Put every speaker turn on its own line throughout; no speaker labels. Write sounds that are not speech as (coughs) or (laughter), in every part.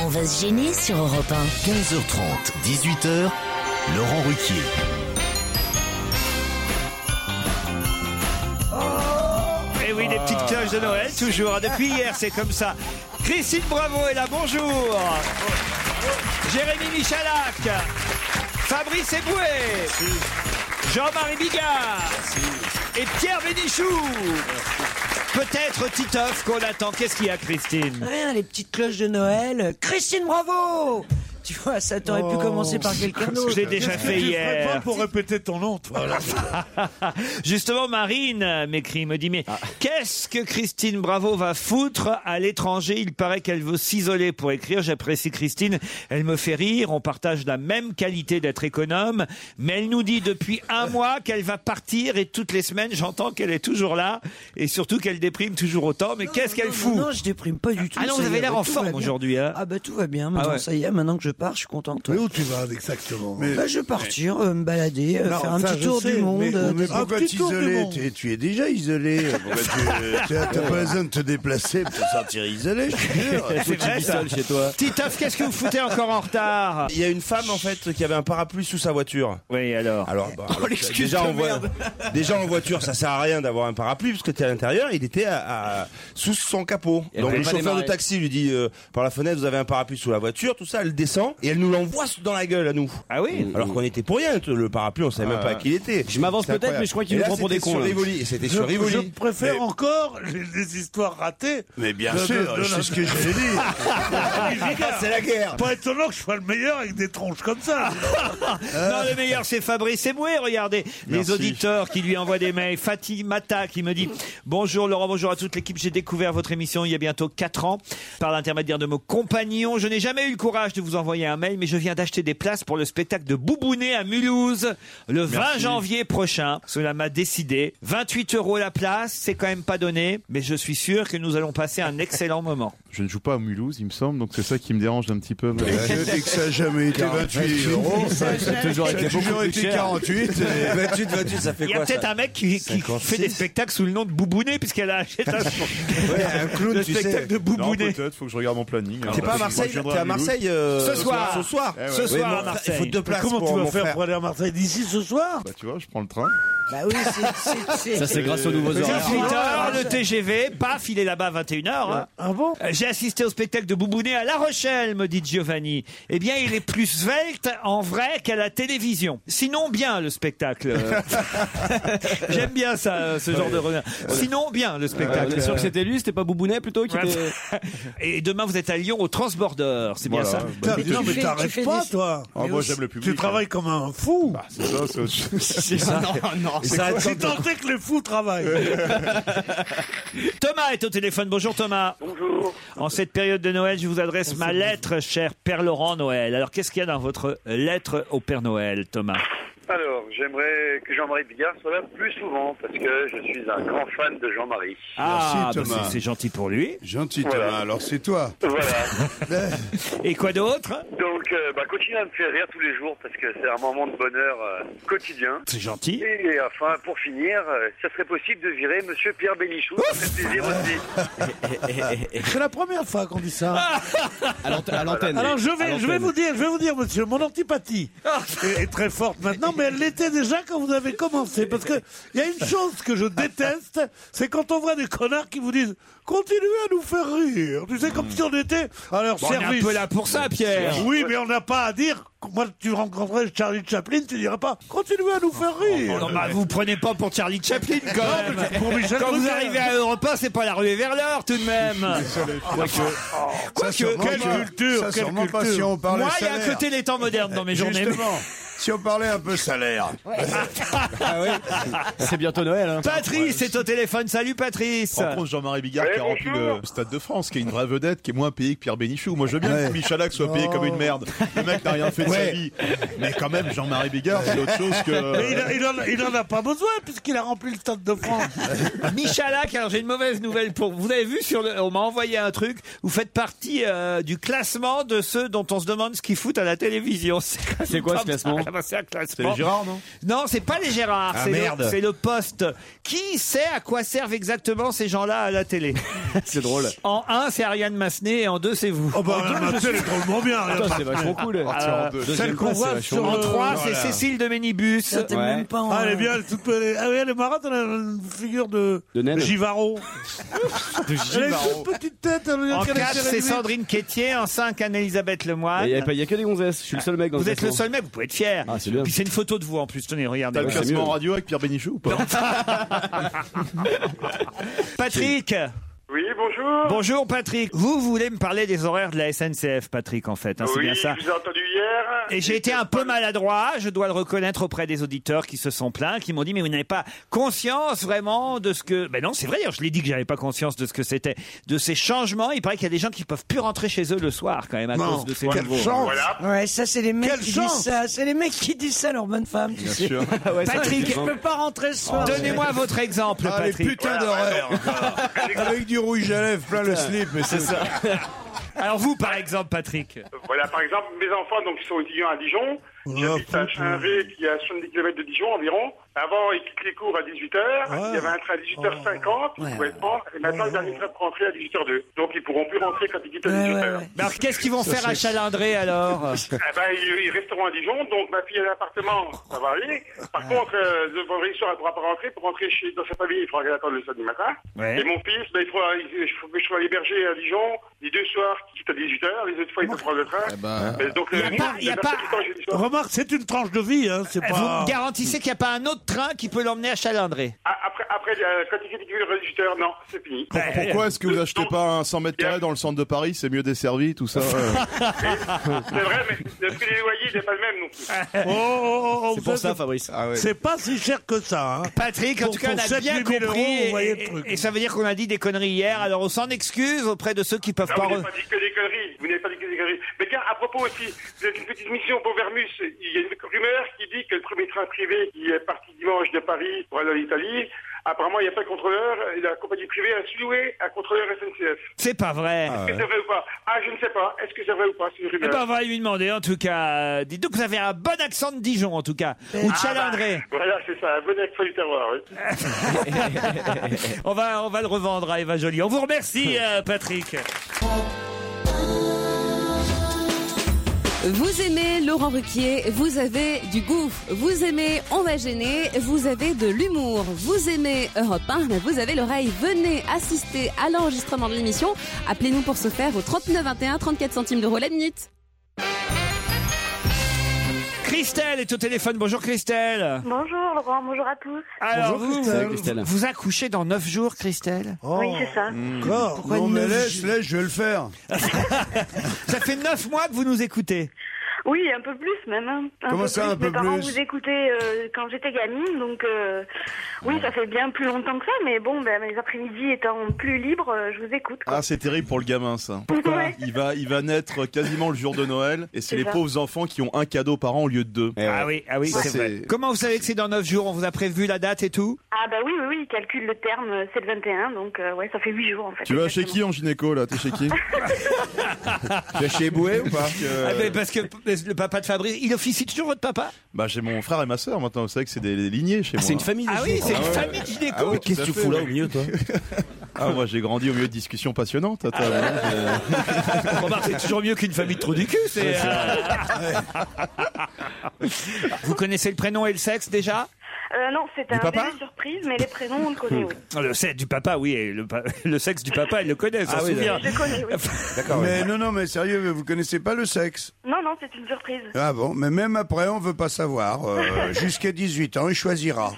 On va se gêner sur Europe 1.
15h30, 18h, Laurent Ruquier.
Et Eh oui, des petites cloches de Noël, toujours. Depuis hier, c'est comme ça. Christine Bravo est là, bonjour. Jérémy Michalak. Fabrice Eboué. Jean-Marie Bigard. Et Pierre Bénichou. Peut-être Titoff qu'on attend. Qu'est-ce qu'il y a, Christine
Rien, les petites cloches de Noël. Christine Bravo Tu vois, ça t'aurait pu commencer par quelqu'un d'autre.
Oh. Je l'ai déjà fait hier.
pour répéter ton nom, toi.
(laughs) Justement, Marine euh, m'écrit, me dit Mais
Ah.
qu'est-ce que Christine Bravo va foutre à l'étranger Il paraît qu'elle veut s'isoler pour écrire. J'apprécie Christine. Elle me fait rire. On partage la même qualité d'être économe. Mais elle nous dit depuis
(laughs)
un mois qu'elle va partir et toutes les semaines, j'entends qu'elle est toujours là et surtout qu'elle déprime toujours autant. Mais qu'est-ce qu'elle
Non,
fout
Non, je déprime pas du tout.
Ah non,
ça
vous
y
avez
est,
l'air
bah,
en
tout
forme
va bien.
aujourd'hui, hein
Ah bah tout va bien, maintenant
Ah ouais.
ça y est, maintenant que je pars, je suis contente. ouais.
Mais où tu vas exactement
Bah, je vais partir, euh, me balader, euh, faire un
ça,
petit
je
tour
sais,
du monde.
Mais,
euh,
mais
tout ça.
pourquoi
Un petit tour du
t'isoler
monde.
tu, es- tu es déjà
(laughs)
isolé. Pourquoi tu- tu n'as pas besoin de te déplacer pour te sentir isolé, je suis
(laughs)
sûr.
(laughs) C'est vrai, ça.
chez toi.
Titoff, qu'est-ce que vous foutez encore en retard
Il y a une femme en fait qui avait un parapluie sous sa voiture.
Oui, alors.
Alors, bah, alors, déjà, en voi- (laughs) déjà en voiture, ça sert à rien d'avoir un parapluie parce que t'es à l'intérieur. Il était à, à- sous son capot. Donc le chauffeur de taxi lui dit euh, par la fenêtre vous avez un parapluie sous la voiture, tout ça. Elle descend et elle nous l'envoie dans la gueule à nous.
Ah oui
Alors qu'on était pour rien, le parapluie, on savait même pas à qui il était. Ah. Je m'avance peut-être, mais je crois qu'il nous prend pour des cons. C'était sur
Je, je
Rivoli.
préfère
Mais-
encore les, les histoires ratées.
Mais bien
de- de-
sûr,
de-
c'est
de-
ce que je t'ai dit.
(laughs)
(laughs)
C'est la guerre.
Pas étonnant que je sois le meilleur avec des tronches comme ça.
(laughs) Non, le meilleur, c'est Fabrice Eboué. Regardez les auditeurs qui lui envoient des mails. Fatimata qui me dit Bonjour Laurent, bonjour à toute l'équipe. J'ai découvert votre émission il y a bientôt 4 ans par l'intermédiaire de mon compagnon. Je n'ai jamais eu le courage de vous envoyer un mail, mais je viens d'acheter des places pour le spectacle de Boubounet à Mulhouse le 20 janvier prochain. Cela m'a décidé. 28 euros la place, c'est quand même pas donné, mais je suis sûr que nous allons passer un excellent moment.
Je ne joue pas à Mulhouse, il me semble, donc c'est ça qui me dérange un petit peu.
Et que- et que ça n'a jamais été 28 euros. Ça a toujours été, 48.
(laughs)
(laughs)
et-
28, 28, ça fait
Il y a
quoi ça
peut-être un mec qui, qui fait des spectacles sous le nom de Boubounet, puisqu'elle a acheté
(laughs)
un
Ouais, un clown,
le
tu
spectacle
sais. (laughs)
de Boubounet.
peut-être, faut que je regarde mon planning.
T'es pas à Marseille, t'es à Marseille euh,
Ce soir.
Ce soir.
Eh ouais.
Ce
Oui,
soir
mon
à
frère, Il
Marseille.
faut deux places
Comment
pour
tu vas
mon
faire
frère.
pour aller à Marseille d'ici ce soir
Bah tu vois, je prends le train.
Bah oui, c'est-
(laughs)
c'est- c'est.
Ça, c'est grâce aux nouveaux horaires.
18 heures, le TGV, paf, il est là-bas à 21h. hein.
Ah bon
Euh, J'ai assisté au spectacle de Boubounet à La Rochelle, me dit Giovanni. Eh bien, il est plus svelte en vrai qu'à la télévision. Sinon, bien le spectacle. Euh, J'aime bien ça, euh, ce genre de renard. Sinon, bien le spectacle.
sûr que c'était lui, c'était pas Boubounet plutôt qui était.
Et demain, vous êtes à Lyon au Transborder, c'est bien
Voilà.
ça
Bah,
Mais tu
Non, mais
fais- tu fais
t'arrêtes pas,
des-
toi.
Ah, moi j'aime le public.
Tu travailles comme un fou.
Ah, c'est ça,
(laughs)
c'est autre chose.
Non, non.
Ça
Si
attend-
tant est que les fous travaillent.
Thomas est au téléphone. Bonjour Thomas. Bonjour. En cette période de Noël, je vous adresse ma lettre, cher Père Laurent Noël. Alors, qu'est-ce qu'il y a dans votre lettre au Père Noël, Thomas
Alors, j'aimerais que Jean-Marie Bigard soit là plus souvent parce que je suis un grand fan de Jean-Marie.
Ah, bah,
Thomas.
c'est- c'est gentil pour lui.
Gentil,
Voilà.
alors c'est toi.
Voilà.
Et quoi d'autre
Donc, donc, euh, bah, continuez à me faire rire tous les jours parce que c'est un moment de bonheur euh, quotidien.
C'est gentil.
Et enfin, pour finir, euh, ça serait possible de virer Monsieur Pierre Bénichou. Ça fait plaisir aussi.
C'est la première fois qu'on
(laughs)
dit ça.
À l'ante- à l'antenne.
Alors je
À
vais, je
l'antenne.
vais vous dire, je vais vous dire, monsieur, mon antipathie est, est très forte maintenant, mais elle l'était déjà quand vous avez commencé, parce que il y a une chose que je déteste, c'est quand on voit des connards qui vous disent continuez à nous faire rire. Tu sais comme si on était à leur
Bon, on est un
service.
peu là pour ça, Pierre.
Oui, mais on n'a pas à dire. Moi, tu rencontrais Charlie Chaplin, tu dirais pas continuez à nous faire rire.
Non, bah, vous prenez pas pour Charlie Chaplin quand
Non, mais
même.
c'est pour Michel
quand vous
Drucker.
arrivez à Europa, c'est pas la ruée vers l'or tout de même.
Quoique-
Quoique,
sûrement
quelle
pas.
culture,
Ça,
quelle
sûrement pas
culture.
si on parlait
Moi, il y a un
salaire.
côté les temps modernes dans mes journées. (laughs)
Justement, si on parlait un peu salaire. Ah
C'est bientôt Noël. hein. Patrice est au téléphone. Salut Patrice.
Rencontre Jean-Marie Bigard
Ouais,
qui a rempli
bonjour.
le Stade de France, qui est une vraie vedette, qui est moins payée que Pierre Bénichou. Moi, je veux bien que Michalak soit payé
Oh.
comme une merde. Le mec n'a rien fait de sa
Ouais.
vie. Mais quand même, Jean-Marie Bigard, c'est autre chose que.
Mais il, a- il en, a- il en a pas besoin puisqu'il a rempli le Stade de France.
(laughs) Michalak, alors j'ai une mauvaise nouvelle pour vous. Vous avez vu sur le, on m'a envoyé un truc. Vous faites partie euh, du classement de ceux dont on se demande ce qu'ils foutent à la télévision. (laughs)
C'est quoi, ce classement
Ah bah, C'est un classement.
C'est les Gérard, non
Non, c'est pas les Gérard.
Ah,
c'est
merde.
le, c'est le poste. Qui sait à quoi servent exactement ces gens-là à la
(laughs)
télé
C'est drôle.
En 1, c'est Ariane Massenet et en 2, c'est vous.
Oh bah, Ariane Massenet, elle est drôlement bien, Ariane Attends, c'est Massenet. vachement cool.
Euh,
Deuxième Celle qu'on place, voit c'est vachement sur
En
bien. le-
3, c'est
Voilà.
Cécile de Ménibus.
Ça, t'es même pas en- Ah, elle est bien, elle est toute elle est- ah oui, elle est marrante, elle a une figure de,
De
(laughs)
naine.
Givaro.
De
Elle a une
Givaro.
toute petite tête. hein, elle a l'air
En
qu'elle est
4, c'est
sérénée.
Sandrine Quétier. En 5, Anne-Elisabeth Lemoine.
Il n'y a, pas- il y a que des gonzesses. Je suis le seul mec dans
Vous
le
êtes le
classement.
seul mec, vous pouvez être fier.
Ah, c'est bien.
Puis c'est une photo de vous en plus. Tenez, regardez.
T'as le classement en radio avec Pierre Bénichou ou pas (laughs)
Patrick
Oui, bonjour.
Bonjour Patrick. Vous voulez me parler des horaires de la SNCF, Patrick, en fait. hein, c'est
oui,
bien ça.
je vous ai entendu hier.
Et j'ai été un peu maladroit, je dois le reconnaître auprès des auditeurs qui se sont plaints, qui m'ont dit mais vous n'avez pas conscience vraiment de ce que. Ben non, c'est vrai. d'ailleurs, Je l'ai dit que j'avais pas conscience de ce que c'était, de ces changements. Il paraît qu'il y a des gens qui peuvent plus rentrer chez eux le soir quand même à cause de ces nouveaux.
Ouais, ça c'est les mecs
Quelle
qui
chance
disent ça. C'est les mecs qui disent ça à leur bonne femme. Tu
Bien
(laughs) sais.
sûr. Ouais, ça, Patrick,
je peux pas rentrer ce soir.
Donnez-moi votre exemple,
Oh, Ah, les
Patrick.
putains d'horreurs.
(laughs)
Avec du rouge à lèvres, (laughs) plein le slip, mais c'est
(laughs)
ça.
Alors vous, par exemple, Patrick.
Voilà, par exemple, mes enfants donc, ils sont étudiants à Dijon. J'habite à Chainvay, qui est à 70 km de Dijon environ. Avant, ils quittent les cours à 18h.
Ah.
Il y avait un train à 18h50,
Oh.
ils pouvaient le prendre. Et maintenant, le dernier train pour rentrer à 18h02. Donc, ils pourront plus rentrer quand ils quittent à 18h.
Mais alors qu'est-ce qu'ils vont
Ça,
faire à
c'est-
Chalindré alors
(laughs) Eh ben, ils, ils resteront à Dijon, donc ma fille a l'appartement, ça va aller. Par contre, euh, le vendredi soir, elle ne pourra pas rentrer. Pour rentrer chez, dans sa famille, il faudra qu'elle attende le samedi matin.
Ouais.
Et mon fils, ben, il, faudra, il il faut que je sois hébergé à Dijon les deux soirs, quitte à 18h, les autres fois, il faut prendre le train. Mais donc,
Il y a
euh,
pas- il y a
le
pas-
mercredi soir, j'ai-
Remarque, c'est une tranche de vie, hein, c'est
Eh, Vous
pas.
me garantissez qu'il n'y a pas un autre train qui peut l'emmener à Chalindré
Ah.
a- Après, après euh, quand il quitte le 18h, non, c'est fini.
Pourquoi est-ce que vous achetez pas un 100 mètres carrés dans le centre de Paris C'est mieux desservi, tout ça.
(laughs)
euh.
C'est vrai, mais le prix des loyers n'est pas le même non plus.
Oh, oh, oh,
C'est
vous
pour
êtes-
ça, Fabrice.
C'est pas si cher que ça. hein.
Patrick, en
Pour-
tout cas,
pour
on a
7
bien
000
compris.
euros,
et,
vous voyez le
et-
truc.
et ça veut dire qu'on a dit des conneries hier, alors on s'en excuse auprès de ceux qui peuvent
Ah,
pas.
vous
re-
n'avez pas dit que des conneries. Vous n'avez pas dit que des conneries. Mais tiens, à propos aussi, vous êtes une petite mission pour Vermus. Il y a une rumeur qui dit que le premier train privé qui est parti dimanche de Paris pour aller en Italie, apparemment, il n'y a pas de contrôleur. Et la compagnie privée a sous-loué un contrôleur SNCF.
C'est pas vrai.
Est-ce que c'est vrai ou pas Ah, je ne sais pas. Est-ce que c'est vrai ou pas C'est une
Eh
rumeur.
ben, on va lui demander, en tout cas. Dites donc, vous avez un bon accent de Dijon, en tout cas. Ou de
Ah,
Chalindré.
(laughs) bah, voilà, c'est ça, un bon accent du terroir, oui.
(laughs)
on, va, on va le revendre à Eva Jolie. On vous remercie, euh, Patrick.
Vous aimez Laurent Ruquier, vous avez du goût. Vous aimez On va gêner, vous avez de l'humour. Vous aimez Europe 1, mais vous avez l'oreille. Venez assister à l'enregistrement de l'émission. Appelez-nous pour ce faire au 39 21 34 centimes d'euros la minute.
Christelle est au téléphone. Bonjour, Christelle.
Bonjour Laurent, bonjour à tous.
Alors, vous,
Christelle.
vous-
Christelle.
vous accouchez dans 9 jours, Christelle
Oui, c'est ça. Mmh.
Encore
Pourquoi
Non, mais
neuf (laughs)
laisse,
jours
laisse, je vais le faire.
Ça fait 9 mois que vous nous écoutez.
Oui, un peu plus même. hein.
Comment ça, un peu
Mes parents
plus
vous écoutaient euh, quand j'étais gamine, donc euh, oui, ça fait bien plus longtemps que ça, mais bon, ben, mes après-midi étant plus libres, euh, je vous écoute.
(laughs) Ah, c'est terrible pour le gamin, ça.
Pourquoi Ouais.
il va, il va naître quasiment le jour de Noël, et
C'est
c'est les
ça.
pauvres enfants qui ont un cadeau par an au lieu de deux.
Ah oui, ah oui,
Ça,
c'est vrai. Comment vous savez que c'est dans 9 jours On vous a prévu la date et tout
Ah bah oui, oui, oui, il calcule le terme, euh, c'est le 21, donc euh, ouais, ça fait 8 jours en fait.
Tu vas chez qui en gynéco, là T'es
(laughs)
chez qui
T'es chez Boué ou pas
Ah, mais Parce que le papa de Fabrice, il officie toujours votre papa
Bah, j'ai mon frère et ma sœur maintenant, c'est vrai que c'est des, des lignées chez moi.
c'est une famille de Ah oui, gynéco. c'est une famille de gynéco. Mais qu'est-ce que tu fous là, au (laughs) milieu,
toi Ah, moi j'ai grandi au milieu de discussions passionnantes. attends, hein, j'ai-
Remarque, c'est toujours mieux qu'une famille de trous du cul. c'est- euh,
Ouais, c'est euh.
vous connaissez le prénom et le sexe déjà
Euh, non, c'est
Du
un
papa
bébé surprise, mais les prénoms, on le
(laughs)
connaît, oui.
Hmm. Le sexe du papa, oui, et le, pa- (laughs) le sexe du papa, il le connaît, ça
Ah
se
oui,
souvient.
d'accord. Je
connais, oui.
Mais non, non, mais sérieux, mais vous connaissez pas le sexe
Non, non, c'est une surprise.
Ah bon, mais même après, on veut pas savoir. Euh, Jusqu'à 18 ans, il choisira.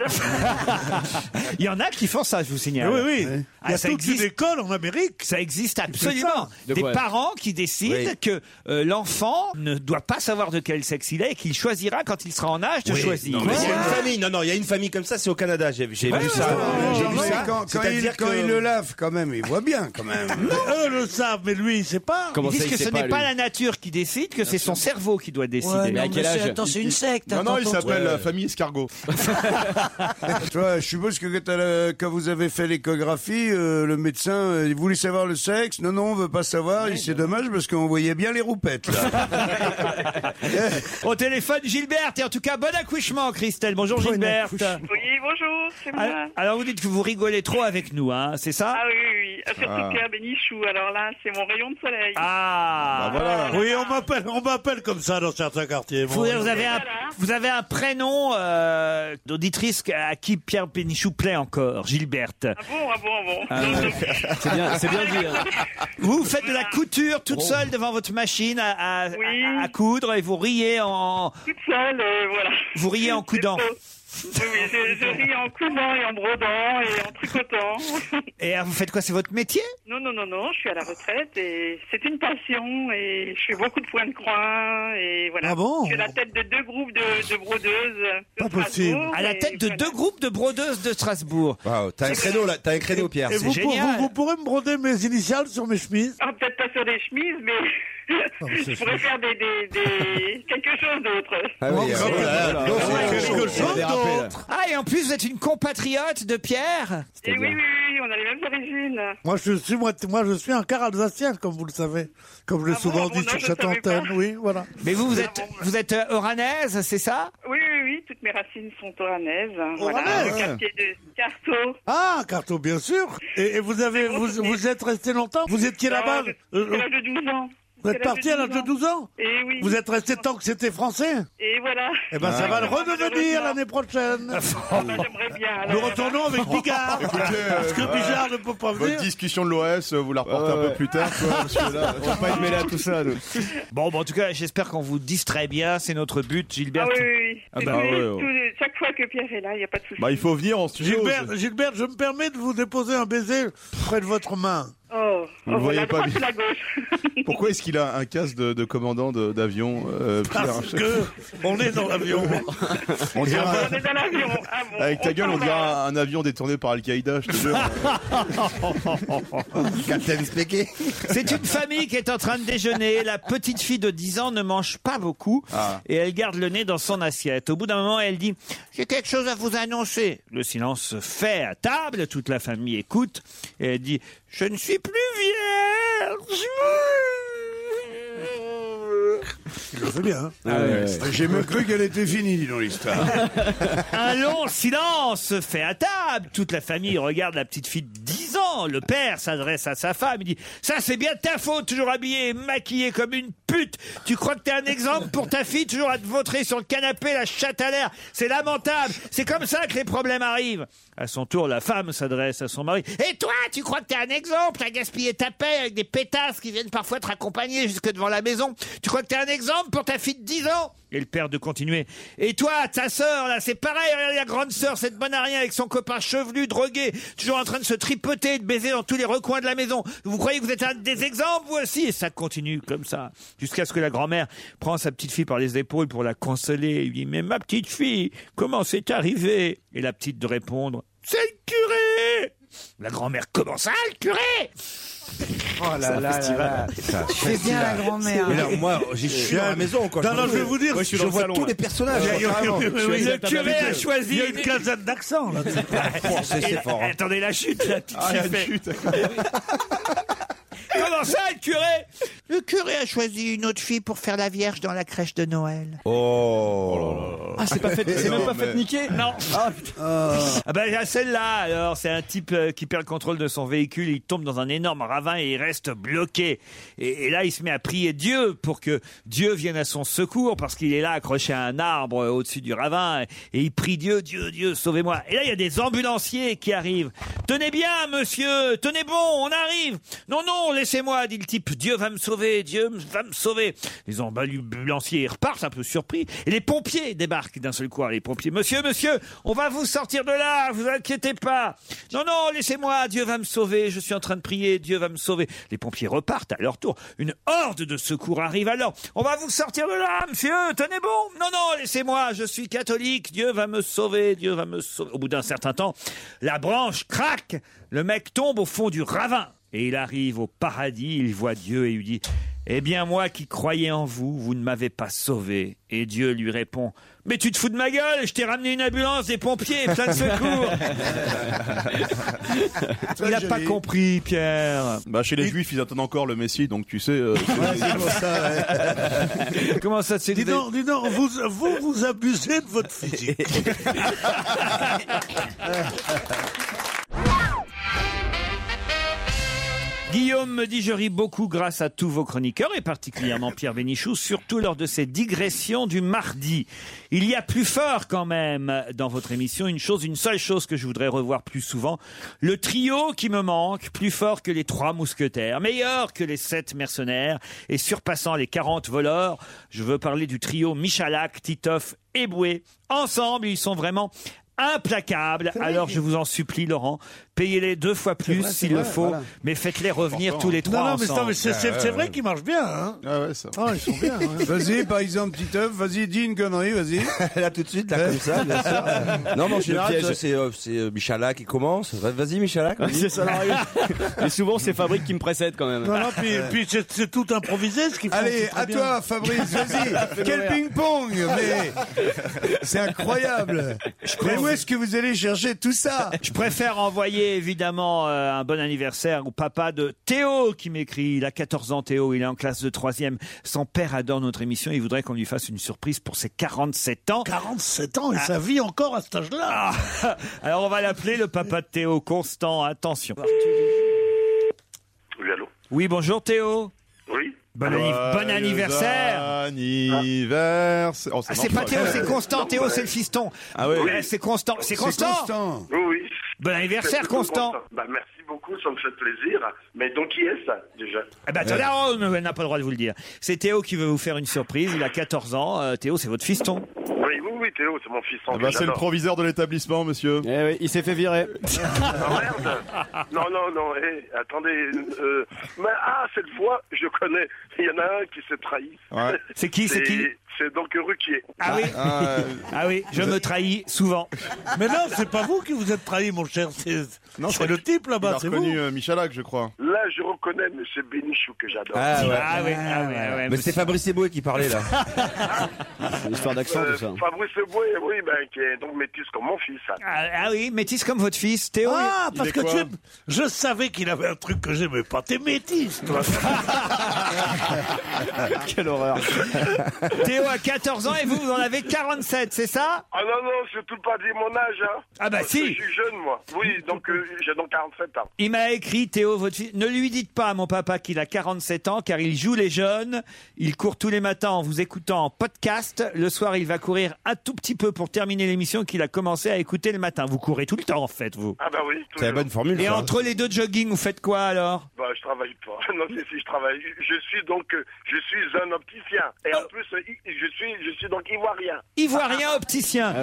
Il y en a qui font ça, je vous signale.
Oui, oui. Il y a toute une
école en Amérique. Ah, Ça existe absolument.
ça. De
Des
quoi
parents qui décident
Oui.
que euh, l'enfant ne doit pas savoir de quel sexe il est et qu'il choisira quand il sera en âge de
Oui,
choisir.
non, mais il y a une famille, non, non, il y a une famille comme ça, c'est au Canada, j'ai j'ai
Ouais,
vu
ouais,
ça.
ouais,
J'ai
ouais,
vu
ouais.
ça.
Quand, quand il,
C'est-à-dire
quand
que-
il le lave, quand même, il voit bien,
(laughs)
quand même.
Eux le savent, mais lui, il sait pas.
Ils disent que ce n'est pas la nature qui décide, que c'est son cerveau qui
(laughs)
doit décider.
mais Mais à non, quel mais c'est- âge attends, c'est une secte,
Non, non, il s'appelle
Ouais.
la
(laughs)
famille Escargot.
Tu vois, je suppose que quand, elle a- quand vous avez fait l'échographie, euh, le médecin, euh, il voulait savoir le sexe. Non, non, on veut pas savoir. Et c'est dommage parce qu'on voyait bien les roupettes. là.
Au téléphone, Gilbert. Et en tout cas, bon accouchement, Christelle. Bonjour, Gilbert.
Oui, bonjour, c'est moi.
Alors, alors, vous dites que vous rigolez trop avec nous, hein, c'est ça
Ah oui, oui, oui. Ah, Surtout
Ah.
Pierre Bénichou, alors là, c'est mon rayon de soleil.
Ah
Bah, Oui, on m'appelle, on m'appelle comme ça dans certains quartiers.
Vous,
Bon,
vous avez un,
voilà.
hein.
vous avez un prénom euh, d'auditrice à qui Pierre Pénichou plaît encore, Gilberte.
Ah bon, ah bon, ah bon.
Ah
(laughs)
ouais. C'est bien- c'est bien dit, hein. Vous vous faites de la couture toute seule devant votre machine à, à- à- à coudre et vous riez en...
Toute seule, euh, voilà.
Vous riez en coudant.
Oui, oui, je, je ris en coudant et en brodant et en tricotant. (laughs)
Et euh, vous faites quoi C'est votre métier
Non, non, non, non, je suis à la retraite et c'est une passion et je fais beaucoup de points de croix et voilà.
Ah bon Ah, bah,
Je suis à la tête de deux groupes de, de brodeuses. de Strasbourg
À la
et
tête de
voilà.
deux groupes de brodeuses de Strasbourg.
T'as un créneau, là, t'as un créneau, Pierre.
Et
C'est
vous, pour-
génial.
vous- vous pourrez me broder mes initiales sur mes chemises
Ah, peut-être pas sur des chemises,
Ah,
mais
bah,
mais c'est
(laughs) je pourrais faire des, des, des... quelque chose d'autre.
Ah
Oh,
euh, oh
Ah, et en plus, vous êtes une compatriote de Pierre
Et oui, oui, oui, on a les mêmes origines.
Moi, je suis, moi, t- moi, je suis un quart alsacien, comme vous le savez. Comme je l'ai souvent dit
non,
sur
je
cette
savais
antenne,
pas.
oui, voilà.
Mais vous, vous êtes, vous êtes euh, oranaise, c'est ça
Oui, oui, oui, toutes mes racines sont oranaises. Voilà,
Oranaises.
le quartier de Carto.
Ah, Carto, bien sûr. Et, et vous avez, vous, vous êtes resté longtemps Vous étiez là-bas
Ah, je-
euh,
à l'âge de 12 ans.
Vous êtes parti à l'âge de 12 ans
Et oui.
Vous êtes resté tant que c'était français
Et voilà.
Eh ben,
Ah.
ça va le redevenir
Malheureusement.
l'année prochaine.
Ah,
Nous
bah, alors.
retournons avec
(laughs)
Bigard.
euh,
Parce que Bigard ne peut pas venir.
Votre discussion de l'OS, euh, vous la reportez un peu plus tard, quoi, parce que
(laughs)
là, on va pas être mêlé (laughs) à tout ça, nous.
Bon, bah, en tout cas, j'espère qu'on vous distrait bien. C'est notre but, Gilbert.
Ah oui, oui, oui.
Ah bah,
Tous les-
ouais, ouais.
tous les- Chaque fois que Pierre est là, il n'y a pas de souci.
Bah, il faut venir en studio.
Gilbert, Gilbert, je me permets de vous déposer un baiser près de votre main.
Oh,
Vous le
oh,
voyez
la
pas
droite
bien.
ou la gauche
Pourquoi est-ce qu'il a un casque de, de commandant de- d'avion euh,
Parce
Pierre
que on est dans l'avion.
On dirait un-
On est dans l'avion. Ah
hein,
bon,
Avec ta
on
gueule,
s'en
on ah,
va.
dirait
Ah,
un, un avion détourné par Al-Qaïda, je te jure.
(laughs)
Captain Specky.
C'est une famille qui est en train de déjeuner. La petite fille de 10 ans ne mange pas beaucoup
Ah.
et elle garde le nez dans son assiette. Au bout d'un moment, elle dit J'ai quelque chose à vous annoncer. Le silence se fait à table, toute la famille écoute et elle dit Je ne suis plus vierge.
Il le fait bien.
Ah ouais. J'ai même cru qu'elle était finie, dis donc, l'histoire.
(laughs) Un long silence se fait à table. Toute la famille regarde la petite fille de 10 ans. Le père s'adresse à sa femme. Il dit Ça, c'est bien de ta faute, toujours habillée et maquillée comme une pute. Tu crois que t'es un exemple pour ta fille, toujours à te vautrer sur le canapé, la chatte à l'air. C'est lamentable. C'est comme ça que les problèmes arrivent. À son tour, la femme s'adresse à son mari Eh, Et toi, tu crois que t'es un exemple à gaspiller ta paix avec des pétasses qui viennent parfois te raccompagner jusque devant la maison Tu crois que t'es un exemple pour ta fille de 10 ans et le père de continuer. Et toi, ta sœur, là, c'est pareil, regarde la grande sœur, cette bonne à rien avec son copain chevelu, drogué, toujours en train de se tripoter, de baiser dans tous les recoins de la maison. Vous croyez que vous êtes un des exemples, vous aussi Et ça continue comme ça, jusqu'à ce que la grand-mère prend sa petite fille par les épaules pour la consoler. Il dit, mais ma petite fille, comment c'est arrivé Et la petite de répondre, (laughs) c'est le curé La grand-mère, comment ça, le curé
Oh là là là là. Tu fais bien la grand-mère.
Mais là, moi, j'ai- je suis à la maison, quoi.
Non, non, je vais vous dire,
Moi, je suis dans le
vois
salon,
tous
là.
les personnages.
Ouais, carrément. Je suis à la table avec eux.
Il y a une quinzaine d'accents, là.
Ah,
Oh, c'est- c'est fort, hein.
Attendez la chute, la petite
Ah, il y a
fille
une
fait. Comment ça, le curé
Le curé a choisi une autre fille pour faire la vierge dans la crèche de Noël.
Oh.
Ah, c'est pas fait- c'est
Non,
même pas fait niquer
Non.
Ah,
Ah bah, il y a celle-là, alors. C'est un type euh, qui perd le contrôle de son véhicule, il tombe dans un énorme ravin et il reste bloqué. Et, et là, il se met à prier Dieu pour que Dieu vienne à son secours parce qu'il est là accroché à un arbre euh, au-dessus du ravin et, et il prie Dieu, Dieu, Dieu, sauvez-moi. Et là, il y a des ambulanciers qui arrivent. Tenez bien, monsieur, tenez bon, on arrive. Non, non, laissez-moi, dit le type. Dieu va me sauver, Dieu me- va me sauver. Les ambulanciers repartent un peu surpris et les pompiers débarquent d'un seul coup. Alors, Les pompiers, monsieur, monsieur, on va vous sortir de là, vous inquiétez pas. Non, non, laissez-moi, Dieu va me sauver, je suis en train de prier, Dieu va me sauver. Les pompiers repartent à leur tour. Une horde de secours arrive alors. On va vous sortir de là, monsieur, tenez bon. Non, non, laissez-moi, je suis catholique, Dieu va me sauver, Dieu va me sauver. Au bout d'un certain temps, la branche craque, le mec tombe au fond du ravin. Et il arrive au paradis, il voit Dieu et lui dit Eh bien, moi qui croyais en vous, vous ne m'avez pas sauvé. Et Dieu lui répond Mais tu te fous de ma gueule, je t'ai ramené une ambulance, des pompiers, plein de secours. (laughs) il n'a pas compris, Pierre.
Bah, chez les Juifs, ils attendent encore le Messie, donc tu sais. euh,
Comment ça, c'est
Dis donc, dis donc, vous, vous vous abusez de votre physique. Ah,
Guillaume me dit je ris beaucoup grâce à tous vos chroniqueurs et
(laughs)
particulièrement Pierre Bénichou, surtout lors de ces digressions du mardi. Il y a plus fort quand même dans votre émission une chose, une seule chose que je voudrais revoir plus souvent, le trio qui me manque, plus fort que les trois mousquetaires, meilleur que les sept mercenaires et surpassant les 40 voleurs. Je veux parler du trio Michalak, Titoff et Boué. Ensemble, ils sont vraiment implacables. Alors je vous en supplie, Laurent, payez-les deux fois plus
vrai,
s'il
c'est
le
vrai,
faut,
voilà.
mais faites-les revenir tous les trois
Non, non, mais,
ensemble.
non, mais c'est c'est- c'est vrai qu'ils marchent bien. Hein. Ah, ils sont bien. hein.
(laughs) Vas-y, par exemple, petit œuf, vas-y, dis une connerie, vas-y.
(laughs) là, tout de suite, là, comme ça, bien
(laughs)
sûr. Non, mais en
Le
général,
piège.
ça, c'est euh, c'est, euh, Michalak qui commence. Va- Vas-y, Michalak.
Ouais,
vas-y.
c'est ça, l'arrivée. Mais souvent, c'est Fabrique qui me précède quand même.
Non, non, puis, puis c'est- c'est tout improvisé ce qu'ils font.
Allez,
c'est très
à
bien.
toi, Fabrice,
Vas-y, quel ping-pong Mais
(laughs)
c'est incroyable. Mais où est-ce que vous allez chercher tout ça
Euh, (laughs) Je préfère envoyer évidemment euh, un bon anniversaire au papa de Théo qui m'écrit. Il a 14 ans, Théo. Il est en classe de 3e. Son père adore notre émission. Il voudrait qu'on lui fasse une surprise pour ses 47 ans. Ah.
47 ans et ça vit encore à cet âge-là.
(laughs) Alors on va l'appeler le papa de Théo. Constant, attention.
Oui, allô
Oui, bonjour Théo.
Oui
Bon, anniv- bon anniversaire.
Anniversaire. Oh, ça
Ah, c'est
marche
pas Théo, c'est Constant. Théo, c'est le fiston.
Ah oui.
Ouais, C'est Constant. C'est Constant.
Oui, oui.
Bon anniversaire,
C'est plutôt
Constant.
Bah, merci beaucoup, ça me fait plaisir. Mais donc, qui est ça, déjà
Ah bah, attendez, oh, on n'a pas le droit de vous le dire. C'est Théo qui veut vous faire une surprise. Il a 14 ans. Euh, Théo, c'est votre fiston.
Oui, oui, oui, Théo, c'est mon fils. en
Ah bah,
plus,
c'est le
j'adore.
proviseur de l'établissement, monsieur.
Eh oui, il s'est fait virer.
Ah, merde Non, non, non, hé, attendez. euh, mais, ah, cette voix, je connais. Il y en a un qui s'est trahi.
Ouais.
C'est qui, c'est qui
C'est donc Ruquier.
Ah oui (laughs) Ah oui, je me trahis souvent.
euh, Mais non, c'est pas vous qui vous êtes trahi, mon cher. C'est c'est le type
Il
là-bas,
a
c'est vous.
reconnu euh, Michalak, je crois.
Là, je reconnais, mais c'est Bénichou que j'adore.
Ah, ouais.
Ah, ouais, ah, ouais, ah ouais,
Mais c'est Fabrice Eboué qui parlait, là.
C'est une histoire d'accent,
Euh,
tout ça.
Fabrice Eboué, oui, ben, qui est donc métis comme mon fils. hein.
Ah, ah oui, métis comme votre fils, Théo.
Ah,
il-
parce
il
que
est
tu
quoi
es...
(laughs)
Je savais qu'il avait un truc que j'aimais pas. T'es métisse, toi.
Quelle
(laughs)
horreur.
Théo a 14 ans et vous, vous en avez 47, c'est ça
Ah non, non, je tout pas dit mon âge. Hein.
Ah bah
Parce
si.
que Je suis jeune, moi. Oui, donc euh, j'ai donc 47 ans.
Il m'a écrit, Théo, votre fils. Ne lui dites pas, mon papa, qu'il a 47 ans, car il joue les jeunes. Il court tous les matins en vous écoutant en podcast. Le soir, il va courir un tout petit peu pour terminer l'émission qu'il a commencé à écouter le matin. Vous courez tout le temps, en fait, vous.
Ah bah oui.
C'est la bonne formule.
Et
ça.
entre les deux jogging, vous faites quoi alors
Bah, je travaille pas. (laughs) Non, si, si, je travaille. Je suis donc, euh, je suis un opticien. Et en plus, euh, i- je suis, je suis donc ivoirien.
Ivoirien
Ah
opticien.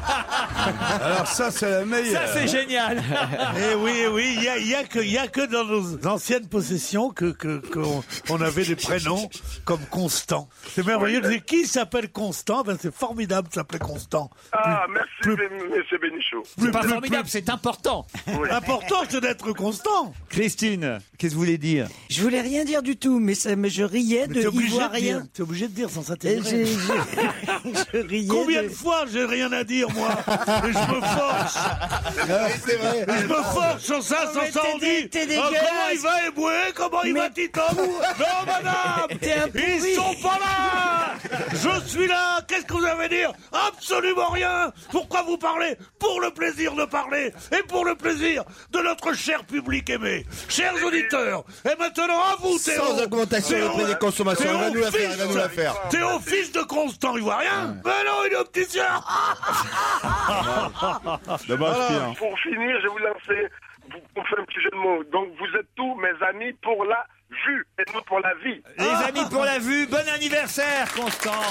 (laughs) Alors ça, c'est la meilleure. (laughs)
Eh oui, eh oui, il y a, il y a que, il y a que dans nos anciennes possessions que que- qu'on on avait des prénoms comme Constant. C'est merveilleux. Je disais, qui s'appelle Constant Ben c'est formidable, de s'appeler Constant.
Ah, merci, M. monsieur Bénichou.
c'est important.
Oui.
Important, c'est d'être constant.
Christine, qu'est-ce que vous voulez dire
Je voulais rien dire du tout, mais, ça, mais je riais
Mais
de
t'es obligé de
ivoirien.
dire, T'es obligé de dire sans
Et j'ai-
s'intégrer.
j'ai- (laughs) je riais
Combien
de-
de fois j'ai rien à dire,
(laughs)
moi Mais je me force
c'est vrai.
Mais Je me force sur ça,
Non,
sans
mais
ça, on
t'es dé-
dit
t'es
Ah, Comment
dégueulasse.
il va ébouer Comment il
Mais-
va Titan Non, madame
T'es un pourri.
Ils sont pas là Je suis là Qu'est-ce que vous avez à dire Absolument rien Pourquoi vous parlez Pour le plaisir de parler et pour le plaisir de notre cher public aimé. Chers auditeurs, et maintenant à vous, Théo
Sans augmentation
Théo,
du prix des consommations. Il
Théo,
va nous la faire,
fils
il va nous la faire.
T'es au fils de Constant Ivoirien Mais non, il
(laughs)
est opticien
Voilà. Pour finir, je vais vous lancer, vous, on fait un petit jeu de mots. Donc, vous êtes tous mes amis pour la vue et moi pour la vie. Ah.
Les
Ah.
amis pour la vue, bon anniversaire, Constant.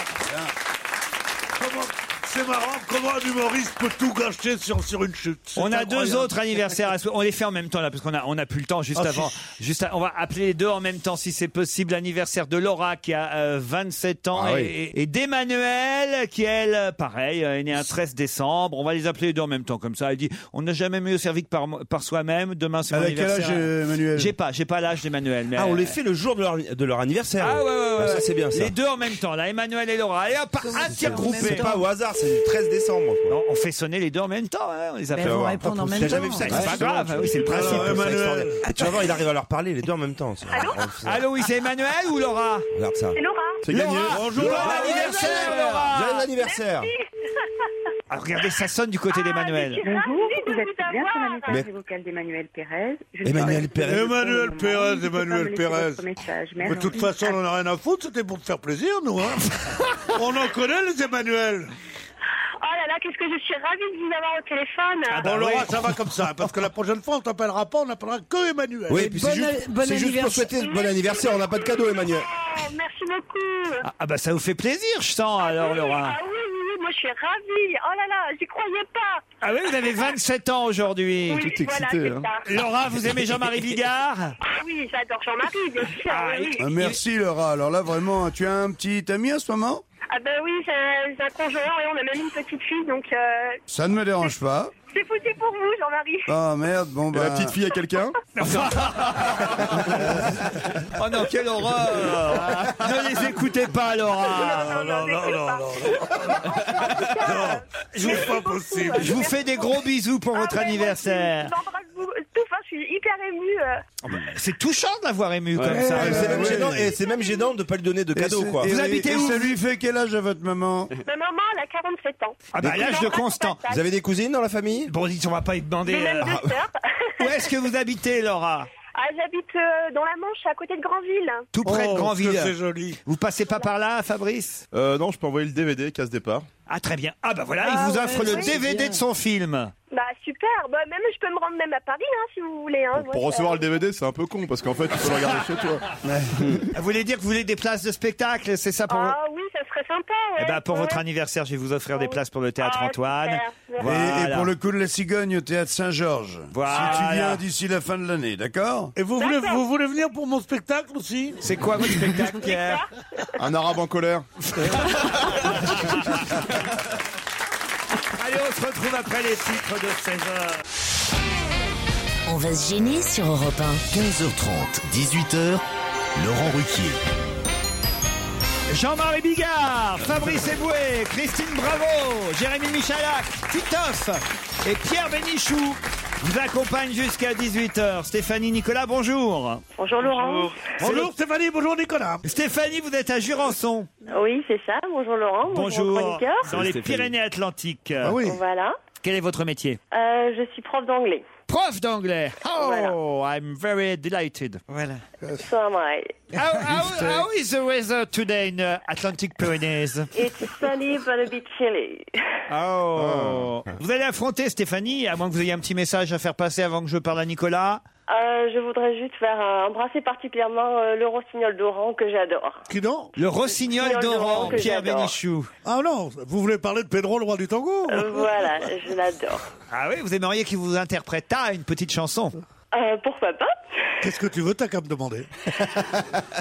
Comment- C'est marrant, comment un humoriste peut tout gâcher sur, sur une chute C'est
On a
incroyable.
deux autres anniversaires. à sou- On les fait en même temps là parce qu'on a on a plus le temps juste
Ah,
avant. Juste à- on va appeler les deux en même temps si c'est possible. L'anniversaire de Laura qui a euh, 27 ans
Ah
et,
oui.
et- et d'Emmanuel qui elle euh, pareil euh, est née un 13 décembre. On va les appeler les deux en même temps comme ça. Elle dit on n'a jamais mieux servi que par, mo- par soi-même. Demain c'est mon
Elle a quel
anniversaire.
âge, euh, Emmanuel
J'ai pas j'ai pas l'âge d'Emmanuel. mais- euh,
Ah, on les fait le jour de leur, de leur anniversaire.
Ah ouais, ouais, ouais,
Ah, ça,
ouais.
c'est bien ça.
Les deux en même temps, là, Emmanuel et Laura. Et hop, un tir groupé.
C'est pas au hasard, c'est du 13 décembre.
Non, on fait sonner les deux en même temps. hein, On les
Ça fait
appelle.
avoir.
Pas possible.
T'as jamais vu ça
C'est pas Ah, grave. oui, C'est le principe.
Alors,
c'est
Emmanuel.
extraordinaire.
Et Tu vas voir, il arrive à leur parler les deux en même temps. ça.
Allô, oui, c'est Emmanuel ou Laura
Regarde ça.
C'est Laura.
C'est gagné.
Laura,
Bonjour,
bon
Laura.
anniversaire, Laura.
Joyeux anniversaire.
Ah, regardez, ça sonne du côté d'Emmanuel.
Bonjour, vous êtes bien sur la messagerie vocale d'Emmanuel Pérez. Je ne
Emmanuel
sais pas
Pérez.
si vous
Emmanuel
pouvez
Pérez,
me laisser
Emmanuel
votre
Pérez.
message.
Mais de toute
Merci.
façon, on en a rien à foutre, c'était pour te faire plaisir, nous. (laughs) Hein. on en connaît, les Emmanuel.
Oh là là, qu'est-ce que je suis ravie de vous avoir au téléphone.
Ah bah
bon, Ah bah Laura, ça va comme ça, parce que la prochaine fois, on t'appellera pas, on appellera que Emmanuel.
Oui, puis c'est juste, c'est juste pour souhaiter le bon anniversaire. On n'a pas de cadeau, Emmanuel.
Oh, merci beaucoup.
Ah, bah ça vous fait plaisir, je sens alors, Laura.
Ah oui, oui, oui, moi je suis ravie. Oh là là, j'y croyais pas.
Ah oui, vous avez 27 ans aujourd'hui.
Oui, Tout voilà, excité, c'est hein. ça.
Laura, vous aimez Jean-Marie Bigard
Ah oui, j'adore Jean-Marie, bien sûr. oui, oui.
Ah, merci Laura. Alors là vraiment, tu as un petit ami à ce moment
Ah ben oui, j'ai j'ai un conjoint et on a même une petite fille, donc euh,
Ça ne me dérange pas.
c'est foutu pour vous,
(laughs)
Jean-Marie.
Ah merde, bon bah.
la petite fille à quelqu'un
Oh non, quelle horreur Ah. Ne les écoutez pas, Laura
Non, non, non, non.
Je vous-
Pas possible.
Je vous fais des gros bisous pour
Ah,
votre
Je
anniversaire.
vous embrasse beaucoup. tout fort, je suis hyper émue. euh.
C'est touchant de l'avoir ému comme ça.
Et c'est même, gênant- et c'est même gênant de ne pas lui donner de cadeau,
c'est-
quoi.
Euh, et-
Vous habitez
et
où
Ça lui fait quel âge à votre maman
Ma maman, elle a 47 ans.
Ah bah, à l'âge de Constant.
Vous avez des cousines dans la famille
Bon, dites, on va pas y demander.
J'ai même
euh,
deux sœurs.
(laughs) Où est-ce que vous habitez, Laura
Ah, J'habite euh, dans la Manche, à côté de Grandville.
Tout près de
Oh, que c'est
Grandville.
joli.
Vous passez pas par là, Fabrice
Euh, non, je peux envoyer le DVD, casse départ.
Ah très bien. Ah bah voilà,
Ah
il vous
ouais,
offre
ouais,
le
c'est
DVD
bien.
de son film.
Bah super, bah, même je peux me rendre même à Paris hein, si vous voulez. Hein.
Pour
Moi,
recevoir
je-
le DVD, c'est un peu con parce qu'en fait, tu peux le regarder chez toi.
Vous voulez dire que vous voulez des places de spectacle, c'est ça pour
Ah oui, ça serait sympa. Ouais.
Eh ben, pour
Ouais.
votre anniversaire, je vais vous offrir des places pour le théâtre
Ah,
Antoine.
super.
Et-
Voilà.
et, pour le coup de la cigogne au théâtre Saint-Georges.
Voilà.
Si tu viens d'ici la fin de l'année, d'accord
Et vous voulez, vous voulez venir pour mon spectacle aussi
C'est quoi votre spectacle, Pierre
Un arabe en colère.
Allez, on se retrouve après les titres de 16 heures.
On va se gêner sur Europe
15h30, 18h, Laurent Ruquier.
Jean-Marie Bigard, Fabrice Eboué, Christine Bravo, Jérémy Michalak, Titoff et Pierre Bénichou vous accompagnent jusqu'à 18h. Stéphanie Nicolas, bonjour.
Bonjour Laurent.
Bonjour Stéphanie, bonjour Nicolas.
Stéphanie, vous êtes à Jurançon.
Oui, c'est ça. Bonjour Laurent. Bonjour.
Bonjour.
chroniqueur.
Dans les
Stéphanie.
Pyrénées-Atlantiques.
Ah
Voilà.
Quel est votre métier
Euh, je suis prof d'anglais.
Prof d'anglais. Oh, I'm very delighted.
Voilà.
So am I.
How, how-
euh,
how is the weather today in the Atlantic Pyrenees?
It's sunny but a bit chilly.
Ah.
Oh. Vous allez affronter Stéphanie, à moins que vous ayez un petit message à faire passer avant que je parle à Nicolas.
Euh, je voudrais juste faire un- embrasser particulièrement euh, le rossignol d'Oran que j'adore.
Qui donc
Le rossignol d'Oran,
que
Pierre
j'adore.
Bénichou.
Ah non, vous voulez parler de Pedro, le roi du tango
Euh, voilà, je l'adore.
Ah oui, vous aimeriez qu'il vous interprète à une petite chanson
Euh,
(laughs)
pourquoi pas
Qu'est-ce que tu veux, t'as qu'à me demander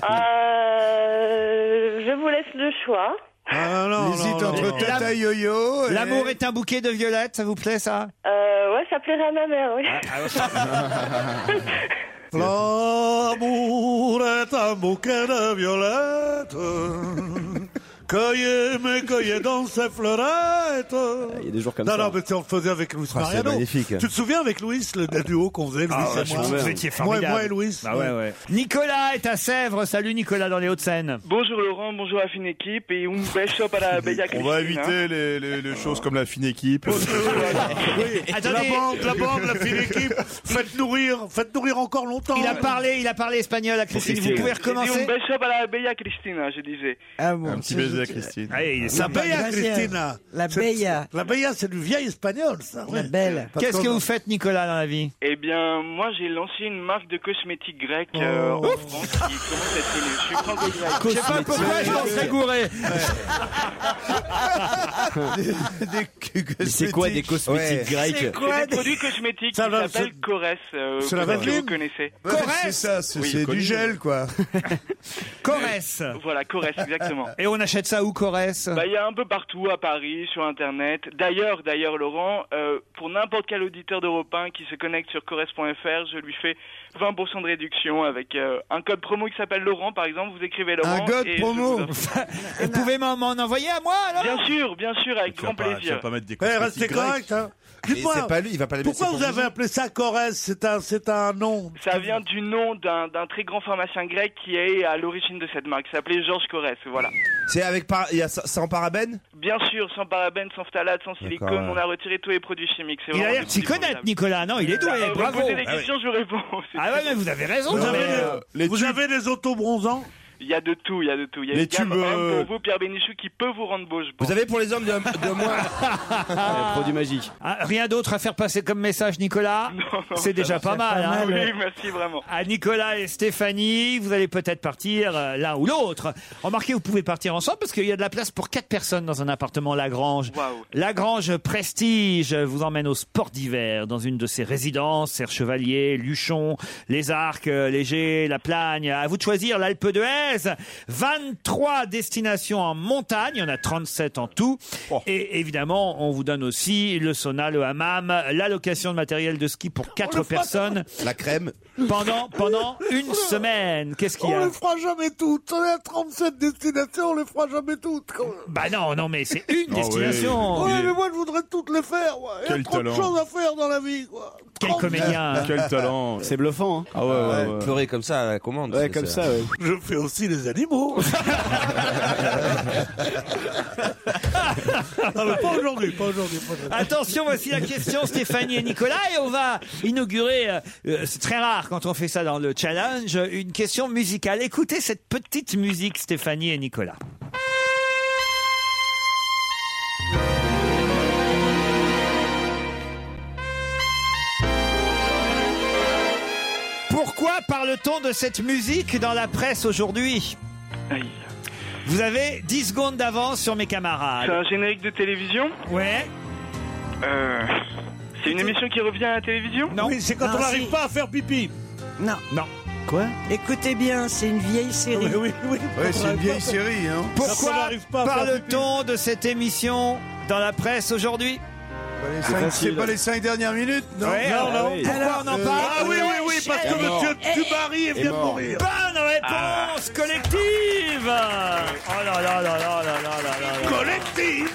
Euh, Je vous laisse le choix.
Ah
Oh
non,
Hésite
non,
entre
non.
Tata Yo-Yo et-
L'amour est un bouquet de violettes, ça vous plaît ça
Euh, ouais, ça plairait à ma mère, oui.
Ah. L'amour est un bouquet de violettes. Cueillez, mais cueillez dans ses fleurettes.
Il y a des jours comme
non,
ça.
non, mais tu sais, on le faisait avec Louis
Ah, c'est
Mariano.
magnifique.
Tu te souviens avec (laughs) Louis, le duo qu'on faisait, Louis
Ah ouais,
et
je
moi
me souviens. Vous étiez
Moi et
formidables.
moi et Louis.
Ah ouais, ouais. Nicolas est à Sèvres. Salut Nicolas dans les Hauts-de-Seine.
Bonjour Laurent, bonjour la fine équipe et un beso para la bella
On
Cristina.
va éviter les, les- les choses comme la fine équipe.
La bande, la bande, la fine équipe. Faites nourrir, faites nourrir encore longtemps.
Il a parlé, il a parlé espagnol à Christine. Vous pouvez
J'ai dit
recommencer
un beso para la bella Cristina, je disais.
Un petit baiser à Christine.
Allez, il est
La
sympa.
Bella, Christina.
La
C'est-
Bella.
La Bella, c'est du vieil espagnol, ça. ouais. Parce
Qu'est-ce que vous faites Nicolas dans la vie
Eh bien, moi j'ai lancé une marque de cosmétiques grecs euh, en France qui commence à être connue. Je suis franco-grec.
Je sais pas pourquoi je m'en serais gouré.
Mais c'est quoi des cosmétiques grecs
C'est des produits cosmétiques qui
Ça va,
s'appellent
c'est-
Corès, euh,
c'est la
peut-être que
vaseline
vous connaissez.
Ouais, C'est ça, c'est
Oui,
c'est
connu.
du gel, quoi.
Corès
Voilà, Corès, exactement.
Et on achète ça où Corès
Bah, il y a un peu partout à Paris, sur Internet. D'ailleurs, d'ailleurs, Laurent, euh, pour n'importe quel auditeur d'Europe 1 qui se connecte sur corres.fr, je lui fais 20% de réduction avec euh, un code promo qui s'appelle Laurent, par exemple. Vous écrivez Laurent. et je vous
(laughs)
offre-
Vous pouvez m'en m'en envoyer à moi alors
Bien sûr, bien sûr, avec grand plaisir.
Eh, restez correct, hein. Dites-moi,
c'est pas lui, il va pas les
pourquoi
mettre,
vous
c'est pour
avez
vous.
appelé ça Corrèze C'est un, c'est un nom.
Ça vient du nom d'un d'un très grand pharmacien grec qui est à l'origine de cette marque. Il s'appelait Georges Corès, voilà.
C'est avec par... il y a Ben ça- sans parabène
Bien sûr, sans parabènes, sans phtalates, sans silicone,
D'accord.
on a retiré tous les produits chimiques. C'est
Il a
vraiment
l'air
des
de s'y
produits
connaître
formidables.
Nicolas. Non, il est doué.
Ah, vous
bravo.
posez des
Ah ouais.
questions, je vous réponds.
Ah ouais, mais vous avez raison.
Vous
quand
avez,
même.
euh, les, vous avez les autobronzants
Il y a de tout, il y a de tout. Il y a
Les
une gamme
tubes,
homme
euh,
pour vous, Pierre Bénichou, qui peut vous rendre beau, je pense.
Vous avez pour les hommes de,
(laughs)
de moins.
produit magique.
Ah, rien d'autre à faire passer comme message, Nicolas. (laughs) C'est déjà pas mal. hein.
Oui, merci vraiment.
À Nicolas et Stéphanie, vous allez peut-être partir euh, l'un ou l'autre. Remarquez, vous pouvez partir ensemble parce qu'il y a de la place pour quatre personnes dans un appartement Lagrange. Lagrange Prestige vous emmène au sport d'hiver dans une de ses résidences, Serre Chevalier, Luchon, Les Arcs, euh, Léger, La Plagne. À vous de choisir l'Alpe d'Huez. 23 destinations en montagne, il y en a 37 en tout. Et évidemment, on vous donne aussi le sauna, le hammam, l'allocation de matériel de ski pour quatre personnes. La crème. Pendant, pendant une semaine. Qu'est-ce qu'il y
On
a
les fera jamais toutes. On est à 37 destinations, on les fera jamais toutes. quand même.
Bah non, non, mais c'est
Ah
une destination.
Ouais, mais moi je voudrais toutes les faire. moi. Il y a
Quel
Oh, trop de
talent.
choses à faire dans la vie. Quoi.
Quel
(laughs)
comédien.
Quel talent.
C'est bluffant. hein.
Ah ouais, ouais, Pleurer comme ça à la commande.
Ouais, comme ça, ouais.
Je fais aussi les
(laughs)
animaux. non, mais pas aujourd'hui, pas aujourd'hui. pas aujourd'hui.
Attention, voici la question Stéphanie et Nicolas et on va inaugurer, euh, euh, c'est très rare quand on fait ça dans le challenge, une question musicale. Écoutez cette petite musique Stéphanie et Nicolas. Pourquoi parle-t-on de cette musique dans la presse aujourd'hui Vous avez 10 secondes d'avance sur mes
C'est un
camarades.
générique de télévision
Ouais.
Euh, c'est une émission qui revient à la télévision
Non.
Oui, c'est quand on n'arrive pas à faire pipi.
Non.
Non. (laughs)
Quoi Écoutez bien, c'est une vieille série.
Oui, oui, oui.
Ouais, c'est
(laughs)
une vieille série, hein.
Quand on
Pourquoi
n'arrive pas à faire
parle-t-on de cette émission dans la presse aujourd'hui
Les
C'est
cinq-
facile.
C'est pas les cinq dernières minutes, non
Ouais, Non, alors, non. oui. Pourquoi on en parle
Ah oui, oui, oui, parce que
Est mort.
monsieur Dubarry vient de
mort.
mourir. Ah.
Bonne réponse collective Oh là là là là là là là là là
Collective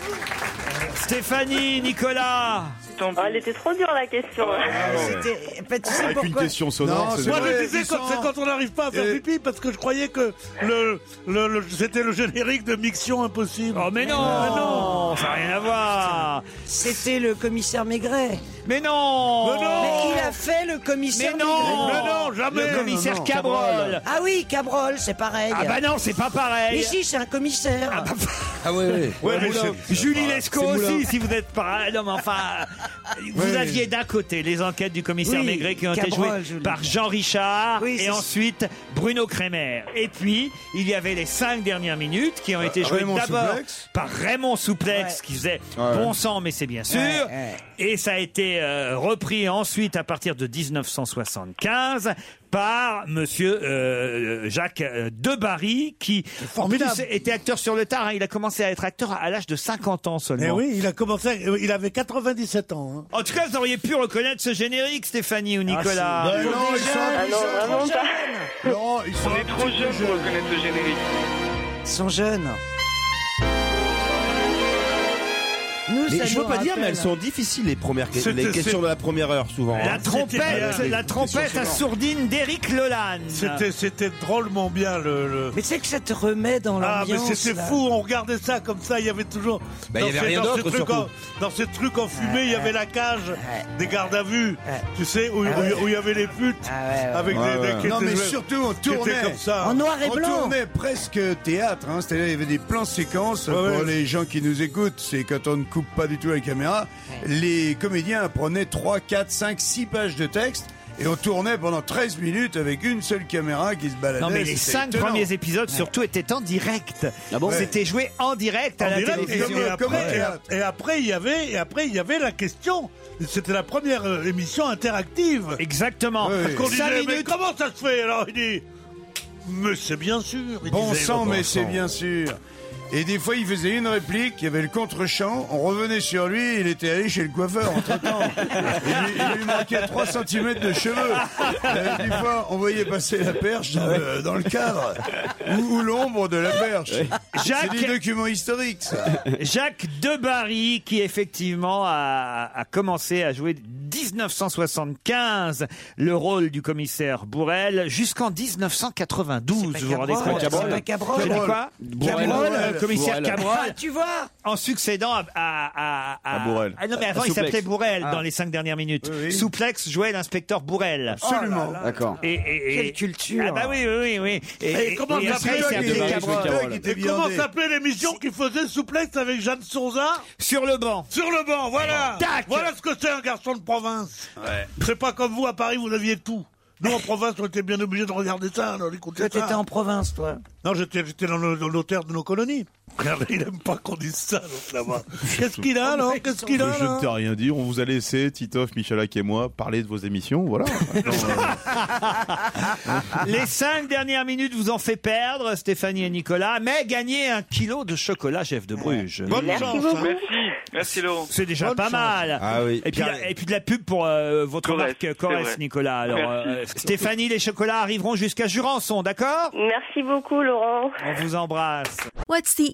Stéphanie, Nicolas
Ah,
elle était trop dure (laughs) la question.
Ah,
Ah,
C'était- bah,
Ah
tu sais
Avec une
pourquoi
question sonore,
Moi je disais quand, c'est quand on n'arrive pas à faire
Et-
pipi parce que je croyais que le, le- le- c'était le générique de Mixion Impossible.
Oh mais non,
Ah, non.
non, ça n'a rien à voir.
C'était le commissaire Maigret.
Mais non
Mais non
Mais il a fait le commissaire
Mais non
Maigret.
Mais non, jamais Le commissaire Cabrol.
Ah oui, Cabrol, c'est pareil.
Ah bah non, c'est pas pareil.
Mais si, c'est un commissaire.
(laughs) Ah oui,
oui.
Ouais, mais
Moulin.
c'est- Julie
Ah,
Lescaut
c'est Moulin.
aussi, si vous êtes pas. Ah, Non, mais enfin. Vous
Oui.
aviez d'un côté les enquêtes du commissaire
Oui,
Maigret qui ont été
Cabrol,
jouées
je le dis.
par Jean Richard
Oui,
et
c'est-
ensuite Bruno Kremer. Et puis, il y avait les cinq dernières minutes qui ont
Euh,
été jouées
Raymond
d'abord
Souplex.
par Raymond Souplex
Ouais.
qui faisait
Ouais.
bon sang, mais c'est bien sûr.
Ouais, ouais.
Et ça a été euh, repris ensuite à partir de 1975 par monsieur euh, Jacques euh, Debarry qui en plus,
formidable.
était acteur sur le tard. hein. Il a commencé à être acteur à l'âge de 50 ans seulement.
Eh oui, il a commencé, à- il avait 97 ans. hein.
En tout cas, vous auriez pu reconnaître ce générique, Stéphanie ou Nicolas.
c'est- Ben non, Ah, ils sont-
Ah non, vraiment pas.
Non, ils
sont On est trop jeunes pour reconnaître le générique.
Ils sont jeunes. Nous,
Mais
ça
je
nous
veux pas dire, mais
rappelle.
elles sont difficiles les premières que-
C'était-
les questions
c'est-
de la première heure souvent.
La
hein.
trompette,
Ouais,
la
les
trompette
questions
à
suivantes.
sourdine d'Éric Lolan.
C'était, c'était drôlement bien le.
Mais tu sais que ça te remet dans
Ah, mais
l'ambiance.
c'était
là.
fou, on regardait ça comme ça, il y avait toujours.
Bah, il y
dans
avait
ces-
rien
dans ces
d'autre,
trucs
surtout.
en- Dans ces trucs enfumés, il y avait la cage des gardes à vue, tu sais, où où- où
Ah ouais.
il y avait les putes.
Ah
Ah
Avec
Ouais,
des- des-
ouais.
qui
Non,
étaient-
mais surtout, on
qui étaient
tournait.
comme ça.
On tournait presque théâtre. hein. C'est-à-dire, il y avait des plans séquences
Ouais,
pour
ouais.
les gens qui nous écoutent. C'est quand on ne coupe pas du tout la caméra. Les comédiens prenaient 3, 4, 5, 6 pages de texte. Et on tournait pendant 13 minutes avec une seule caméra qui se baladait.
Non mais les
C'était
cinq
étonnant.
premiers épisodes surtout étaient en direct.
bon
C'était joué en direct à
En
la
direct, et,
télévision.
et après, et ap- et après, il y avait, et après, il y avait la question. C'était la première euh, émission interactive.
Exactement.
Parce qu'on disait,
Cinq
mais
minutes.
comment ça se fait Alors il dit, mais c'est bien sûr. Il
Bon
disait,
sang,
bon
mais
sang.
c'est bien sûr. Et des fois, il faisait une réplique, il y avait le contre-champ, on revenait sur lui, il était allé chez le coiffeur
(laughs)
entre-temps. Il, lui- il lui manquait 3 cm de cheveux. Euh, des fois, on voyait passer la perche dans, le, dans le cadre, ou, ou l'ombre de la perche.
Jacques-
C'est des documents historiques, ça.
Euh, Jacques Debarry, qui effectivement a, a commencé à jouer 1975 le rôle du commissaire Bourrel jusqu'en 1992. Vous vous rendez
Cabrol,
compte
c'est pas Cabrol.
J'ai dit quoi
Bourrel.
Cabrol,
Bourrel.
euh, commissaire
Bourrel.
Cabrol.
Ah, tu vois
En succédant à, à, à,
À Bourrel.
Ah non, mais avant,
À
il s'appelait
Souplex.
Bourrel
Ah.
dans les cinq dernières minutes. Souplex jouait l'inspecteur Bourrel.
Absolument. Oh là là. D'accord.
Et, et- et-
Quelle culture.
Ah bah oui, oui, oui. oui.
Et comment
et
s'appelait-
après, c'est
et-
appelé
et-
Cabrol.
et comment s'appelait l'émission qui faisait Souplex avec Jeanne Sonza
Sur le banc.
Sur le banc, voilà.
Tac.
Voilà ce que c'est un garçon de province. C'est pas comme vous à Paris, vous aviez tout. Nous en province, on était bien obligés de regarder ça, alors
Toi,
écoutez ça.
t'étais en province, toi.
Non, j'étais j'étais dans le- dans l'auteur de nos colonies. Regardez, il aime pas qu'on dise ça, l'autre
(laughs)
là-bas. Qu'est-ce qu'il a, alors Qu'est-ce qu'il a
Oh, Mais Je
là
ne t'ai rien dit, on vous a laissé, Titoff, Michalak et moi, parler de vos émissions,
(laughs)
voilà.
Les cinq dernières minutes vous ont fait perdre, Stéphanie et Nicolas, mais gagner un kilo de chocolat, chef de Bruges.
Merci
hein.
beaucoup. hein. Merci, merci
(laughs)
Laurent.
C'est déjà pas mal.
Ah oui.
et, puis,
Car-
et puis de la pub pour euh, votre
Corrèze,
marque
c'est
Corrèze,
vrai.
Nicolas. Alors,
Merci.
euh, Stéphanie, les chocolats arriveront jusqu'à Jurançon, d'accord
Merci beaucoup, Laurent.
On vous embrasse.
What's the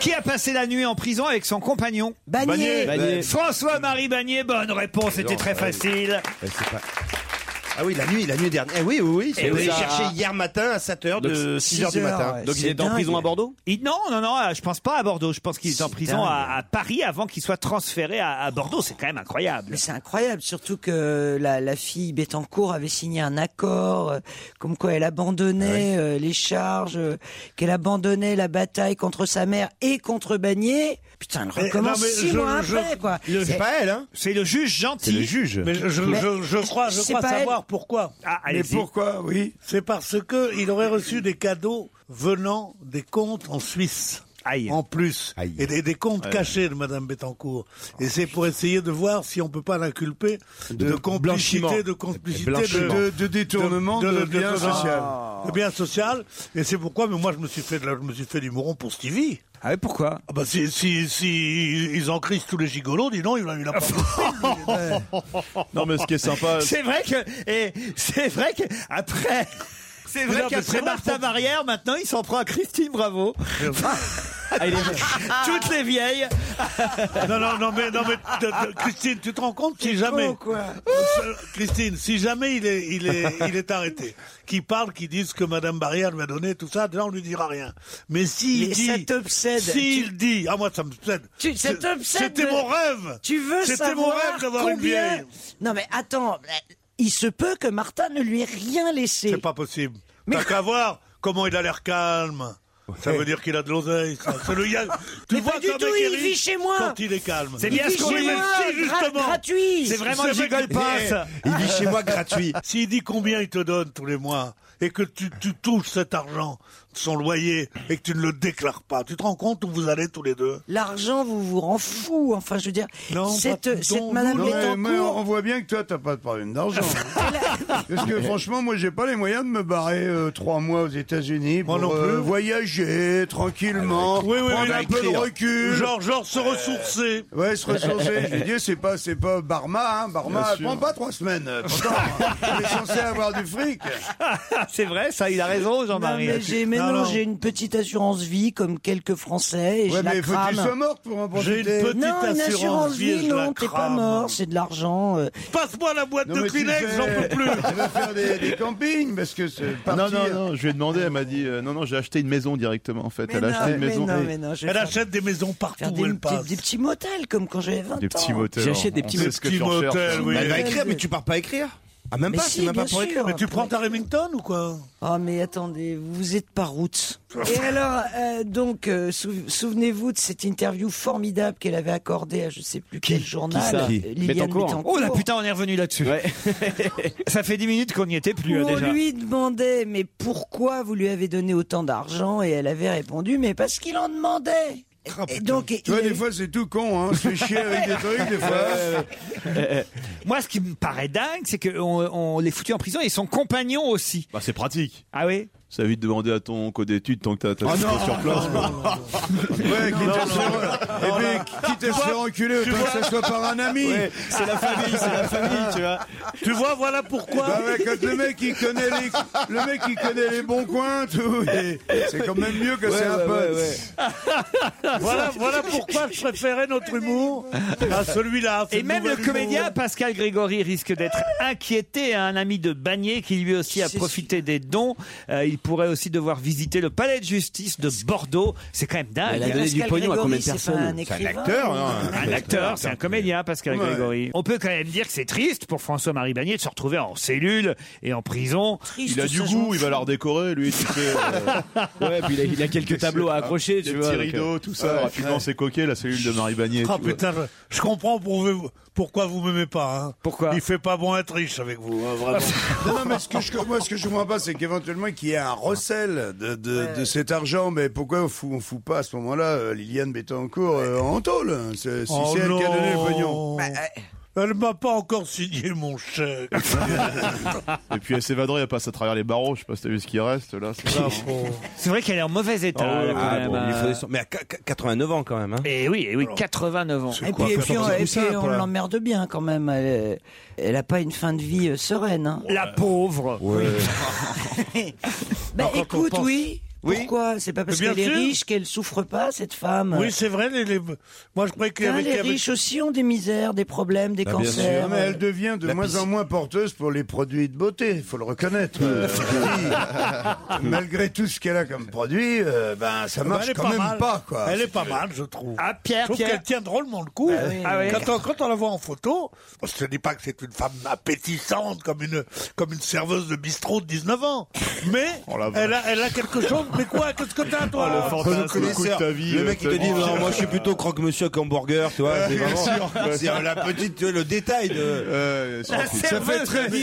Qui a passé la nuit en prison avec son compagnon
Bagné. Bagné.
François-Marie Bagné, bonne réponse, c'était
Non,
très
ouais.
facile.
Ouais, c'est pas- Ah oui, la nuit, la nuit dernière. Eh oui, oui, oui.
Et
C'est allé
ça-
chercher hier matin à 7h de 6h du matin.
Bordeaux Non, non, non, euh, je pense pas à Bordeaux. Je pense qu'il est en prison
dingue.
à, à Paris avant qu'il soit transféré à, à Bordeaux. C'est quand même incroyable.
Mais c'est incroyable, surtout que la, la fille Bettencourt avait signé un accord, euh, comme quoi elle
Ah
abandonnait euh, les charges, euh, qu'elle abandonnait la bataille contre sa mère et contre Bagné. Putain, elle
Mais-
recommence
non, mais
six
je-
mois
je-
après, quoi.
le-
C'est-
elle, hein
C'est le juge gentil.
C'est le juge.
Mais je, je-
Mais-
je- je crois, je
C'est
crois
pas
savoir
elle.
pourquoi.
Ah,
Mais
allez-y.
pourquoi, oui C'est parce que il aurait reçu des cadeaux venant des comptes en Suisse. En plus. Et des, des comptes
Ouais.
cachés de Madame Bettencourt. Et c'est pour essayer de voir si on peut pas l'inculper de,
De blanchiment.
complicité, de complicité,
Blanchiment.
de,
De- de détournement de bien social.
de bien social. Et c'est pourquoi, mais moi, je me suis fait, de la- je me suis fait du mouron pour Stevie. Ah ouais, pourquoi ah bah si, si, si ils encrissent tous les gigolos, dis donc, il a, il a pas... (laughs)
Non, mais ce qui est sympa-
C'est vrai que. Et c'est vrai que après. (laughs) C'est vrai
Non, mais c'est
qu'après
vrai,
Martha
faut-
Barrière, maintenant, il s'en prend à Christine Bravo. (laughs) Ah,
(laughs)
Ah.
Toutes les vieilles.
non, non, non, mais, non, mais t- t- Christine, tu te rends compte si jamais. Euh, Christine, si jamais il est, il est, il est arrêté, qu'il parle, qu'il dise que Madame Barrière lui a donné tout ça, déjà on lui dira rien. Mais s'il
Mais
dit.
ça t'obsède.
S'il dit. Ah, moi, ça m'obsède.
Tu- ça
C'est-
t'obsède
C'était
de-
mon rêve.
Tu veux
C'était mon
savoir
rêve d'avoir
combien
une vieille.
Non mais attends, il se peut que Martin ne lui ait rien laissé.
C'est pas possible.
(laughs)
T'as qu'à voir comment il a l'air calme. Ça veut dire qu'il a de l'oseille. ça. C'est le
(laughs)
gars- Tu
Mais
vois
pas du
qu'un mec
tout,
est
il
riche
vit chez moi.
Quand il est calme.
C'est bien ce qu'on dit.
Si, justement.
gratuit.
C'est vraiment
C'est vrai
Giggle
qu'il-
Pass.
Il vit chez moi gratuit.
(laughs) S'il dit combien il te donne tous les mois et que tu, tu touches cet argent, son loyer, et que tu ne le déclares pas, tu te rends compte où vous allez tous les deux
L'argent vous vous rend fou. Enfin, je veux dire,
Non,
cette,
pas-
cette
non,
Madame
non,
Ouais, mais
Bettencourt.
on voit bien que toi, t'as pas de problème
(laughs)
d'argent. Parce que franchement, moi, j'ai pas les moyens de me barrer euh, trois mois aux États-Unis pour
non
euh,
plus. Ah,
voyager tranquillement,
Oui, oui,
prendre
oui,
un
oui,
peu de
écrire.
recul. Euh,
Genre, genre se ressourcer.
Ouais, se ressourcer. Je veux dire, c'est pas, c'est pas Barma, hein. Barma,
Bien
elle
sûr.
prend pas trois
(laughs)
semaines. euh, Pourtant, elle est censée avoir du fric.
(laughs) c'est vrai, ça, il a raison,
Non,
Jean-Marie.
mais j'ai, mais
Non,
non,
non.
j'ai une petite assurance vie comme quelques Français et
Ouais, mais
je la
faut qu'il soit
crame.
mort pour en
J'ai
profiter.
une petite
non, une
assurance
assurance
vie,
vie,
je la
non, t'es pas
crame.
mort, c'est de l'argent. euh.
Passe-moi la boîte
Non,
de
mais tu
Kleenex,
fais-
j'en peux
(laughs)
plus. Ah,
Tu vas faire des, des campings parce que c'est
Ah Non,
partir.
non, non, je lui ai demandé, elle m'a dit, euh, non, non, j'ai acheté une maison directement en fait.
Mais
elle a
non,
acheté une
mais
maison.
non,
Oui.
mais non, je vais
Elle
faire-
achète des maisons partout
Faire des,
où elle
petits-
passe.
des petits motels comme quand j'avais 20 ans.
Des petits motels.
J'achète des
on
petits
sait
motels.
ce que
Petits
tu recherches.
motels, oui.
Elle va écrire,
oui.
mais tu pars pas écrire. Ah, même
Mais
pas,
si,
c'est même pas
bien
pour
sûr.
écrire.
Mais tu prends ta Remington ou quoi
Oh mais attendez, vous êtes par route.
(laughs)
Et alors, euh, donc, euh, sou- souvenez-vous de cette interview formidable qu'elle avait accordée à je sais plus quel journal.
ça
euh, Liliane
hein.
Bettencourt.
Oh la putain, on est revenu là-dessus. (laughs) ça fait 10 minutes qu'on n'y était plus
Où
hein,
on
déjà.
lui demandait mais pourquoi vous lui avez donné autant d'argent et elle avait répondu mais parce qu'il en demandait.
Ah,
Et donc
Tu vois, des fois, c'est tout con, hein. On se fait
(laughs)
chier avec des trucs, des fois.
Moi, ce qui me paraît dingue, c'est qu'on on les foutu en prison et son compagnon aussi.
Bah, c'est pratique.
Ah oui
Ça évite de demander à ton code d'études tant que t'as
Ah
ta sur place. quoi.
Ouais, quitte à se faire- Et puis, quitte à se faire enculer, autant que ça soit par un ami.
C'est la famille, c'est la famille, tu vois.
Tu vois, voilà pourquoi.
Bah ouais, quand le mec, il connaît les, le mec, il connaît les bons coins, tout. et C'est quand même mieux que c'est un pote.
(laughs) Voilà, voilà pourquoi je préférais notre humour
Ah,
à celui-là.
Et même le comédien
Ah,
Pascal Grégory risque d'être inquiété à un ami de Bagné qui lui aussi a
C'est-
profité des dons. Euh, il pourrait aussi devoir visiter le palais de justice de Bordeaux. C'est quand même dingue.
Elle a donné du
Pascal
pognon à combien de
Grégory, c'est pas
personnes
un écrivain.
hein.
Un acteur, c'est un comédien, Pascal
Ouais.
Grégory. On peut quand même dire que c'est triste pour François-Marie Bagné de se retrouver en cellule et en prison.
Il a du goût, il va la redécorer, lui. Tu sais, euh,
(laughs)
Ouais, puis il a, il a quelques tableaux à accrocher,
des
tu vois.
petits
donc, euh,
rideaux, tout ça. Rapidement, c'est coquet, la cellule de Marie Bagné.
Ah
tu vois.
putain, je- je comprends pour- pourquoi vous m'aimez pas. hein.
Pourquoi
Il fait pas bon être riche avec vous, hein,
(laughs)
vraiment.
Non, non, mais ce que je, moi, ce que je comprends pas, c'est qu'éventuellement qu'il y ait un recel de, de, de cet argent. Mais pourquoi on fout, on fout pas à ce moment-là euh, Liliane Bettencourt euh, en tôle C'est si
Oh
c'est elle qui a donné
non.
le
Bah,
pognon.
Elle m'a pas encore signé mon
(laughs)
chèque.
Bah,
Et puis elle s'évaderait, elle passe à travers les barreaux. Je sais pas si t'as vu ce qui reste là. hein. c'est-
C'est vrai qu'elle est en mauvais état.
Ah,
là, quand
bon,
même,
il
hein.
euh,
faut descendre. Mais à qu- qu- 89 ans quand même. Hein.
Eh oui, eh oui,
bah,
89 ans.
Et puis, et puis, on, et puis, on
la-
l'emmerde bien quand même. Elle, euh, elle a pas une fin de vie euh, sereine. hein. (laughs)
La pauvre.
Bah écoute, oui. Pourquoi C'est pas parce
Bien
qu'elle est
sûr.
riche qu'elle souffre pas, cette femme.
Oui, c'est vrai. les- les- Moi, je croyais qu'il y
Putain,
avait.
les
qu'il y avait-
riches aussi ont des misères, des problèmes,
Bah,
des cancers.
mais elle devient de
Bah, La
moins
piscine.
en moins porteuse pour les produits de beauté, il faut le reconnaître. Euh, oui. Malgré tout ce qu'elle a comme produit, euh, ben, ça
Bah,
marche
elle est
quand
pas
même
mal.
pas. Quoi,
Elle
si
est pas
tu veux.
mal, je trouve.
Ah, Pierre,
je trouve
Pierre.
qu'elle tient drôlement le coup.
Ah oui. Ah oui.
Quand, on, quand on la voit en photo, oh, on se dit pas que c'est une femme appétissante comme une, comme une serveuse de bistrot de 19 ans.
(laughs)
Mais
Oh
elle a, elle a quelque chose. Mais quoi Qu'est-ce que t'as, toi Bah,
Ah, connaisseur. Le mec il te
euh,
dit non, moi je suis plutôt croque-monsieur qu'hamburger, tu vois. C'est
Bien
vraiment
sûr.
c'est euh, la petite, tu vois, le détail de. Euh,
Ça fait très, très,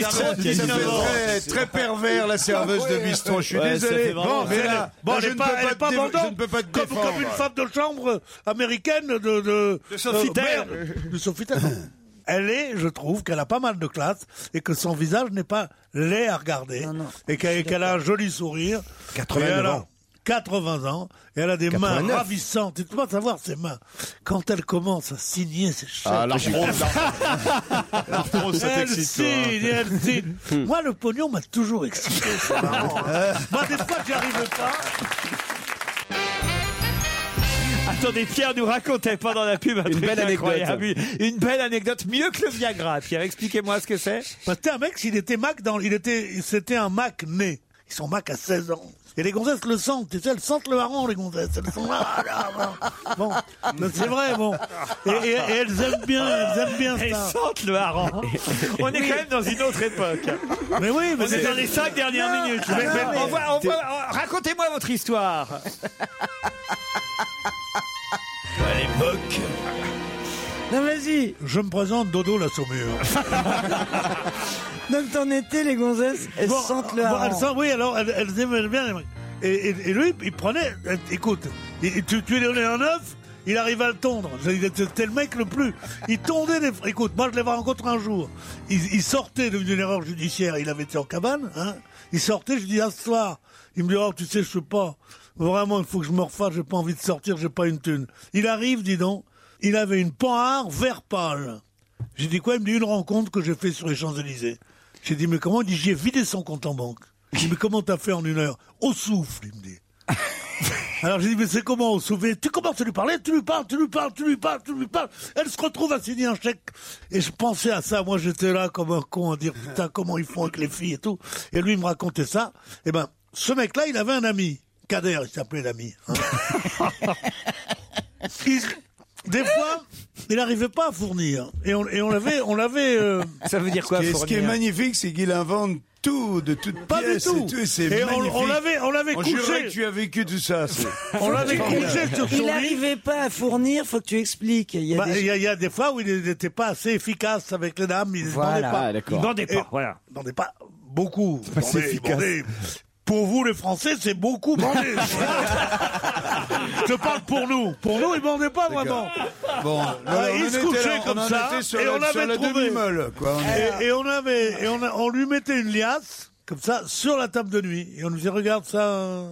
ça fait très, très pervers
(laughs)
la serveuse de bistrot. Je suis désolé. Bon, mais là,
Bon,
là,
elle
je
est
ne
pas,
peux
elle est
pas
pas
te dé-
bandante.
je ne peux pas te
Comme- comme,
défendre.
une femme de chambre américaine de de,
De Sofitel.
merde, de Sofitel.
(coughs)
Elle est, je trouve, qu'elle a pas mal de classe et que son visage n'est pas laid à regarder et qu'elle qu'elle a un joli sourire.
89
Et elle a
ans.
80 ans et elle a des
89.
mains ravissantes. Et tu dois savoir ses mains. Quand elle commence à signer ses chèques.
Ah, l'arthrose,
(laughs)
l'arthrose, ça
Elle
t'excite, toi, hein. Hmm.
signe, elle signe. Moi, le pognon m'a toujours excité. c'est marrant,
(laughs) Euh.
hein. Moi, des fois, j'y arrive pas.
Attendez, Pierre nous racontait pendant la pub un
Une
truc
belle anecdote.
incroyable. Une belle anecdote, mieux que le Viagra. Pierre, expliquez-moi ce que c'est.
Parce que Bah, t'es un mec, s'il était Mac dans, il était, c'était un Mac né. Ils sont Mac à 16 ans. Et les gonzesses le sentent, tu sais, elles sentent le harangue, les gonzesses. Elles sont là, là, là. Bon, mais c'est vrai, bon. Et, et- et elles aiment bien, elles aiment bien
Elles
ça.
sentent le
(laughs)
harangue. On est quand même dans une autre époque.
Mais oui, mais
on est
c'est-
dans les cinq dernières
Non,
minutes.
non,
Mais- mais-
mais-
on va- on va- on- Racontez-moi votre histoire.
À
(laughs)
l'époque.
Non, vas-y. Je me présente Dodo la (laughs) saumure.
Donc t'en étais, les gonzesses, elles
Bon,
sentent le
bon,
hareng.
elles sentent- oui, alors elles, elles aimaient bien les mecs. Et, et- et lui, il prenait. euh, Écoute, il- il- tu, tu lui donnais un œuf, il arrivait à le tondre. Il était- C'était le mec le plus. Il tondait les. Écoute, moi je l'avais rencontré un jour. Il, il sortait d'une erreur judiciaire, il avait été en cabane. Hein. Il sortait, je lui dis, asseoir. Il me dit, oh, tu sais, je sais pas. Vraiment, il faut que je me refasse, j'ai pas envie de sortir, j'ai pas une thune. Il arrive, dis donc, il avait une panhard vert pâle. J'ai dit quoi Il me dit une rencontre que j'ai fait sur les Champs-Élysées. J'ai dit mais comment Il dit j'ai vidé son compte en banque. J'ai dit mais comment t'as fait en une heure Au souffle, il me dit. Alors j'ai dit mais c'est comment au souffle Et Tu commences à lui parler, tu lui parles, tu lui parles, tu lui parles, tu lui parles. Elle se retrouve à signer un chèque. Et je pensais à ça. Moi j'étais là comme un con à dire putain comment ils font avec les filles et tout. Et lui il me racontait ça. Et ben ce mec-là il avait un ami. Kader, il s'appelait l'ami. hein. Il- des fois, il n'arrivait pas à fournir. Et on, et on l'avait. On l'avait euh, (laughs)
ce qui est, ce qui est magnifique, c'est qu'il invente tout, de toutes
Pas du
pièces.
tout.
Et, c'est
Et on-
magnifique.
on l'avait- on l'avait couché.
jurait que tu as vécu tout ça. c'est-
On l'avait couché sur son
Il
lit.
n'arrivait pas à fournir, faut que tu expliques. Il y a
Bah, Il
des...
y, a- il y a des fois où il n'était pas assez efficace avec les dames. Il ne
Voilà.
demandait pas.
Ah, d'accord.
Il demandait pas.
Et-
voilà.
Il demandait pas beaucoup.
pas assez
Demandez,
efficace.
demandez. Pour vous, les Français, c'est
(laughs)
beaucoup bandé. Je parle pour nous. Pour nous, ils bandaient pas vraiment.
Bon,
Ah,
alors,
ils
Ah, on
se
était
couchaient
là- on
comme
en
ça
était sur
et
la-
on
sur
avait
la
trouvé. Eh,
demi-molle, quoi. On est-
Et, et on avait, et on, a- on lui mettait une liasse comme ça sur la table de nuit et on nous disait regarde ça. euh,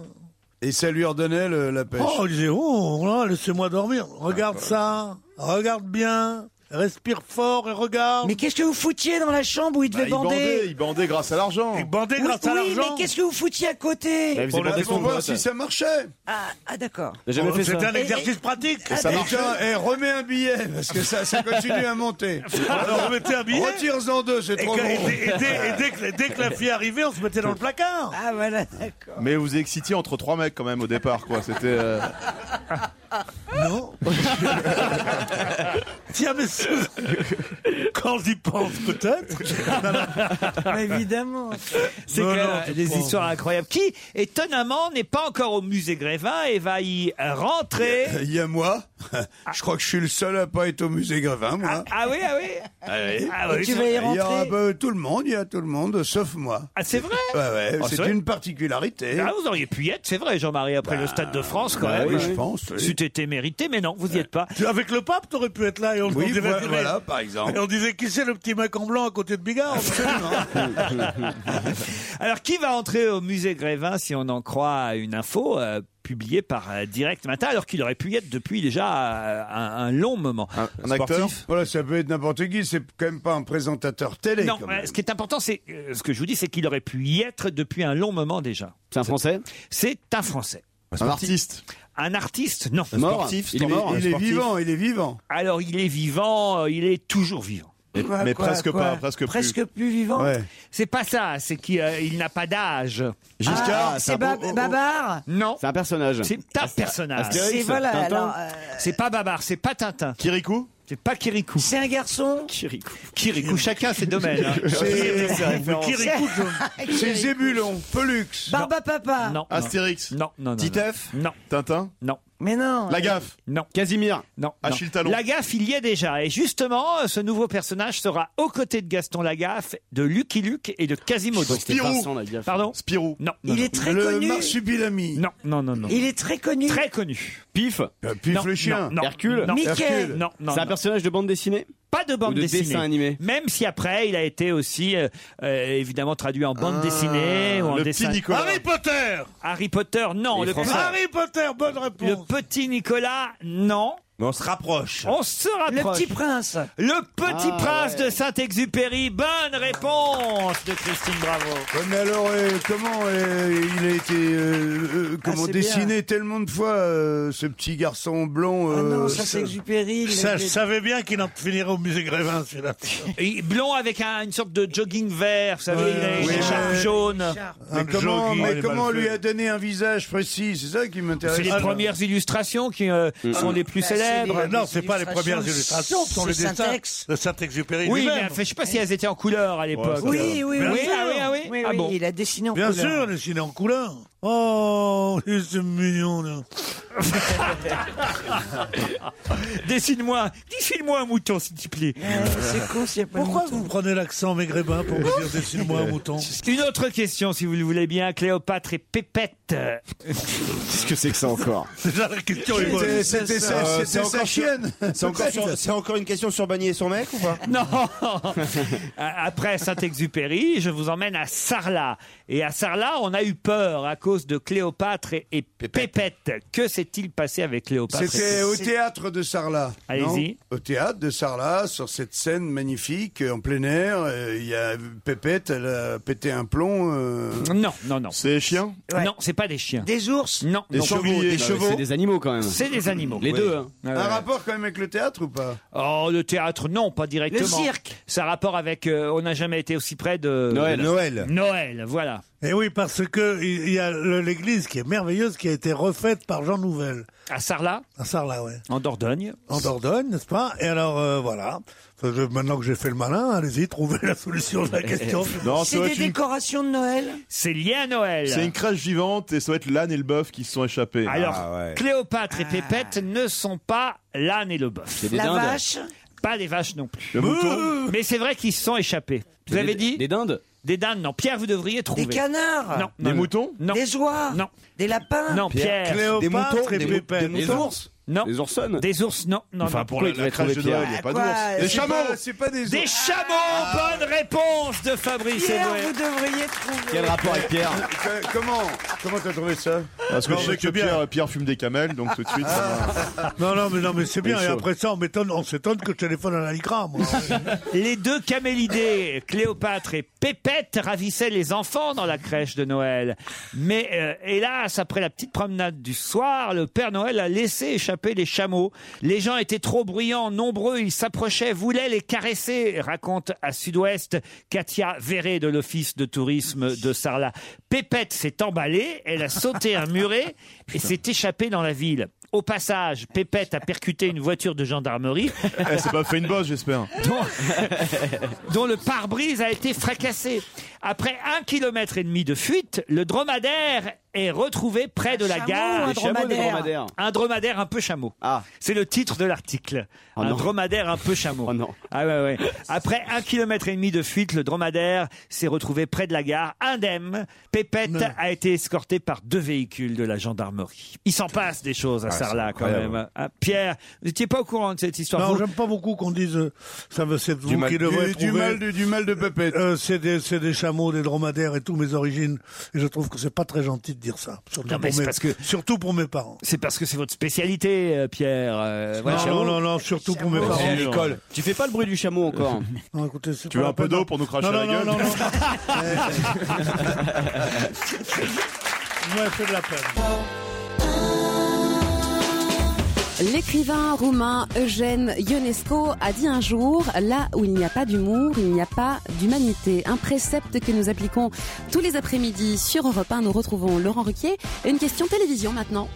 Et ça lui redonnait le- la pêche. Ah,
Oh, il disait, oh, là, laissez-moi dormir. Regarde ça,
bah
regarde bien, respire fort et regarde.
Mais qu'est-ce que vous foutiez dans la chambre où il
Bah,
devait
il
bander
bandait, il bandait grâce à l'argent.
Il bandait
Oui, oui, mais qu'est-ce que vous foutiez à côté
Bah, il faisait On bander avait son pour voir pote. si ça
marchait.
Ah, ah, d'accord. Ah,
jamais fait
C'était
ça.
un exercice pratique.
Et tiens, eh, remets un billet, parce que ça, ça continue à (laughs) monter.
Alors, on mettait un billet.
Retire-en deux, c'est
Et,
trop
que- et
bon.
dès- et dès- et dès que, dès que la fille arrivait, on se mettait dans le placard.
Ah voilà, d'accord.
Mais vous excitiez entre trois mecs quand même au départ, quoi. C'était. euh,
Non. (laughs) Tiens, messieurs, quand j'y pense, peut-être.
(laughs)
évidemment.
C'est
Non,
quand même,
non,
euh,
tu
des
prends.
histoires incroyables. Qui, étonnamment, n'est pas encore au musée Grévin et va y
(laughs)
rentrer.
Il y a moi. (laughs) Je crois que je suis le seul à pas être au musée Grévin, moi.
Ah oui, ah oui. Ah oui, c'est vrai.
Il y aura bah, tout le monde, il y a tout le monde, sauf moi.
Ah, c'est vrai
Ouais, ouais,
Ah, c'est
c'est
vrai
une particularité.
Ah, vous auriez pu y être, c'est vrai, Jean-Marie, après le Stade de France, quand
bah
même.
oui, je pense, oui.
C'eût été mérité, mais non, vous n'y
(laughs)
êtes pas.
Tu- Avec le pape, t'aurais pu être là et on
Oui,
on dirait-
voilà, voilà, par exemple.
Et on disait qui c'est le petit mec en blanc à côté
(laughs)
de Bigard.
Alors, qui va entrer au musée Grévin si on en croit une info euh, publié par euh, Direct Matin, alors qu'il aurait pu y être depuis déjà euh, un, un long moment.
Un acteur Voilà, ça peut être n'importe qui, c'est quand même pas un présentateur télé.
Non,
quand
euh,
même.
ce qui est important, c'est euh, ce que je vous dis, c'est qu'il aurait pu y être depuis un long moment déjà. C'est un Français C'est un Français.
Un artiste
Un artiste, non.
Un Mort sportif, Il est mort, un il est sportif. vivant, il est vivant.
Alors, il est vivant, euh, il est toujours vivant.
Mais- Quoi, mais quoi, presque quoi pas, presque plus. Presque
plus vivant Ouais.
C'est pas ça, c'est qu'il euh, il n'a pas d'âge.
Giscard, Ah, c'est c'est un Ba- beau- Babar
Non. C'est un personnage. C'est un
Asté-
personnage.
Astérix, C'est- voilà, Tintin alors, euh,
C'est pas Babar, c'est pas Tintin. Kirikou C'est pas Kirikou. C'est un garçon Kirikou. Kirikou, chacun ses domaines. hein.
C'est-
Ses références.
C'est Zébulon, Pelux.
Barba Papa.
Non. Astérix. Non, non, non. Titeuf Non. Tintin Non.
Mais non.
La gaffe Non. Casimir Non.
Achille
non.
Talon.
La gaffe, il y est déjà. Et justement, euh, ce nouveau personnage sera aux côtés de Gaston Lagaffe, de Lucky Luke et de Quasimodo.
C'était Spirou. Vincent Lagaffe.
Pardon Spirou. Non. non,
Il
non.
est très Le connu.
marsupilami.
Non, non, non, non.
Il est très connu.
Très connu. Pif.
Pif
Non,
le chien.
non, non,
Hercule.
non.
Mickey. Hercule.
Non, non.
C'est un
personnage de bande dessinée pas de bande
Ou de
dessinée.
dessin animé.
Même si après, il a été aussi euh, euh, évidemment traduit en bande
Eh,
dessinée ou en
le petit
dessin.
Nicolas.
Harry
Potter
Harry Potter, non.
Les
Le
Ah
Français. Harry
Potter, bonne réponse.
Le petit Nicolas, non.
Mais on se rapproche.
On se rapproche.
Le petit prince.
Le petit
Ah,
prince
ouais.
de Saint-Exupéry. Bonne réponse de Christine Bravo.
Ouais, mais alors, euh, comment euh, il a été euh, euh, comment
c'est
dessiné tellement de fois euh, ce petit garçon blond euh,
Ça, je savais bien qu'il en finirait au musée Grévin, celui-là.
Et blond avec un- une sorte de jogging vert, vous savez,
Ouais,
il a une
ouais.
écharpe
Ouais.
euh,
jaune.
Mais Ah, comment, mais comment on lui a euh,
a
donné un visage précis C'est ça qui m'intéresse. Ah,
C'est les premières illustrations qui euh, sont les plus célèbres.
Non, c'est pas les premières illustrations, ce sont les dessins de Saint-Exupéry
Oui, mais
lui-même.
enfin, je sais pas si elles étaient en couleur à l'époque.
Oui, oui,
Ah
oui.
oui, ah oui.
Oui,
Ah
oui,
bon.
il a dessiné en
Bien
couleur.
sûr, dessiné en couleur. Oh, c'est mignon, là.
(laughs) Dessine-moi, dessine-moi un mouton, s'il te plaît.
c'est
Ah, con, s'il y a pas
Pourquoi vous prenez l'accent maigrébin pour me dire dessine-moi un mouton
Une autre question, si vous le voulez bien. Cléopâtre et Pépette.
Qu'est-ce que c'est que ça
(laughs)
encore
Déjà, la question
est bonne.
C'était- c'était sa-
Euh,
c'était
c'est
sa
encore sur-
chienne.
C'est encore, sur- c'est encore une question sur Bagné et son mec ou pas
(laughs) Non Après Saint-Exupéry, je vous emmène à Sarlat. Et à Sarlat, on a eu peur à cause de Cléopâtre et, et Pépette. Que s'est-il passé avec Cléopâtre et
C'était au
Pépette
théâtre de Sarlat.
Allez-y.
non Au théâtre de Sarlat, sur cette scène magnifique, euh, en plein air, euh, il y a Pépette, elle a pété un plomb. euh.
Non, non, non.
C'est chiens
Non, c'est pas des chiens.
Des ours
Non,
Des
non.
chevaux, des
Non, mais
chevaux.
c'est des-
animaux quand même.
C'est des animaux.
Les
Oui. Ah
deux. Hein.
Ouais,
Un
ouais.
rapport quand même avec le théâtre ou pas
Oh, le théâtre, non, pas directement.
Le cirque.
Ça a rapport avec. euh, on n'a jamais été aussi près de.
Noël. Noël.
Noël, voilà.
Eh oui, parce que il il y a le- l'église qui est merveilleuse, qui a été refaite par Jean Nouvel.
À Sarlat
À Sarlat, ouais.
En Dordogne.
En Dordogne, n'est-ce pas Et alors, euh, voilà. Parce que Maintenant que j'ai fait le
hein.
malin, allez-y, trouvez la solution de la question.
c'est des décorations de Noël.
C'est lié à Noël.
C'est une crèche vivante et ça doit être l'âne et le bœuf qui se sont échappés.
Ah,
Alors,
Ah,
Cléopâtre et Pépette ne sont pas l'âne et le bœuf.
Ah. C'est des La dindes. vache
Pas des vaches non plus. Euh.
Le mouton
Mais c'est vrai qu'ils se sont échappés. Vous avez dit Des dindes Des dindes, non. Pierre, vous devriez trouver.
Des canards
Non. non, non. Non.
Des oies
Non.
Des lapins
Non, Pierre.
Cléopâtre
Cléopâtre
et
et
Pépette.
Pépette.
Des ours
Non. Des oursonnes Des ours, non. non
Enfin,
non.
pour la-
il
la
devrait
crèche de
trouver Pierre
Noël, il y a pas
Ah,
d'ours. Des
Ah, C'est
chameaux
pas-
C'est pas des Ah. ours.
Des chameaux Bonne réponse de Fabrice
Pierre,
Eboué.
vous devriez trouver.
Que- Euh, Comment Comment t'as trouvé ça
Parce que
Non,
je
mais
sais que
c'est bien. Ah.
Pierre, Pierre fume des camels, donc tout de suite.
Non, non, mais, non, mais c'est bien.
Il est
Et
chaud.
après ça, on, m'étonne- on s'étonne que je téléphone à la LICRA, moi.
Les deux camélidés, Cléopâtre et Pépette, ravissaient les enfants dans la crèche de Noël. Mais euh, hélas, après la petite promenade du soir, le Père Noël a laissé échapper les chameaux. Les gens étaient trop bruyants, nombreux, ils s'approchaient, voulaient les caresser, raconte à Sud-Ouest Katia Verré de l'Office de tourisme de Sarlat. Pépette s'est emballée, elle a sauté un muret et s'est échappée dans la ville. Au passage, Pépette a percuté une voiture de gendarmerie
Elle s'est Eh, pas fait une bosse, j'espère.
dont, (laughs) dont le pare-brise a été fracassé. Après un kilomètre et demi de fuite, le dromadaire est retrouvé près de la
chameau
gare.
ou un Des chameaux, des dromadaire dromadaires
Un dromadaire un peu chameau.
Ah.
C'est le titre de l'article. un
Oh
non.
dromadaire un peu
(laughs)
chameau. Ah ouais, ouais. Après un kilomètre et demi de fuite, le dromadaire s'est retrouvé près de la gare, indemne. Pépette a été escorté par deux véhicules de la gendarmerie. Il s'en passe des choses à
Ah, c'est
Sarlat quand
incroyable.
même. Ah, Pierre, vous n'étiez pas au courant de cette histoire.
Non,
Vous-
j'aime pas beaucoup qu'on dise euh, ça veut c'est vous
mal-
qui
du-
devrez
du
trouver.
mal de- du mal de Pépette.
Euh, c'est des c'est des chameaux, des dromadaires et tout mes origines et je trouve que c'est pas très gentil de de dire ça. Surtout,
Non, mais
pour,
c'est
mes,
parce que-
surtout pour mes parents.
C'est parce que c'est votre spécialité, euh, Pierre. euh,
Non,
voilà.
non, non, non, surtout pour mes
Oh.
parents.
Tu fais pas le bruit du chameau
(laughs)
encore.
Non, écoutez, c'est
Tu
pas
veux
la
un peu
peine
d'eau
hein.
d'en-
pour nous cracher
Non,
la
non,
gueule
non, non, non. Moi, c'est de la peine.
L'écrivain roumain Eugène Ionesco a dit un jour Là où il n'y a pas d'humour, il n'y a pas d'humanité. Un précepte que nous appliquons tous les après-midi sur Europe 1. Nous retrouvons Laurent Ruquier. Une question télévision maintenant.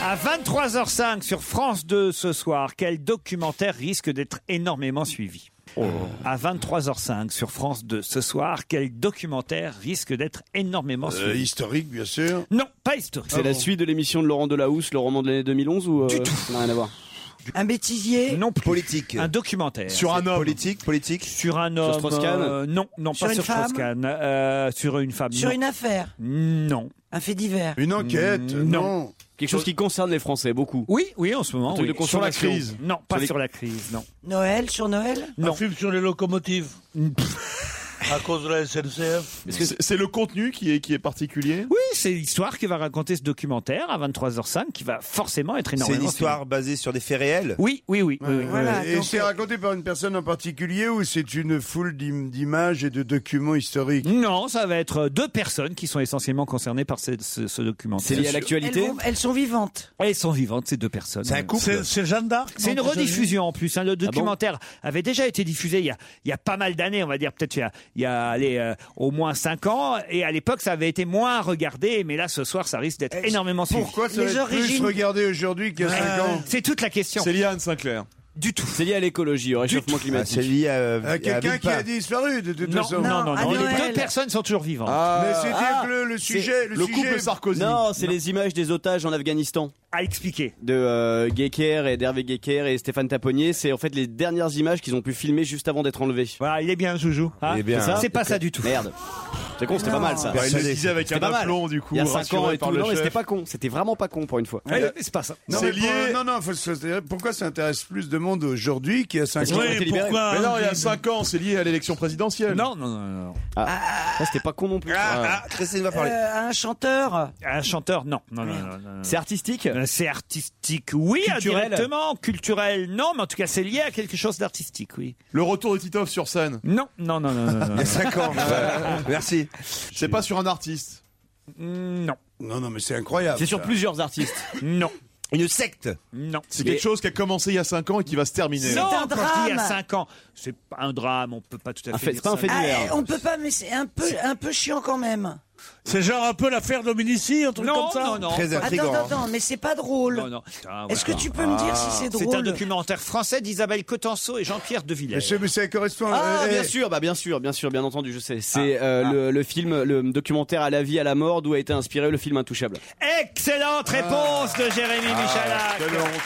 À 23h05 sur France 2 ce soir, quel documentaire risque d'être énormément suivi
Oh.
À 23h05 sur France 2 ce soir, quel documentaire risque d'être énormément
Euh,
suivi
historique, bien sûr.
Non, pas historique. Ah
C'est la suite de l'émission de Laurent Delahousse, le roman de l'année 2011 ou euh, ça n'a rien à voir
Un bêtisier
Non, politique. Un documentaire. Sur un homme. Politique, politique. Sur un homme.
Sur Strauss-Kahn
euh, Non, non,
Sur
pas
une
sur
femme
Strauss-Kahn. Euh, sur une femme.
Sur
non.
une affaire
Non.
Un fait divers
Une enquête Non.
Quelque chose qui concerne les Français, beaucoup.
Mm, Oui, oui, en ce moment.
Un truc
oui.
de consommation.
Non, pas
Sur les-
sur la crise, non.
Noël Sur Noël
Non.
Un film sur les
(laughs)
locomotives. à cause de la SNCF.
Est-ce que
c'est- c'est le contenu qui est, qui est particulier
Oui, c'est l'histoire que va raconter ce documentaire à 23h05 qui va forcément être
C'est
énormément.
une histoire basée sur des faits réels
Oui, oui, oui. oui, oui.
et c'est raconté par une personne en particulier ou c'est une foule d'im- d'images et de documents historiques
Non, ça va être deux personnes qui sont essentiellement concernées par ce, ce- ce documentaire.
C'est lié à
elles,
l'actualité
vont- elles sont vivantes.
Elles sont vivantes, ces deux personnes.
C'est un couple
C'est c'est Jeanne d'Arc
C'est une
non,
rediffusion en plus. hein. Le
bon
documentaire avait déjà été diffusé il y a, il y a pas mal d'années, on va dire peut-être il y a, il y a, allez, euh, au moins 5 ans. Et à l'époque, ça avait été moins regardé, mais là ce soir, ça risque d'être énormément suivi.
Pourquoi ça va être plus regardé aujourd'hui qu'il y a 5 ans
C'est toute la question.
C'est lié à Anne Sinclair.
Du tout.
C'est lié à l'écologie, au réchauffement
Ah, C'est
climatique.
lié à,
À quelqu'un qui a
dit
disparu de toute
Non,
façon.
non, Ah, non,
à
non. Les
Noël.
deux personnes sont toujours vivantes.
Ah,
Mais c'était
ah,
le, le
c'est
sujet. Le,
le
sujet-
couple Sarkozy.
Non, c'est les images des otages en Afghanistan.
À expliquer.
de euh, Guéquer et d'Hervé Guéquer et Stéphane Taponnier. C'est en fait les dernières images qu'ils ont pu filmer juste avant d'être enlevés.
Voilà, il est bien, Joujou. hein.
Il est bien,
C'est ça
hein.
C'est pas ça du tout.
Merde. C'est con, c'était pas mal ça.
Bah, il
Ça
a
se
dit-
disait avec un
C'était pas mal.
aplomb, du coup.
Il y a 5 ans
rassuré
et
par
tout.
le
Non, mais
chef.
c'était pas con. C'était vraiment pas con pour une fois.
Ouais, mais c'est pas ça.
Non,
C'est
mais pour-
lié-
Non, non, faut se- pourquoi ça intéresse plus de monde aujourd'hui qu'il y a 5
Parce
ans
qu'ils ont été
Oui,
libérés.
pourquoi
Mais non, il y a 5 ans, c'est lié à l'élection présidentielle.
Non, non, non, non.
Ça, Ah. c'était pas con non plus.
Ah, ah, Christine va parler.
Euh, un chanteur
Un chanteur, non. Non, non, non, non, non.
C'est artistique
Euh, C'est artistique, oui,
Culturel.
indirectement. Culturel, non, mais en tout cas, c'est lié à quelque chose d'artistique, oui.
Le retour de Titov sur scène.
Non, non, non, non, non, non,
(laughs) Il y a 5 ans. Ouais. Merci.
C'est pas sur un artiste.
Mm, non,
Non, non, mais c'est incroyable.
C'est sur
ça.
plusieurs artistes.
non,
Une secte.
non.
C'est
Mais-
quelque chose qui a commencé il y a 5 ans et qui va se terminer.
Non,
un
quand je dis il y a
drame.
5 ans, c'est pas un drame, on peut pas tout à
Un
fait
fait-
dire
c'est pas un
ça.
fait
Ah,
divers.
eh, On peut pas, mais c'est un peu, un peu chiant quand même.
C'est genre un peu l'affaire Dominici, un truc
Non,
comme ça.
non, non.
Très
Attends,
intrigant. hein.
attends, mais c'est pas drôle.
Non, non. Putain,
Est-ce que
voilà.
tu peux me dire si c'est
C'est un
drôle
documentaire français d'Isabelle Cotenceau et Jean-Pierre Devillers.
Mais c'est- mais ça correspond
Ah,
eh,
bien
eh,
sûr, bah bien sûr, bien sûr, bien entendu, je sais. C'est
Ah.
euh, le, le film, le documentaire à la vie, à la mort, d'où a été inspiré le film Intouchable.
Excellente réponse de Jérémy
Ah,
Michalak.
Quelle honte.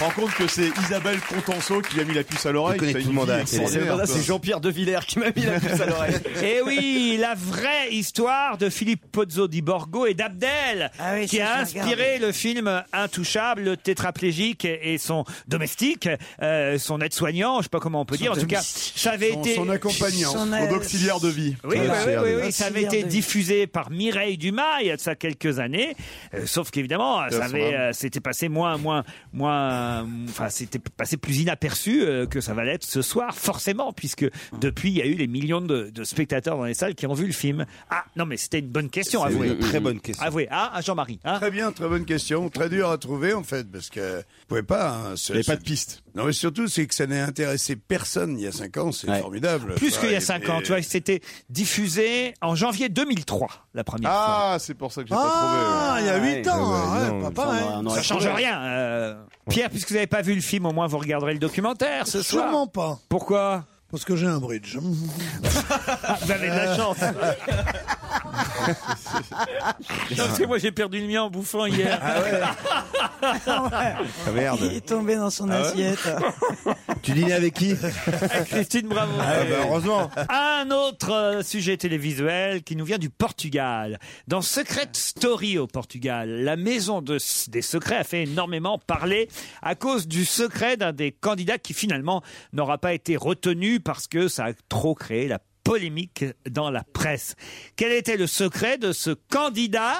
Rends compte que c'est Isabelle Contenceau qui a mis la puce à l'oreille.
Il connaît
qui a
tout le
une
monde à la
vie
télé.
C'est
extraordinaire, quoi.
Jean-Pierre De Villers qui m'a mis la puce à
(laughs)
l'oreille.
Et Eh oui, la vraie histoire de Philippe Pozzo di Borgo et d'Abdel,
Ah oui,
qui
ça,
a
je l'ai
inspiré le film Intouchable, le tétraplégique et son domestique, euh, son aide-soignant, je sais pas comment on peut dire. En tout cas, ça avait
son,
été
son accompagnant,
Son-
son,
Auxiliaire de vie.
Oui, oui, oui, oui, oui, ça avait
Auxiliaire
été
de vie.
diffusé par Mireille Dumas il y a de ça quelques années. Euh, sauf qu'évidemment, euh, ça
son
avait,
âme.
euh, c'était passé moins, moins, moins, enfin, c'était passé plus inaperçu euh, que ça va l'être ce soir, forcément, puisque depuis, il y a eu les millions de, de spectateurs dans les salles qui ont vu le film. Ah, non, mais c'était une bonne question,
C'est
avouez.
une très bonne question.
Avouez. Ah, ah, Jean-Marie. hein
Très bien, très bonne question. Très dur à trouver, en fait, parce que vous pouvez pas. hein, ce-
Il n'y avait pas
ce-
de piste.
Non, mais surtout, c'est que ça n'a intéressé personne il y a 5 ans. C'est
Ouais.
formidable.
plus
Ça,
qu'il y a
et-
cinq ans,
et-
tu vois, c'était diffusé en janvier 2003, la première fois.
Ah, c'est pour ça que j'ai
Ah,
pas
il y a
Ouais,
8 ans,
ouais,
hein,
non,
ouais,
on
pas
aurait-
pareil.
on aurait
Ça change
trouvé.
rien. euh, Pierre, puisque vous n'avez pas vu le film, au moins vous regarderez le documentaire ce soir. (laughs)
Sûrement pas.
Pourquoi
Parce que j'ai un bridge.
(laughs) Vous avez de la
(laughs)
chance. non, parce que moi j'ai perdu le mien en bouffant hier.
Ah ouais.
(laughs)
Ah
Il
merde. Ah
est tombé dans son assiette.
Tu dînais avec
(laughs)
qui
Christine, bravo.
Ah bah heureusement.
Un autre euh, sujet télévisuel qui nous vient du Portugal. Dans Secret Story au Portugal, la maison de- des secrets a fait énormément parler à cause du secret d'un des candidats qui finalement n'aura pas été retenu parce que ça a trop créé la polémique dans la presse. Quel était le secret de ce candidat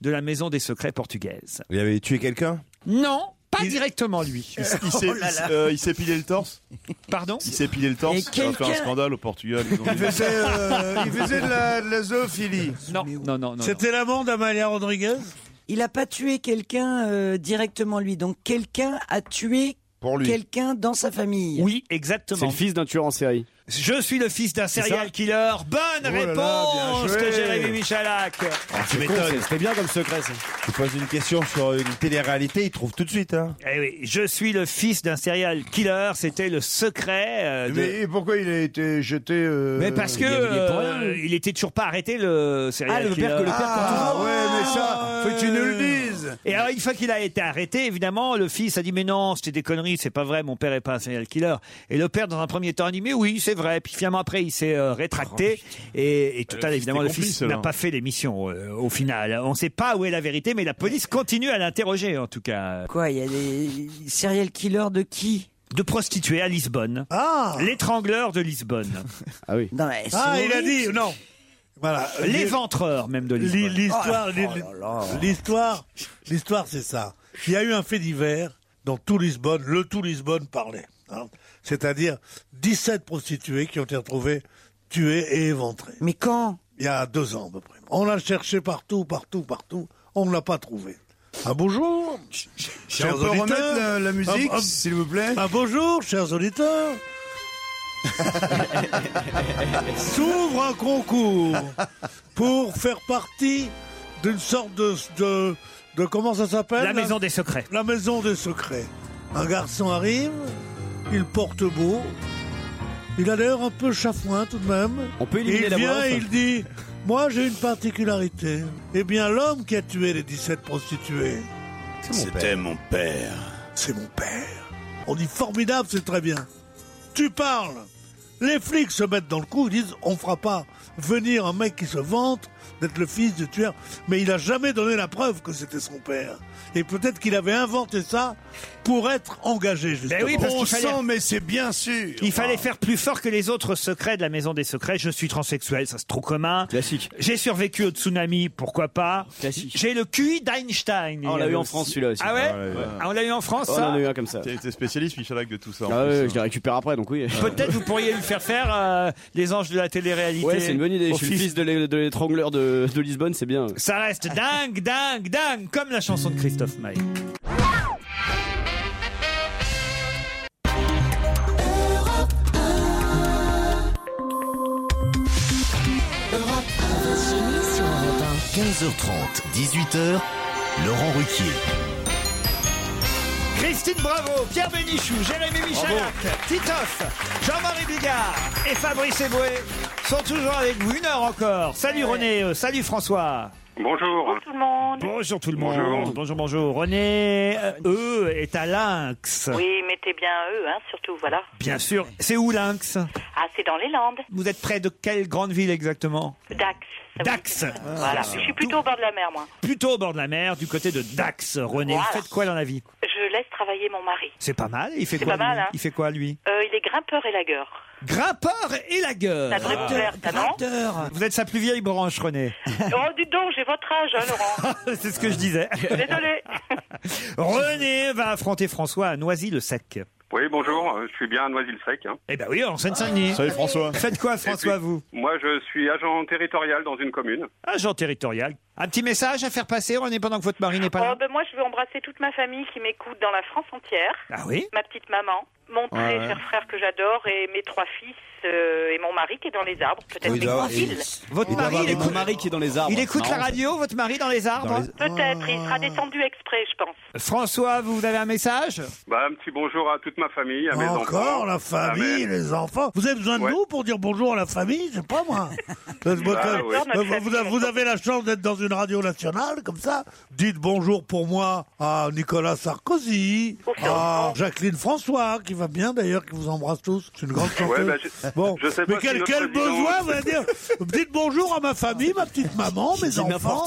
de la Maison des Secrets portugaise
Il avait tué quelqu'un
Non, pas directement lui. (laughs) Oh
Il, s-
(laughs) Oh
il s'est, il s- euh, il s'est pilé le torse
Pardon
Il s'est pilé le torse, ça va faire un
quelqu'un-
scandale au Portugal. ils ont dit.
Il faisait, euh, il faisait de la, de la zoophilie.
Non, non, non.
C'était la bande Amalia Rodriguez
Il n'a pas tué quelqu'un euh, directement lui. Donc quelqu'un a tué
Pour lui.
quelqu'un dans sa famille.
Oui, exactement.
C'est le fils d'un tueur en série.
Je suis le fils d'un
C'est
serial
ça
killer. Bonne
Oh là là, bien
réponse
joué. Ah,
de Jérémy Michalak.
Ah, tu m'étonnes.
C'était bien comme secret, ça.
Tu poses une question sur une télé-réalité, il trouve tout de suite. Hein.
Eh oui, je suis le fils d'un serial killer. C'était le secret euh, de.
Mais et pourquoi il a été jeté euh,
Mais parce que euh, il était toujours pas arrêté le serial
Ah, le père
killer.
que le père Ah, continue. ouais, mais ça, faut que tu nous le dises.
Et alors une fois qu'il a été arrêté, évidemment, le fils a dit mais non, c'était des conneries, c'est pas vrai, mon père est pas un serial killer. Et le père dans un premier temps a dit mais oui, c'est vrai. Puis finalement après il s'est euh,
Oh,
rétracté et, et total
Euh,
évidemment
c'était
le fils
complice,
n'a
alors.
pas fait l'émission euh, au final. On sait pas où est la vérité, mais la police continue à l'interroger en tout cas.
Quoi, il y a des serial killers de qui
De prostituées à Lisbonne.
Ah
L'étrangleur de Lisbonne.
Ah oui.
Non, mais c'est
Ah, il a dit,
horrible.
non. Voilà.
L'éventreur même de
L'hi-
Lisbonne.
L'histoire,
Oh là
l'hi-
là.
l'histoire, l'histoire, c'est ça. Il y a eu un fait divers dont tout Lisbonne, le tout Lisbonne parlait. hein. C'est-à-dire 17 prostituées qui ont été retrouvées tuées et éventrées.
Mais quand
Il y a deux ans à peu près. On l'a cherché partout, partout, partout. On ne l'a pas trouvé. Un bonjour, chers
on peut
auditeurs.
remettre la- la
Un-
musique,
un-
s'il vous plaît
Un bonjour, chers auditeurs. s'ouvre un concours pour faire partie d'une sorte de, de, de- comment ça s'appelle
La maison des secrets.
La maison des secrets. Un garçon arrive, il porte beau, il a l'air un peu chafouin tout de même.
On peut éliminer
il
la
vient,
voix off.
il dit Moi j'ai une particularité. Eh bien, l'homme qui a tué les 17 prostituées,
C'était mon père.
C'est mon père. on dit formidable, c'est très bien. Tu parles. Les flics se mettent dans le coup, ils disent on fera pas venir un mec qui se vante d'être le fils du tueur, mais il a jamais donné la preuve que c'était son père. Et peut-être qu'il avait inventé ça pour être engagé. Justement.
Ben oui, parce qu'il fallait-
mais c'est bien sûr.
Il fallait faire plus fort que les autres secrets de la maison des secrets. Je suis transsexuel, ça c'est trop commun. Classique. J'ai survécu au tsunami, pourquoi pas. Classique. J'ai le QI d'Einstein.
Ah, on
Il y
l'a
avait
eu en France, celui-là aussi.
Ah ouais,
Ah ouais, ouais. Oh,
Ah, On l'a eu en France,
On
ça
en a eu un comme ça.
T'as été spécialiste, Michalak, de tout ça. en
Ah
plus,
ouais,
hein.
je les récupère après, donc oui.
Peut-être vous pourriez lui faire faire euh, les anges de la télé-réalité.
Ouais, c'est une bonne idée.
Au
Je suis le
fils.
fils de l'é- de l'étrangleur de, de Lisbonne, c'est bien.
Ça reste dingue, dingue, dingue, comme la chanson de Christophe Maé.
Vos génies sur Europe
15h30, 18h, Laurent Ruquier.
Christine Bravo, Pierre Bénichou, Jérémy Michalak, Titoff, Jean-Marie Bigard et Fabrice Eboué sont toujours avec vous une heure encore. Salut René, euh, salut François.
Bonjour.
Tout le monde.
Bonjour tout le monde. Bonjour, bonjour. René, euh, eux, est à Lynx.
Oui, mettez bien
E,
eux, hein, surtout, voilà.
Bien sûr. C'est où Lynx
Ah, c'est dans les Landes.
Vous êtes près de quelle grande ville exactement
Dax. ça vous
Dax. Ah.
dit-
Ah,
Voilà. Je suis plutôt au bord de la mer, moi.
Plutôt au bord de la mer, du côté de Dax. René,
Voilà.
vous faites quoi dans la vie
Je laisse travailler mon mari.
C'est pas mal. Il fait
C'est
quoi
pas mal,
lui
hein.
Il fait quoi lui
Euh, il est grimpeur et
(laughs)
lagueur.
Grimpeur et lagueur.
La vraie Ah. couverte, ah non
Vous êtes sa plus vieille branche, René. (laughs)
oh, dites donc, j'ai votre âge, hein, Laurent.
C'est ce que Ah, je disais.
Désolé.
René va affronter François à Noisy-le-Sec.
Oui, bonjour, euh, je suis bien à Noisy-le-Sec. hein.
Eh ben oui, en Seine-Saint-Denis.
Salut, François.
Faites quoi,
Et
François,
puis,
vous Ah.
Moi, je suis agent territorial dans une commune.
Agent territorial. Un petit message à faire passer, René, pendant que votre mari n'est pas
Oh,
là
ben, moi, je veux embrasser toute ma famille qui m'écoute dans la France entière.
Ah oui
Ma petite maman, mon très
Ouais, ouais.
cher frère que j'adore et mes trois fils euh, et mon mari qui est dans les arbres. Peut-être
Oui,
mes
là,
grands
et-
fils.
bah, Votre
Il doit
mari,
avoir
il
mon
écoute-
mari qui est dans les arbres.
Il écoute la
Marrant, ça.
radio, votre mari, dans les Ah. arbres
Peut-être, il sera descendu exprès, je pense.
François, vous avez un message
Bah, un petit bonjour à toute ma famille, à mes enfants.
Encore la famille,
Ah, mais-
les enfants. Vous avez besoin de
Ouais.
nous pour dire bonjour à la famille, je sais pas
(laughs)
moi. Parce que
Bah,
quand-
ouais.
vous, vous avez- vous avez la chance d'être dans une radio nationale comme ça. Dites bonjour pour moi à Nicolas Sarkozy, à Jacqueline François, qui va bien d'ailleurs, qui vous embrasse tous. C'est une grande chanteuse.
(laughs) Ouais, bah, je-
bon,
je sais
mais
pas si
quel,
notre
quel
président-
besoin, vous allez
(laughs)
dire Dites bonjour à ma famille, ma petite maman, mes enfants.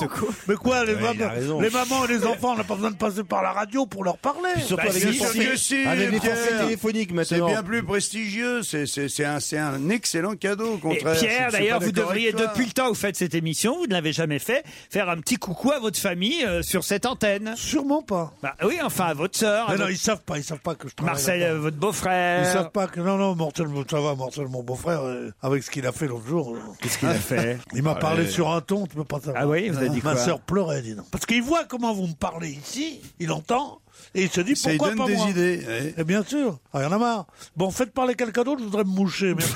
Mais quoi, les,
Ouais, il a
mamans,
raison.
les mamans et les enfants, on n'a pas besoin de passer par la radio pour leur parler. Bah,
Puis surtout avec les forfaits- avec les forfaits téléphoniques, maintenant. C'est bien plus prestigieux. C'est c'est- c'est un, c'est un excellent cadeau, au
Et
contraire.
Pierre,
Je suis
d'ailleurs,
pas
vous
d'accord
devriez,
avec toi.
depuis le temps où vous faites cette émission, vous ne l'avez jamais fait, faire un petit coucou à votre famille euh, sur cette antenne.
Sûrement pas.
Bah, oui, enfin, à votre sœur. à
Mais non,
votre-
ils savent pas, ils savent pas que je travaille.
Marcel,
là-dedans.
euh, votre beau-frère.
Ils savent pas que non non, Mortel, ça va, Mortel, mon beau-frère, euh, avec ce qu'il a fait l'autre jour. Hein
Qu'est-ce qu'il a fait
(laughs) Il m'a
Ah
parlé
oui.
sur un ton, tu peux pas savoir.
Ah oui, vous avez dit
Ma
quoi
sœur pleurait, dis donc. Parce qu'il voit comment vous me parlez ici, il entend. Et il se dit
Ça lui
pourquoi
donne
pas
des
moi
idées,
Et bien sûr, ah, il y en a marre. Bon, faites parler quelqu'un d'autre, je voudrais me moucher.
(laughs)
merci.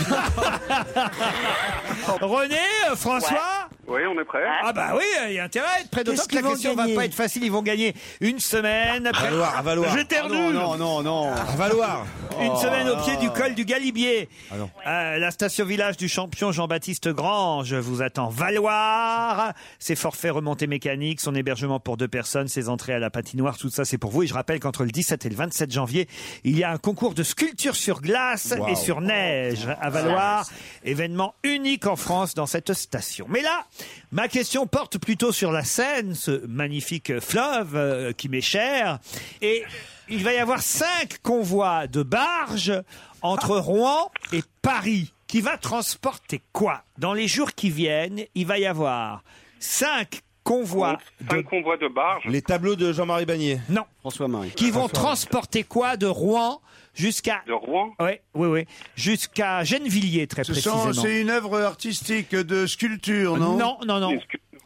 René, euh, François
Oui, on est prêt.
Ah bah oui, il y a intérêt à être prêt. D'autant
Qu'est-ce
que la
qu'ils vont
question va
gagner
pas être facile. Ils vont gagner une semaine.
À Valoir, à Valoir. Ah
J'éternue.
Non,
non, non.
À Valoir.
Une
Oh.
semaine au pied du col du Galibier.
Ah non.
Euh, la station village du champion Jean-Baptiste Grange vous attend. Valoir, ses forfaits remontées mécaniques, son hébergement pour deux personnes, ses entrées à la patinoire, tout ça c'est pour vous. Et je rappelle qu'entre le 17 et le 27 janvier, il y a un concours de sculpture sur glace
Wow.
et sur neige à Valoir. Événement unique en France dans cette station. Mais là, ma question porte plutôt sur la Seine, ce magnifique fleuve euh, qui m'est cher. Et il va y avoir cinq convois de barges entre Rouen et Paris qui va transporter quoi Dans les jours qui viennent, il va y avoir cinq convois
Cinq convois de barges.
Les tableaux de Jean-Marie Bagné.
Non.
François-Marie.
qui vont transporter quoi de Rouen jusqu'à de
Rouen
oui oui oui jusqu'à Gennevilliers très
Ce
précisément
sont- C'est une œuvre artistique de sculpture, non
Non, non, non.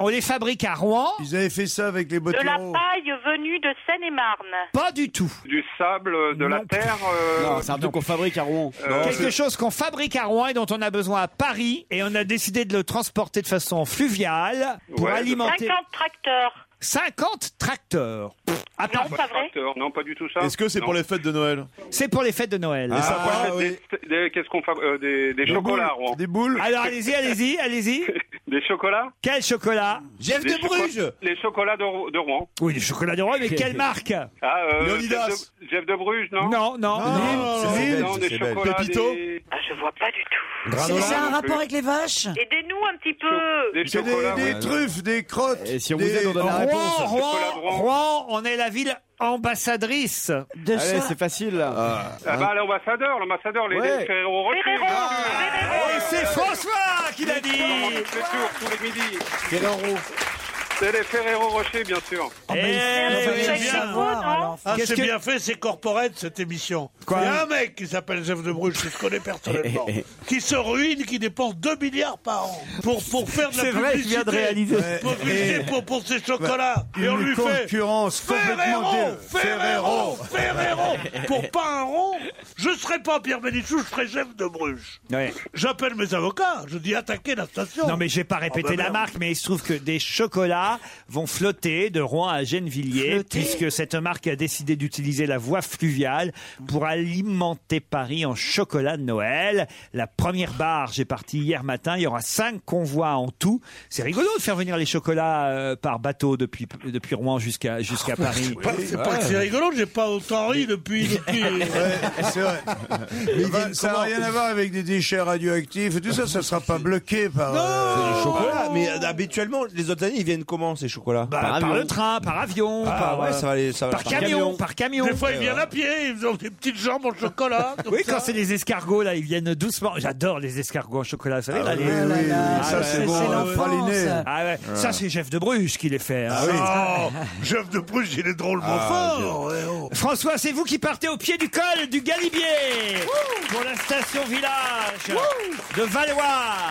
On les fabrique à Rouen.
Ils avaient fait ça avec les
Bah,
bottes
De la paille venue de Seine-et-Marne.
Pas du tout.
Du sable, euh, de la terre. euh,
Non, c'est un truc qu'on fabrique à (laughs) Rouen.
Euh,
Quelque chose qu'on fabrique à Rouen et dont on a besoin à Paris et on a décidé de le transporter de façon fluviale pour
Ouais, de-
alimenter
50 tracteurs.
50 tracteurs. Pff, à
Ah,
Non,
part-
pas tracteur, non, pas du tout ça. Non. Ah,
fêtes de Noël C'est pour les Ah, fêtes de
Ah,
Noël.
Et ça pourrait être des- des- Qu'est-ce qu'on fa- euh, Des, des chocolats, Rouen. Des
boules
Alors allez-y, allez-y, allez-y.
(laughs) Des chocolats
Quel chocolat
Les choco- Les chocolats de, Ro- de Rouen.
Oui, les chocolats de Rouen, mais
(laughs)
quelle marque
Ah, euh,
Leonidas.
Jeff de, Jeff de Bruges, non
Non, non,
non,
non,
non,
c'est
non,
belge,
des
c'est belge.
chocolats,
Pépito
des-
C'est c'est un rapport avec les vaches
Aidez-nous un petit peu.
Des
C'est des,
chocolats,
des
ouais.
truffes, des crottes.
Et si
Rouen, Rouen, Rouen, Rouen, on est la ville ambassadrice.
Allez, c'est facile là.
Ah
Hein
bah l'ambassadeur, l'ambassadeur, les,
Ouais.
les Ferrero Rocher.
Ah.
Et c'est François qui l'a dit
C'est sûr, tous les midis. C'est les Ferrero Rocher, bien sûr.
Eh Ah,
Qu'est-ce
c'est
que-
bien fait, c'est corporate cette émission.
Quoi
Il y a un mec qui s'appelle Jeff de Bruges, que je connais personnellement,
Eh,
qui se ruine, qui dépense 2 milliards par an pour, pour faire de la
C'est
publicité.
vrai, je viens de réaliser. Ouais.
Pour, publicité
Et-
pour, pour ses chocolats.
Une
et on lui fait.
concurrence complètement
Ferrero,
dé-
Ferrero, Ferrero,
Ferrero.
Pour pas un rond, je serais pas Pierre Bénichou, je serais Jeff de Bruges. J'appelle mes avocats, je dis attaquer la station.
Non mais j'ai pas répété
Ah
la
bah merde.
marque, mais il se trouve que des chocolats vont flotter de Rouen à Gennevilliers, puisque cette marque a décidé d'utiliser la voie fluviale pour alimenter Paris en chocolat de Noël. La première barge est partie hier matin, il y aura cinq convois en tout. C'est rigolo de faire venir les chocolats euh, par bateau depuis, depuis Rouen jusqu'à jusqu'à Paris.
Pas- Ah, C'est pas que c'est rigolo, j'ai pas autant ri depuis. depuis...
c'est vrai. Bah, ça n'a rien à voir avec des déchets radioactifs et tout ça, ça ne sera pas bloqué par.
C'est les chocolats. Mais euh, habituellement, les autres années, ils viennent comment ces chocolats
Bah, par, le train, par avion,
Ah,
par,
ouais,
euh,
ça va aller- ça va-
par
par
camion,
camion.
par camion.
Des fois, ils
Ouais,
viennent
ouais.
à pied, ils ont des petites jambes en chocolat. comme
Oui,
ça.
quand c'est les escargots, là, ils viennent doucement. J'adore les escargots en chocolat, vous savez,
Ah
là,
oui,
les-
oui, oui,
Ah
ça,
ouais.
c'est bon, euh, praliné.
Ah ouais.
Ouais. Ah
Ça, c'est Jeff de Bruges qui les fait. hein.
Oh, Jeff de Bruges, il est drôlement
Ah,
fort. ouais, oh.
François, c'est vous qui partez au pied du col du Galibier pour la station village de Valois.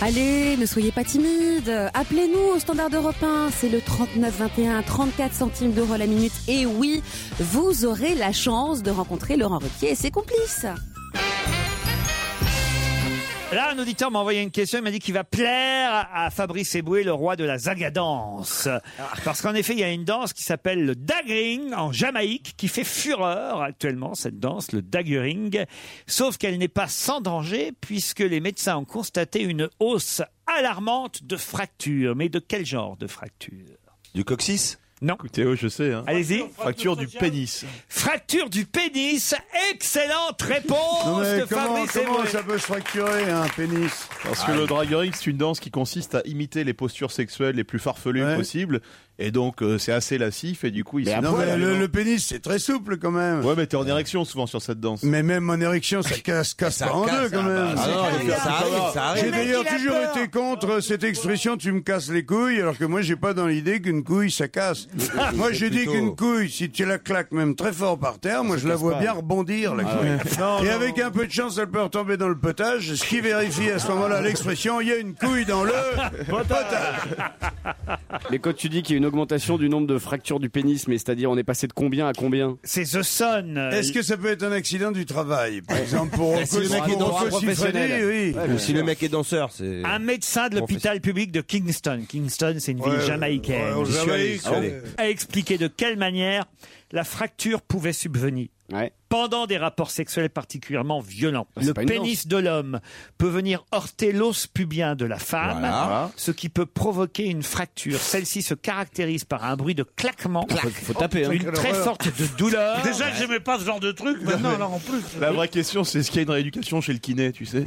Allez, ne soyez pas timide. Appelez-nous au standard d'Europe 1. C'est le 39 21 34 centimes d'euros la minute. Et oui, vous aurez la chance de rencontrer Laurent Ruquier et ses complices.
Là, un auditeur m'a envoyé une question. Il m'a dit qu'il va plaire à Fabrice Eboué, le roi de la zagadance. Parce qu'en effet, il y a une danse qui s'appelle le daggering en Jamaïque, qui fait fureur actuellement, cette danse, le daggering. Sauf qu'elle n'est pas sans danger, puisque les médecins ont constaté une hausse alarmante de fractures. Mais de quel genre de fractures
Du coccyx
Non.
Écoutez, je sais. Hein.
Allez-y.
Fracture du pénis.
Fracture du pénis. Excellente
Oh,
réponse
Non, mais
de
comment-
Fabrice
comment
Eboué.
ça peut se fracturer
hein,
un pénis Parce que
Ah,
le
oui.
draguering, c'est une danse qui consiste à imiter les postures sexuelles les plus farfelues
Ouais.
possibles. Et donc, euh, c'est assez lassif. Et du coup, il se
Non, mais le, le pénis, c'est très souple quand même.
Ouais, mais t'es en érection souvent sur cette danse.
Mais même en érection, ça casse, casse
ça
pas en
casse,
deux quand
ah
même.
bah, Ah non, ça mais arrive, ça ça arrive, va. ça arrive.
J'ai
Le mec,
d'ailleurs
il a
toujours
peur.
été contre cette expression "tu me casses les couilles", alors que moi j'ai pas dans l'idée qu'une couille ça casse. moi je
(laughs) C'est
dis
plutôt-
qu'une couille, si tu la claques même très fort par terre, moi
Ça
je la
casse
vois
pas.
bien rebondir la (laughs)
Ah
couille.
ouais.
Et avec un peu de chance, elle peut retomber dans le potage. Ce qui vérifie à ce moment-là l'expression "il y a une couille dans
(laughs)
le potage".
Mais quand tu dis qu'il y a une augmentation du nombre de fractures du pénis, mais c'est-à-dire on est passé de combien à combien
C'est The Sun.
euh,
Est-ce que ça peut être un accident du travail Par exemple,
(laughs)
pour
Ben,
si le mec
pour
est danseur
Rocco-Siffredi, oui.
professionnel, ou si le mec est danseur, c'est.
Un médecin de l'hôpital public de Kingston. Kingston, c'est une
Ouais,
ville
ouais,
jamaïcaine. Ah
ouais, au J'y suis allé, Jamaïque, j'y suis allé. ouais.
A expliqué de quelle manière la fracture pouvait subvenir. Pendant des rapports sexuels particulièrement violents,
c'est
le
pas une
pénis de l'homme peut venir heurter l'os pubien de la femme,
Voilà.
ce qui peut provoquer une fracture. Celle-ci se caractérise par un bruit de claquement,
Faut- faut taper, hein.
une
Quelle
très
horreur.
(laughs)
forte de douleur.
Déjà que j'aimais pas ce genre de truc,
Bah
maintenant alors en plus.
La vraie question, c'est est-ce qu'il y a une rééducation chez le kiné, tu sais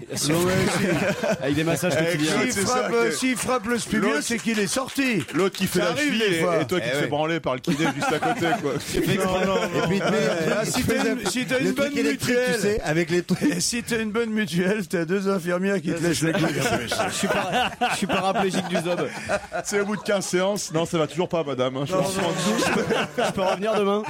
Avec des massages
Avec
quotidiens.
S'il frappe, euh, s'il frappe le studio,
L'autre-
c'est qu'il est sorti.
L'autre qui fait
Ça
la
arrive
cheville
des
et,
fois.
et toi qui
Eh
te fais
ouais.
branler par le kiné juste à côté, quoi.
Et puis, ah, si t'as une, si t'as une bonne mutuelle, avec les (laughs) si t'as une bonne mutuelle, t'as deux infirmières qui te lèchent la
(laughs)
couille. en plus.
Je suis, paraplégique du zob. C'est au bout de 15 séances. Non, ça va toujours pas, madame. hein. Je, pense- je peux revenir demain.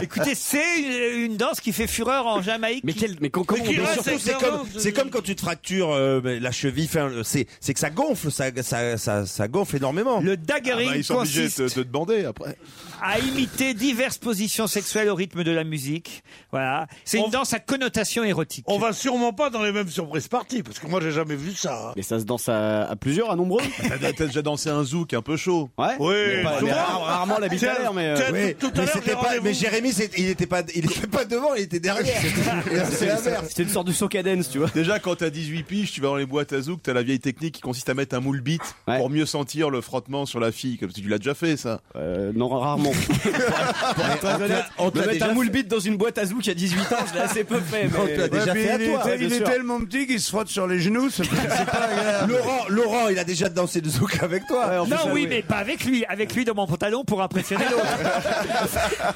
Écoutez, c'est une, une danse qui fait fureur en Jamaïque. Mais,
mais
Mais surtout, c'est comme, c'est comme quand tu te fractures euh, mais la cheville, enfin, le- c'est c'est que ça gonfle, ça, ça, ça, ça gonfle énormément.
Le daguerring
Ah bah,
ils sont obligés
consiste-
de-
de te bander après.
à imiter diverses positions sexuelles au rythme de la musique. Voilà. C'est une danse à connotation érotique.
On va sûrement pas dans les mêmes surprises parties, parce que moi j'ai jamais vu ça. hein.
Mais ça se danse à, à plusieurs, à nombreux
T'as t'as déjà dansé un zouk un peu chaud.
Ouais.
Oui,
Euh,
Mais pas- mais
souvent.
rare- rarement la bite à l'air, mais. euh,
Oui, mais c'était pas, mais Jérémy, c'est- il était pas, il était pas devant, il était
(laughs)
derrière. Et là, c'est l'inverse.
une sorte de soca tu vois. Déjà, quand t'as 18 piges, tu vas dans les boîtes à zouk, t'as la vieille technique qui consiste à mettre un moule bite pour mieux sentir le frottement sur la fille. Comme si tu l'as déjà fait, ça.
Euh, non, rarement.
(laughs)
Pour être très
Mais
honnête,
on te
me
l'a
mettre
déjà
un moule bite dans une boîte à zouk à 18 ans, je l'ai assez peu fait.
Non,
mais-
on te l'a déjà
Ouais,
fait à
mais il
toi.
était-
Il est tellement petit qu'il se frotte sur les genoux. C'est c'est pas agréable.
Laurent, Laurent, il a déjà dansé du zouk avec toi.
non, oui, mais pas avec lui. Avec lui dans mon pantalon pour impressionner l'autre.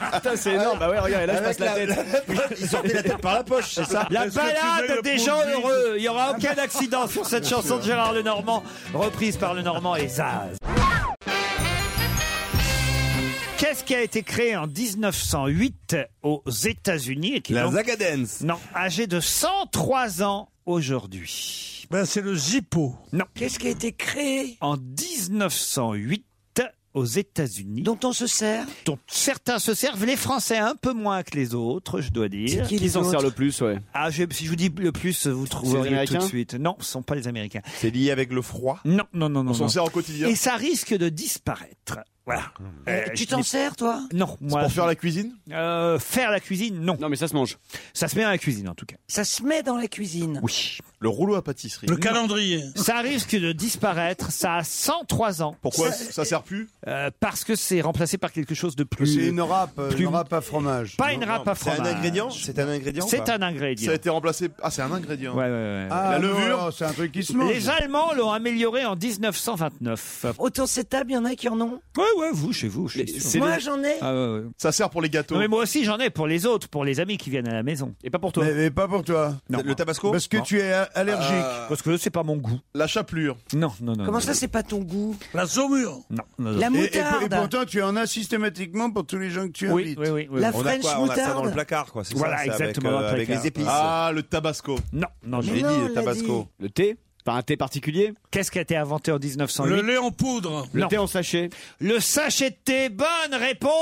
(laughs) Putain, c'est énorme. Bah ouais, regarde, et là, je passe
Avec
la
la-
tête.
Il sortait la tête par la poche, c'est ça
La
Est-ce que tu mets
balade
le
des
pouce
gens
vide
heureux. Il n'y aura aucun accident sur cette chanson de Gérard Lenormand, reprise par Lenormand et Zaz. Qu'est-ce qui a été créé en 1908 aux États-Unis et qui est
La
donc-
Zagadance.
Non, âgé de 103 ans aujourd'hui. Ben c'est le Zippo. Non.
Qu'est-ce qui a été créé
En 1908 aux États-Unis.
Dont on se sert
Dont certains se servent, les Français un peu moins que les autres, je dois dire.
C'est qui les Qui s'en autres sert le plus, ouais.
Ah, je- si je vous dis le plus, vous trouveriez tout de
Américains
suite. Non, ce sont pas les Américains.
C'est lié avec le froid
Non, non, non, non.
On s'en
non.
sert au quotidien.
Et ça risque de disparaître. Voilà. Euh,
Tu
je
t'en
l'ai-
sers toi
Non, moi.
pour faire la cuisine
Euh, Faire la cuisine, non.
Non, mais ça se mange.
Ça se met à la cuisine, en tout cas.
Ça se met dans la cuisine.
Oui.
Le rouleau à hein, pâtisserie.
Non. Ça risque de disparaître. Ça a 103 ans.
Pourquoi ça, sert plus
Euh, Parce que c'est remplacé par quelque chose de plus.
C'est une râpe,
plus-
une râpe euh, à fromage.
Pas une râpe à fromage.
C'est un ingrédient
C'est un ingrédient.
Ça a été remplacé. Ah, c'est un ingrédient.
Ouais, ouais, ouais.
Ah,
la
non,
levure
non, c'est un truc qui se mange.
Les Allemands l'ont amélioré en 1929.
Autour de cette table, il y en a qui en ont
Ouais, ouais, vous, chez vous. je suis sûr.
Moi j'en ai.
Ah, ouais, ouais.
Ça sert pour les gâteaux.
Non, mais moi aussi, j'en ai pour les autres, pour les amis qui viennent à la maison.
Et pas pour
Mais, mais pas pour toi.
Le tabasco
Parce que
Non.
tu es a- allergique.
Euh, Parce que c'est pas mon goût.
La chapelure.
Non, non, non.
Comment
non.
ça, c'est pas ton goût
La saumure.
Non, non, non.
La
Et- et pour- Et,
moutarde.
pourtant, tu en as systématiquement pour tous les gens que tu
Oui,
invites.
oui, oui, oui.
La
On a
French
quoi On a ça dans le
moutarde.
placard, quoi. c'est ça,
Voilà,
c'est avec,
exactement,
euh,
dans le
Avec,
placard.
les épices.
Ah, le tabasco.
Non, non, je-
J'ai dit
non, on
le
l'a
tabasco.
Le thé Pas un thé particulier
Qu'est-ce qui a été inventé en 1908
Le lait en poudre.
Le
Non.
thé en sachet
Le sachet de thé, bonne réponse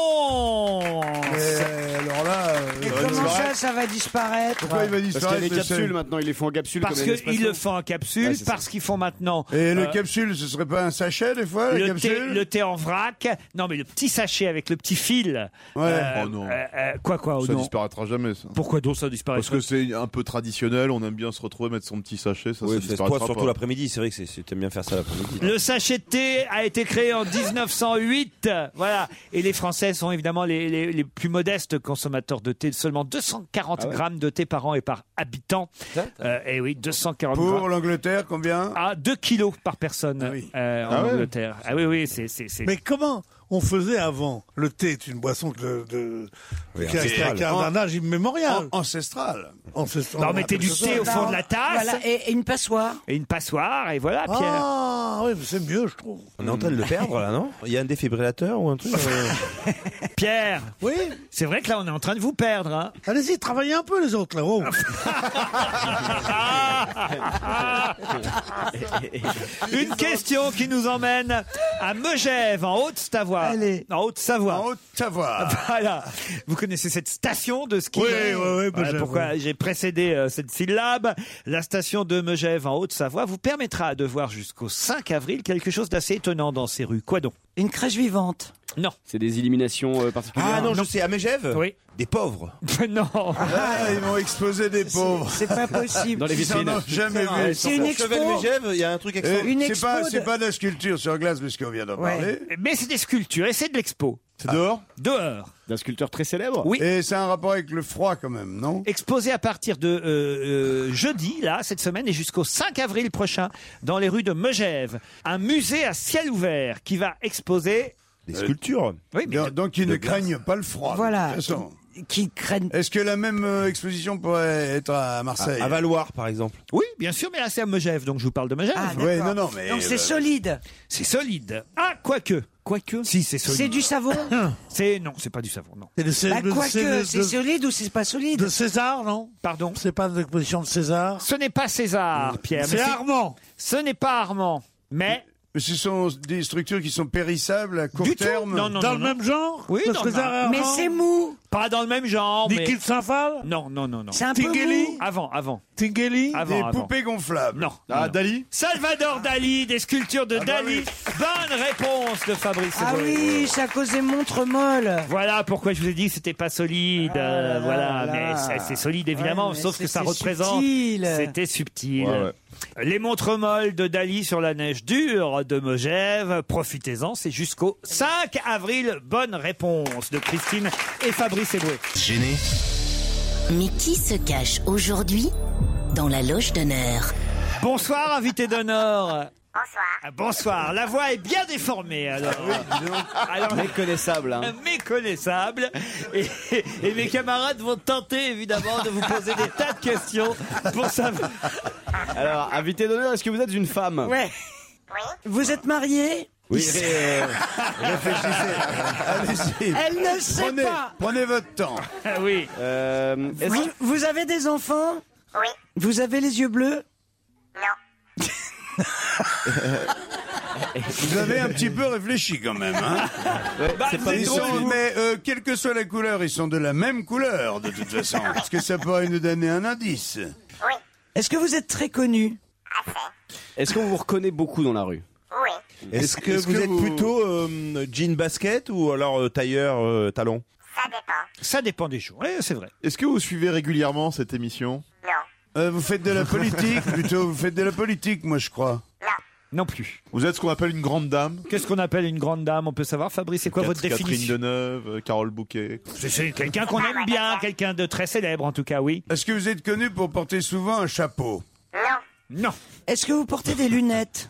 Euh, alors là, euh,
Et
Ouais,
comment
c'est
ça, ça va disparaître
pourquoi il va
Parce qu'il y a
disparaître
des
le sel
capsules maintenant, ils les font en capsules.
Parce
comme les
qu'ils le
Nespresso.
font en capsule,
Ouais, c'est ça.
parce qu'ils font maintenant
Et le
euh,
capsule, ce serait pas un sachet des fois, la
le, thé,
capsule
le thé en vrac. Non, mais le petit sachet avec le petit fil.
Ouais.
Oh non.
euh, quoi, quoi, oh
Ça
non.
disparaîtra jamais, ça.
Pourquoi donc ça disparaît
Parce que c'est un peu traditionnel, on aime bien se retrouver, mettre son petit sachet, ça,
Oui,
ça
c'est
disparaîtra
toi surtout l'après-midi, c'est vrai que c'est- c'est- t'aimes bien faire ça l'après-midi.
Le sachet de thé a été créé en 1908. Voilà. Et les Français sont évidemment les, les- les plus modestes consommateurs de thé. Seulement 240
Ah ouais
grammes de thé par an et par habitant. Euh, et oui, 240 grammes.
Pour l'Angleterre, combien
Ah,
(laughs)
2 kilos par personne euh, en
Ah ouais
Angleterre. Ah oui, oui, c'est- c'est. c'est-
Mais comment on faisait avant Le thé est une boisson de, de-
Oui,
qui a- qui a
ancestrale.
qui a un âge immémorial.
Ancestral.
Ancestral.
On mettait du thé au fond de la tasse.
Voilà, et, et une passoire.
Et une passoire, et voilà,
Ah,
Pierre.
Ah oui, c'est mieux, je trouve.
On est en train de le perdre là, non Il y a un défibrillateur ou un truc (laughs) euh
Pierre.
Oui.
C'est vrai que là, on est en train de vous perdre. Hein.
Allez-y, travaillez un peu les
(laughs)
autres là. oh.
(laughs) Une question qui nous emmène à Megève, en Haute-Savoie. En Haute-Savoie. En
Haute-Savoie.
(laughs) Voilà. Vous connaissez cette station de ski
Oui, oui, oui,
Voilà
Megève,
pourquoi
oui.
j'ai précédé euh, cette syllabe. La station de Megève, en Haute-Savoie, vous permettra de voir jusqu'au 5 avril quelque chose d'assez étonnant dans ces rues. Quoi donc
Une crèche vivante.
Non.
C'est des illuminations euh, particulières.
Ah non, je sais, à Megève
Oui.
Des pauvres.
(laughs) non.
Ah, ils vont exploser des pauvres.
C'est pas possible.
Dans les
Ils en
vitrines.
ont jamais
C'est un-
vu.
c'est une expo. Chevel-Megève, il y a un truc extra-
Eh,
Une
C'est pas,
expo de-
c'est pas de la sculpture sur glace, puisqu'on vient d'en parler.
Mais c'est des sculptures et c'est de l'expo. Ah,
C'est dehors
Dehors.
D'un sculpteur très célèbre
Oui.
Et c'est un rapport avec le froid quand même, non
Exposé à partir de euh, euh, jeudi, là, cette semaine, et jusqu'au 5 avril prochain, dans les rues de Megève. Un musée à ciel ouvert qui va exposer...
Des sculptures
Oui, mais...
Donc, donc ils
de
ne
glace.
craignent pas le froid.
Voilà.
de toute façon.
Qui craignent.
Est-ce que la même euh, exposition pourrait être à Marseille
À, à Valoir, par exemple.
Oui, bien sûr, mais là, c'est à Megève, donc je vous parle de Megève.
Ah, Ouais, d'accord. non, non, mais, Donc, c'est euh,
solide.
C'est solide. Ah, quoique. Quoique Si, c'est solide. Ah,
C'est
(laughs)
du savon
C'est... Non, c'est pas du savon, non.
Bah, quoique, c'est solide ou c'est pas solide
De César, non
Pardon
C'est pas de l'exposition de César Mmh,
Ce n'est pas César, Pierre.
C'est
mais
Armand.
Ce n'est pas Armand, mais...
Mais Ce sont des structures qui sont périssables à court
Du tout.
terme
Non, non, Dans non, le non. même genre Oui,
Que
dans
ce
le même-
Armand
Mais c'est (laughs)
mou
Pas dans le même genre, mais...
Nikit Saint-Phal
Non, non, non, non.
C'est un peu Tinguely mou.
Avant, avant.
Tinguely
Avant,
Des
avant.
poupées gonflables.
Non.
Ah,
non.
Dali Ah, bah
Salvador Dali, des sculptures de Dali. Bonne réponse de Fabrice.
Ah
Eboué.
oui, ça causait montre molle. Ah
Voilà pourquoi je vous ai dit que c'était pas solide. euh, voilà,
là
mais
là.
c'est- c'est solide évidemment,
Ouais, mais
sauf que ça
c'était
représente.
subtil.
C'était subtil.
Ouais,
Les montres molles de Dali sur la neige dure de Megève. Profitez-en, c'est jusqu'au 5 avril. Bonne réponse de Christine et Fabrice Eboué.
Gêné
Mais qui se cache aujourd'hui dans la loge d'honneur
Bonsoir, invité d'honneur. Bonsoir. Bonsoir. La voix est bien déformée alors. alors
Méconnaissable. hein.
méconnaissable. Et, et mes camarades vont tenter évidemment de vous poser des tas de questions pour savoir.
(laughs) Alors, invité d'honneur, est-ce que vous êtes une femme
Ouais. Vous êtes marié
Oui, euh, (laughs)
Allez-y.
Elle ne sait
Prenez-
pas.
Prenez
(laughs)
votre temps.
Ah
Euh,
oui.
vous, vous avez des enfants Oui. Vous avez les yeux bleus (laughs)
Vous avez un petit peu réfléchi quand
(laughs)
même. Hein
Bah,
c'est pas
Ils
drôle,
sont-
vous.
mais euh, quelle que soit la couleur, ils sont de la même couleur de
(laughs)
toute façon. Est-ce que ça pourrait nous donner un indice
Est-ce que vous êtes très connu
Est-ce qu'on vous reconnaît beaucoup dans la rue
Est-ce que vous êtes plutôt euh, jean basket ou alors euh, tailleur euh, talon
Ah.
Ça dépend des jours, ouais, c'est vrai.
Est-ce que vous suivez régulièrement cette émission
Euh, Vous faites de la politique (laughs) plutôt. Vous faites de la politique, moi je crois.
Non plus.
Vous êtes ce qu'on appelle une grande dame
Qu'est-ce qu'on appelle une grande dame On peut savoir, Fabrice, c'est quoi votre
Catherine
définition
Deneuve, euh, Carole Bouquet.
C'est- C'est quelqu'un qu'on aime bien, quelqu'un de très célèbre en tout cas, oui.
Est-ce que vous êtes connu pour porter souvent un chapeau
Non.
Est-ce que vous portez des lunettes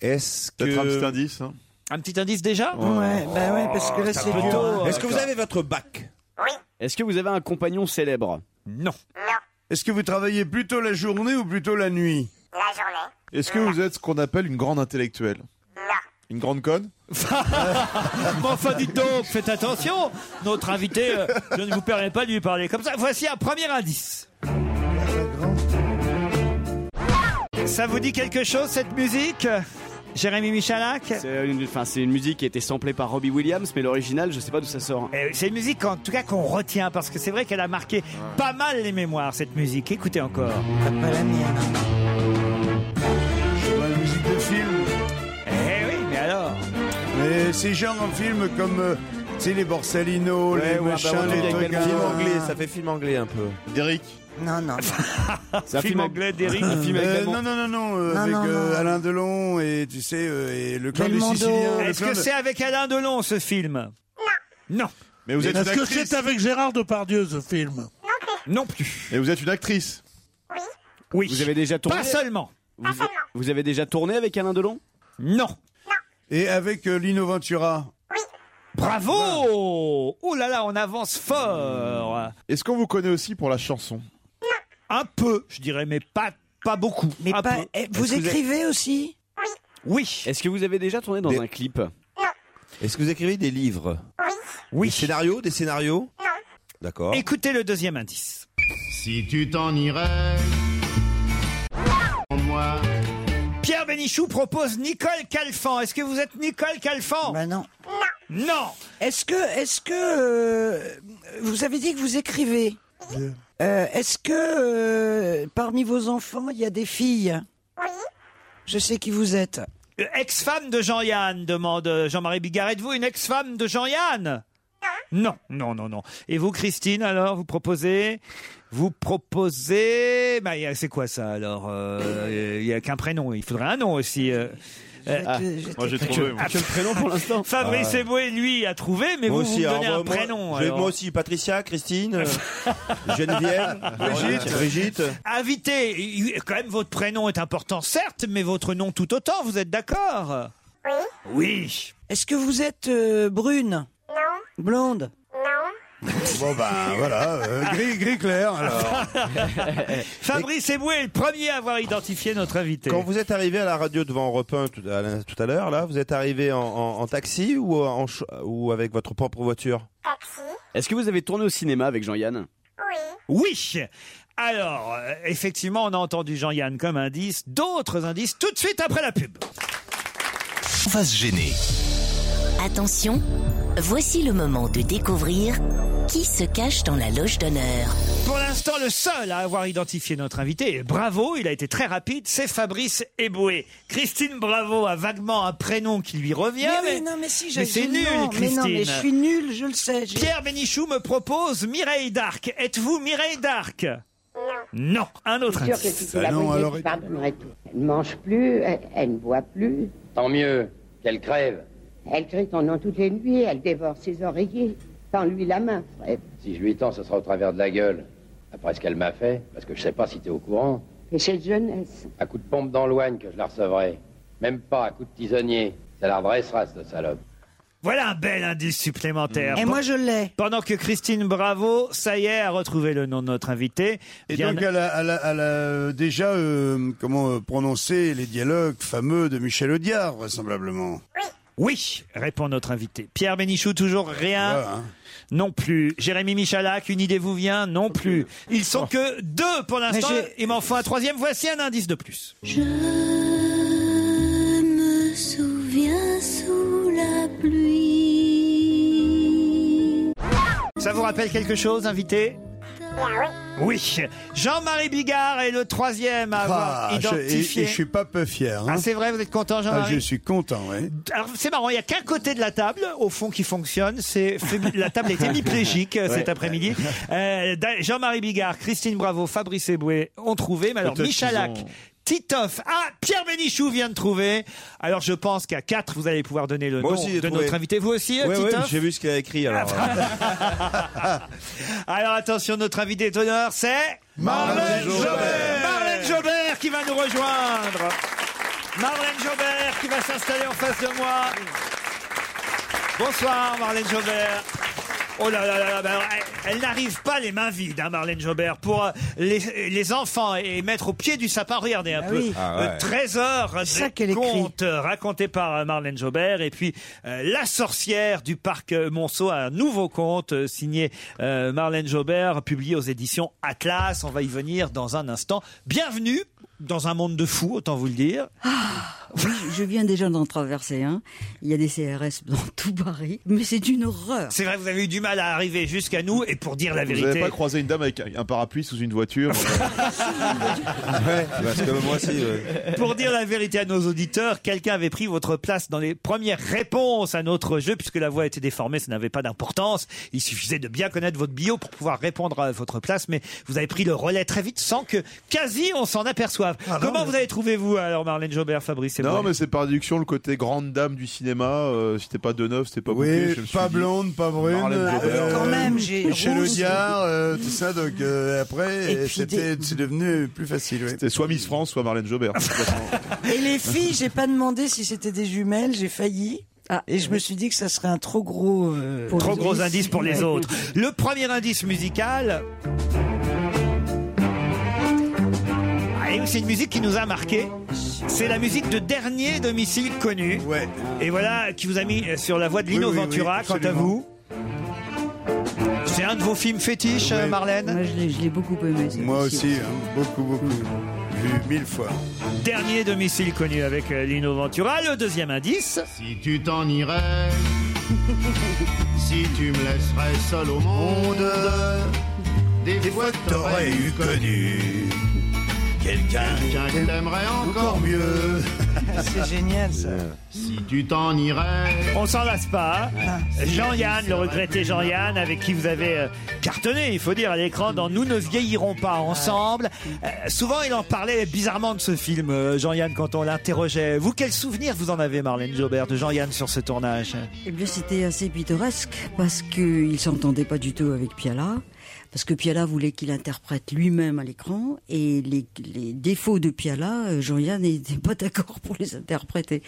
Est-ce que.
Peut-être un petit indice. hein.
Un petit indice déjà
Ouais, bah ouais, parce que là c'est
plutôt,
dur.
euh,
Est-ce que vous avez votre bac
Est-ce que vous avez un compagnon célèbre
Non.
Est-ce que vous travaillez plutôt la journée ou plutôt la nuit
Est-ce que vous êtes ce qu'on appelle une grande intellectuelle Une grande conne
(laughs) Mais enfin, dites donc, faites attention. Notre invité, euh, je ne vous permets pas de lui parler comme ça. Voici un premier indice. Ça vous dit quelque chose, cette musique Jérémy Michalak
C'est une, enfin, c'est une musique qui a été samplée par Robbie Williams, mais l'original, je sais pas d'où ça sort.
Eh oui, C'est une musique, en tout cas, qu'on retient, parce que c'est vrai qu'elle a marqué pas mal les mémoires, cette musique. Écoutez encore.
Pas la mienne.
La musique de film
Eh oui, mais alors
Mais ces genres en film comme euh, C'est les Borsalino,
bah
les machins, les trucs
film anglais, ça fait film anglais un peu.
Derrick
(laughs)
Non, non.
C'est un film anglais,
(laughs)
d'Eric
Derrick, un film avec Belmondo.
Euh, Non, non, non, non, euh,
Non,
avec
non,
euh,
non.
Alain Delon et tu sais, euh, et le clan des
Belmondo.
Siciliens. le
Est-ce
clan
que
de-
c'est avec Alain Delon ce film Non.
Mais vous êtes
Est-ce
une
que
actrice.
c'est avec Gérard Depardieu ce film
Non plus.
Et vous êtes une actrice
Oui.
Vous avez déjà tourné
Pas
Ah,
seulement.
Vous, vous avez déjà tourné avec Alain Delon
Non.
Et avec euh, Lino Ventura.
Bravo Oh là là, on avance fort
Est-ce qu'on vous connaît aussi pour la chanson
Un peu, je dirais, mais pas, pas beaucoup. Mais
pas- eh, vous écrivez aussi
Oui.
Est-ce que vous avez déjà tourné dans un clip
Est-ce que vous écrivez des livres
Oui.
Des scénarios Des scénarios D'accord.
Écoutez le deuxième indice.
Si tu t'en irais, moi.
Pierre Bénichou propose Nicole Calfan. Est-ce que vous êtes Nicole Calfan
Ben non.
Non.
Est-ce que, est-ce que euh, vous avez dit que vous écrivez Euh, Est-ce que euh, parmi vos enfants il y a des filles Je sais qui vous êtes.
Euh, Ex-femme de Jean-Yann, demande euh, Jean-Marie Bigard. Êtes-vous une ex-femme de Jean-Yann non, non, non, non. Et vous, Christine, alors, vous proposez Vous proposez... Bah, il y a- c'est quoi ça, alors Euh, Il n'y a qu'un prénom. Il faudrait un nom aussi. euh. Euh,
te- je Moi, te- j'ai trouvé, moi.
Que le prénom pour l'instant.
(laughs) Fabrice
Ah.
Eboué, lui, a trouvé, mais vous, vous me donnez
alors,
un
moi-
prénom.
je vais-
alors.
Moi aussi, Patricia, Christine, euh,
(laughs)
Geneviève, Brigitte. Brigitte.
Invité, il- il- quand même, votre prénom est important, certes, mais votre nom tout autant, vous êtes d'accord Oui. Oui.
Est-ce que vous êtes euh, brune Non. Blonde
Oh,
Bon ben voilà, euh, (laughs) gris, gris clair alors.
(laughs) Fabrice Eboué est le premier à avoir identifié notre invité.
Quand vous êtes arrivé à la radio devant Europe 1 tout à, l'in- tout à l'heure, là, vous êtes arrivé en, en- en taxi ou, euh, en ch- ou avec votre propre voiture
Est-ce que vous avez tourné au cinéma avec Jean-Yann
Oui. Alors, euh, effectivement, on a entendu Jean-Yann comme indice, d'autres indices tout de suite après la pub.
On va se gêner.
Attention, voici le moment de découvrir qui se cache dans la loge d'honneur.
Pour l'instant, le seul à avoir identifié notre invité, et bravo, il a été très rapide, c'est Fabrice Eboué. Christine Bravo a vaguement un prénom qui lui revient,
Ah. mais,
mais,
oui, non, mais si, j'ai-
mais c'est
j'ai-
nul,
non, mais
Christine.
non, mais je suis nulle, je le sais. j'ai-
Pierre Bénichou me propose Mireille d'Arc. Êtes-vous Mireille d'Arc Non. Un autre
sûr que
indice.
si tu la voyais, tu pardonnerais tout. Elle ne mange plus, elle, elle ne boit plus. Tant mieux, qu'elle crève. Elle crie ton nom toutes les nuits, elle dévore ses oreillers. Tends-lui la main, frère.
Si je lui tends, ce sera au travers de la gueule. Après ce qu'elle m'a fait, parce que je sais pas si t'es au courant,
Et chez le jeunesse.
à coup de pompe dans l'oigne que je la recevrai. Même pas à coup de tisonnier. Ça la redressera, cette salope.
Voilà un bel indice supplémentaire.
Et moi, je l'ai.
Pendant que Christine Bravo, ça y est, a retrouvé le nom de notre invité.
Et
Bien-
donc elle a, elle a- elle a déjà euh, comment euh, prononcer les dialogues fameux de Michel Audiard vraisemblablement.
Oui, répond notre invité. Pierre Bénichou, toujours rien.
Voilà, hein.
Non plus. Jérémy Michalak, une idée vous vient Non plus. Ils sont que deux pour l'instant.
Mais
Il m'en faut un troisième. Voici un indice de plus.
Je me souviens sous la pluie.
Ça vous rappelle quelque chose, invité Oui. Jean-Marie Bigard est le troisième à avoir
Ah, je, et,
identifié.
et je suis pas peu fier. hein.
Ah, c'est vrai, vous êtes content,
Ah,
Jean-Marie
je suis content, ouais.
Alors, c'est marrant, il n'y a qu'un côté de la table, au fond, qui fonctionne. C'est La table est
(laughs)
hémiplégique euh,
Ouais.
cet après-midi. Euh, da- Jean-Marie Bigard, Christine Bravo, Fabrice Eboué ont trouvé. Mais alors,
Peut-être
Michalak,
qu'ils ont-
Titoff, ah, Pierre Bénichou vient de trouver. Alors, je pense qu'à 4, vous allez pouvoir donner le
Moi
nom
aussi,
de
j'ai trouvé.
notre invité. Vous aussi, euh, Ah,
Ouais, ouais,
Titoff
j'ai vu ce qu'il a écrit alors.
(laughs)
euh.
Alors, attention, notre invité d'honneur, c'est...
Marlène Jobert.
Marlène Jobert qui va nous rejoindre Marlène Jobert qui va s'installer en face de moi. Bonsoir Marlène Jobert. Oh là là là là, bah alors, elle, elle n'arrive pas les mains vides, hein, Marlène Jobert, pour euh, les, les enfants et mettre au pied du sapin. Regardez un
Ah
peu.
oui. Ah ouais.
Euh, Trésor
ça
des
qu'elle écrit.
contes euh, racontés par euh, Marlène Jobert et puis euh, La sorcière du parc euh, Monceau, un nouveau conte euh, signé euh, Marlène Jobert, publié aux éditions Atlas. On va y venir dans un instant. Bienvenue dans un monde de fous, autant vous le dire.
Ah, Oui, je viens déjà d'en traverser un. Il y a des CRS dans tout Paris, mais c'est une horreur.
C'est vrai, vous avez eu du mal à arriver jusqu'à nous et pour dire la
Vous
vérité.
n'avez pas croisé une dame avec un parapluie sous
(laughs)
une voiture
Ouais, parce que moi aussi. ouais.
(laughs) Pour dire la vérité à nos auditeurs, quelqu'un avait pris votre place dans les premières réponses à notre jeu, puisque la voix était déformée, ça n'avait pas d'importance. Il suffisait de bien connaître votre bio pour pouvoir répondre à votre place, mais vous avez pris le relais très vite sans que quasi on s'en aperçoive. Comment vous avez trouvé, vous, alors, Marlène Jobert, Fabrice
Non,
Eboué
mais c'est par déduction le côté grande dame du cinéma. euh, si t'es pas de neuf, c'était pas
Oui,
bouquet, je me suis
pas
dit,
blonde, pas brune.
Marlène
euh,
Jobert.
Michel Audiard, euh, tout ça. Donc euh, après, euh, c'était c'est devenu plus facile. oui.
C'était soit Miss France, soit
(laughs)
Marlène Jobert.
Et les filles, j'ai pas demandé si c'était des jumelles, j'ai failli. et je me suis dit que ça serait un trop gros. euh,
Trop gros indice pour les
Ouais.
autres. Le premier indice musical. Ah, et C'est une musique qui nous a marqué. C'est la musique de dernier domicile connu. Et voilà qui vous a mis euh, sur la voie de Lino
Oui, oui, oui,
Ventura. quant à
absolument.
vous, c'est un de vos films fétiches, euh, Marlène.
Moi, je l'ai- je l'ai beaucoup aimé. ça
Moi aussi, hein, beaucoup, beaucoup. Vu mille fois.
Dernier domicile connu avec euh, Lino Ventura. Le deuxième indice.
Si tu t'en irais, (laughs) si tu me laisserais seul au monde, des, fois t'aurais eu connu quelqu'un qui t'aimerait encore
(laughs)
mieux.
C'est génial ça.
Si tu t'en irais. Ah,
On s'en lasse pas. hein. Jean-Yann, le regretté Jean-Yann, avec qui vous avez euh, cartonné, il faut dire, à l'écran dans Nous ne vieillirons pas ensemble. Euh, souvent, il en parlait bizarrement de ce film, euh, Jean-Yann, quand on l'interrogeait. Vous, quel souvenir vous en avez, Marlène Jobert, de Jean-Yann sur ce tournage
Eh bien, c'était assez pittoresque parce qu'il s'entendait pas du tout avec Piala. Parce que Piala voulait qu'il interprète lui-même à l'écran et les, les défauts de Piala, euh, Jean-Yann n'était pas d'accord pour les interpréter.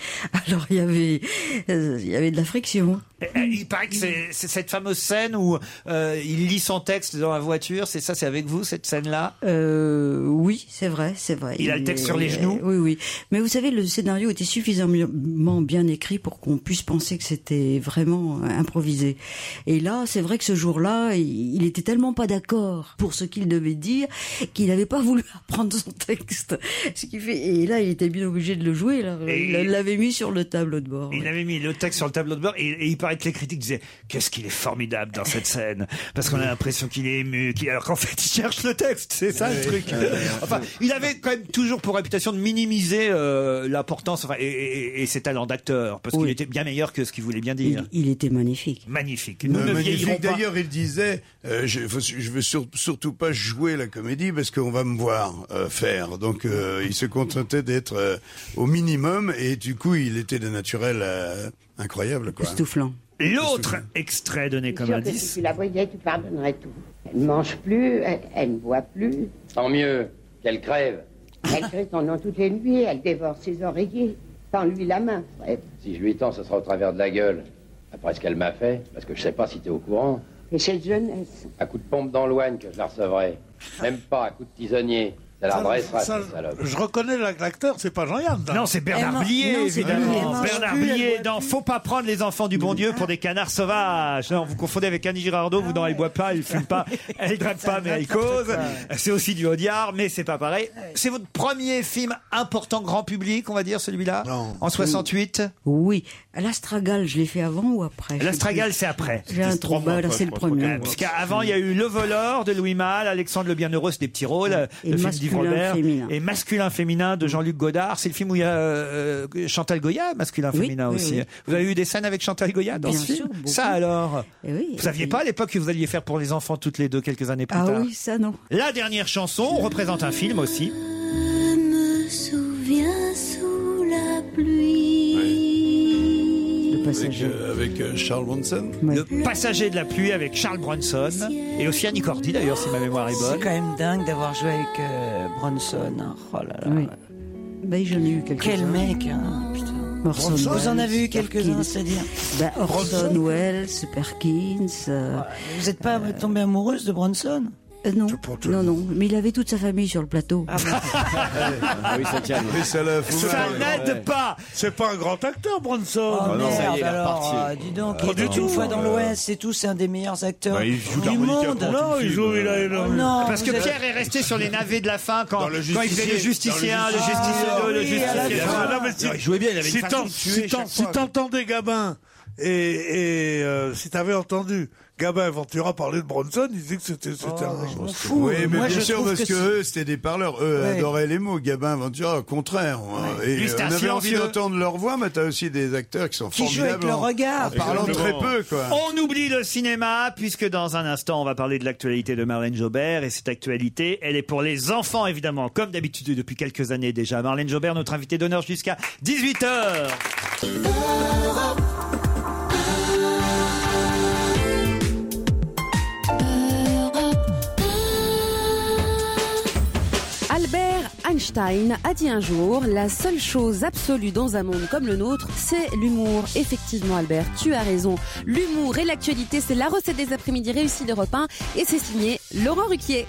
Alors il y avait, euh, il y avait de la friction.
Euh, euh, Il paraît que c'est c'est cette fameuse scène où euh, il lit son texte dans la voiture. C'est ça, c'est avec vous, cette scène-là
Euh, oui, c'est vrai, c'est vrai.
Il a le texte sur les
euh,
genoux
Oui, oui. Mais vous savez, le scénario était suffisamment bien écrit pour qu'on puisse penser que c'était vraiment euh, improvisé. Et là, c'est vrai que ce jour-là, il il était tellement pas d'accord pour ce qu'il devait dire qu'il n'avait pas voulu (laughs) apprendre son texte. Ce qui fait, et là, il était bien obligé de le jouer. Là.
Et-
Mm, Il l'avait mis sur le tableau de bord.
Il avait mis le texte sur le tableau de bord et, et il paraît que les critiques disaient qu'est-ce qu'il est formidable dans cette scène parce qu'on a l'impression qu'il est ému qu'il- alors qu'en fait il cherche le texte c'est ça le truc enfin il avait quand même toujours pour réputation de minimiser euh, l'importance enfin, et, et- et ses talents d'acteur parce qu'il était bien meilleur que ce qu'il voulait bien dire
Il, il était magnifique.
magnifique nous
Euh,
ne
magnifique.
vieillirons pas
D'ailleurs, il disait euh, je, faut- je veux sur- surtout pas jouer la comédie parce qu'on va me voir euh, faire. Donc, euh, il se contentait d'être euh, au minimum et du coup, il était de naturel euh, incroyable. Quoi.
Soufflant.
l'autre extrait donné
Je
comme
suis sûre que si
indice
tu la voyais, tu pardonnerais tout.
Elle ne mange plus, elle, ne
(laughs)
boit plus. Tant mieux, qu'elle crève.
Elle crie son nom toutes les nuits, elle dévore ses oreillers. Tends-lui la main, Fred.
Si je lui tends, ce sera au travers de la gueule. Après ce qu'elle m'a fait, parce que je sais pas si t'es au courant,
Et cette jeunesse.
à coup de pompe dans l'oigne que je la recevrai. Même pas à coup de tisonnier. Ça la
Ça,
redressera,
ça,
cette salope.
Je reconnais l'ac- l'acteur, c'est pas Jean-Yann.
non, c'est Bernard Blier, évidemment. Bernard Blier, dans Faut pas prendre les enfants du bon Dieu pour des canards sauvages. Non, vous confondez avec Annie Girardot, vous, non, elle boit pas, elle fume pas, elle drague pas, mais elle cause. C'est aussi du Audiard, mais c'est pas pareil. C'est votre premier film important grand public, on va dire, celui-là? En 68?
Oui. L'Astragal, je l'ai fait avant ou après
L'Astragal, c'est après.
J'ai un trou. Bah, là, c'est le premier.
Parce qu'avant, il y a eu Le Voleur de Louis Malle, Alexandre le Bienheureux, c'est des petits rôles,
Et
le film
Masculin,
d'Yves Robert,
Féminin.
et Masculin Féminin de Jean-Luc Godard. C'est le film où il y a euh, euh, Chantal Goya, Masculin
Oui,
Féminin
oui,
aussi.
oui.
Vous avez eu des scènes avec Chantal Goya dans
Bien
ce film
sûr, beaucoup. Eh
Ça alors
oui,
Vous saviez pas à l'époque que vous alliez faire pour les enfants toutes les deux quelques années plus
Ah
tard
oui, ça non.
La dernière chanson représente un film aussi.
Je me souviens sous la pluie.
Avec, euh, avec, euh, Charles Bronson.
Le Passager de la pluie avec Charles Bronson et aussi Annie Cordy d'ailleurs si ma mémoire est
C'est
bonne.
quand même dingue d'avoir joué avec euh, Bronson. hein. Oh là là.
Ben, j'en ai eu quelques-uns.
Quel mec, hein, putain.
Orson
Vous
Welles,
en avez eu quelques-uns,
Perkins.
c'est-à-dire
Ben, Orson
Bronson.
Welles, Perkins. euh,
Vous n'êtes pas tombée amoureuse de Bronson
Euh, non. non, non, mais il avait toute sa famille sur le plateau.
Ah oui, ça calme.
Mais ça la fout.
Ça
Ouais.
n'aide pas. C'est pas un grand acteur, Bronson.
Oh, merde, alors, euh, dis donc,
Pas
il était
Ah, du tout.
une fois dans l'Ouest, c'est tout, c'est un des meilleurs acteurs
Bah, il joue
du
d'harmonica
monde.
pour Non, tout le il film. joue, il a- il a-
Oh, non,
Parce
vous
que
êtes-
Pierre est resté sur les navets de la fin quand,
le
quand il faisait le justicier
Justicier.
1, le
Ah,
justicier 2, le
oui, à la
justicier
fin.
3.
Non, mais si- si t'en- si t'en- si t'entendais Gabin et, et euh, si t'avais entendu Gabin et Ventura parler de Bronson, il disait que c'était c'était un
On s'en fout. Oui, mais bien sûr, parce que, eux, c'était des parleurs. Eux
Ouais.
adoraient les mots. Gabin, Ventura, au contraire. hein. Et
Lui,
on
c'était un
avait envie
silencieux.
d'entendre leur voix, mais t'as aussi des acteurs qui sont
Qui jouent
formidables.
avec le
en-
regard.
En parlant très
Exactement.
peu, quoi.
On oublie le cinéma, puisque dans un instant, on va parler de l'actualité de Marlène Jobert. Et cette actualité, elle est pour les enfants, évidemment, comme d'habitude depuis quelques années déjà. Marlène Jobert, notre invitée d'honneur jusqu'à 18h.
Albert Einstein a dit un jour La seule chose absolue dans un monde comme le nôtre, c'est l'humour. Effectivement, Albert, tu as raison. L'humour et l'actualité, c'est la recette des après-midi réussie d'Europe 1 et c'est signé Laurent Ruquier.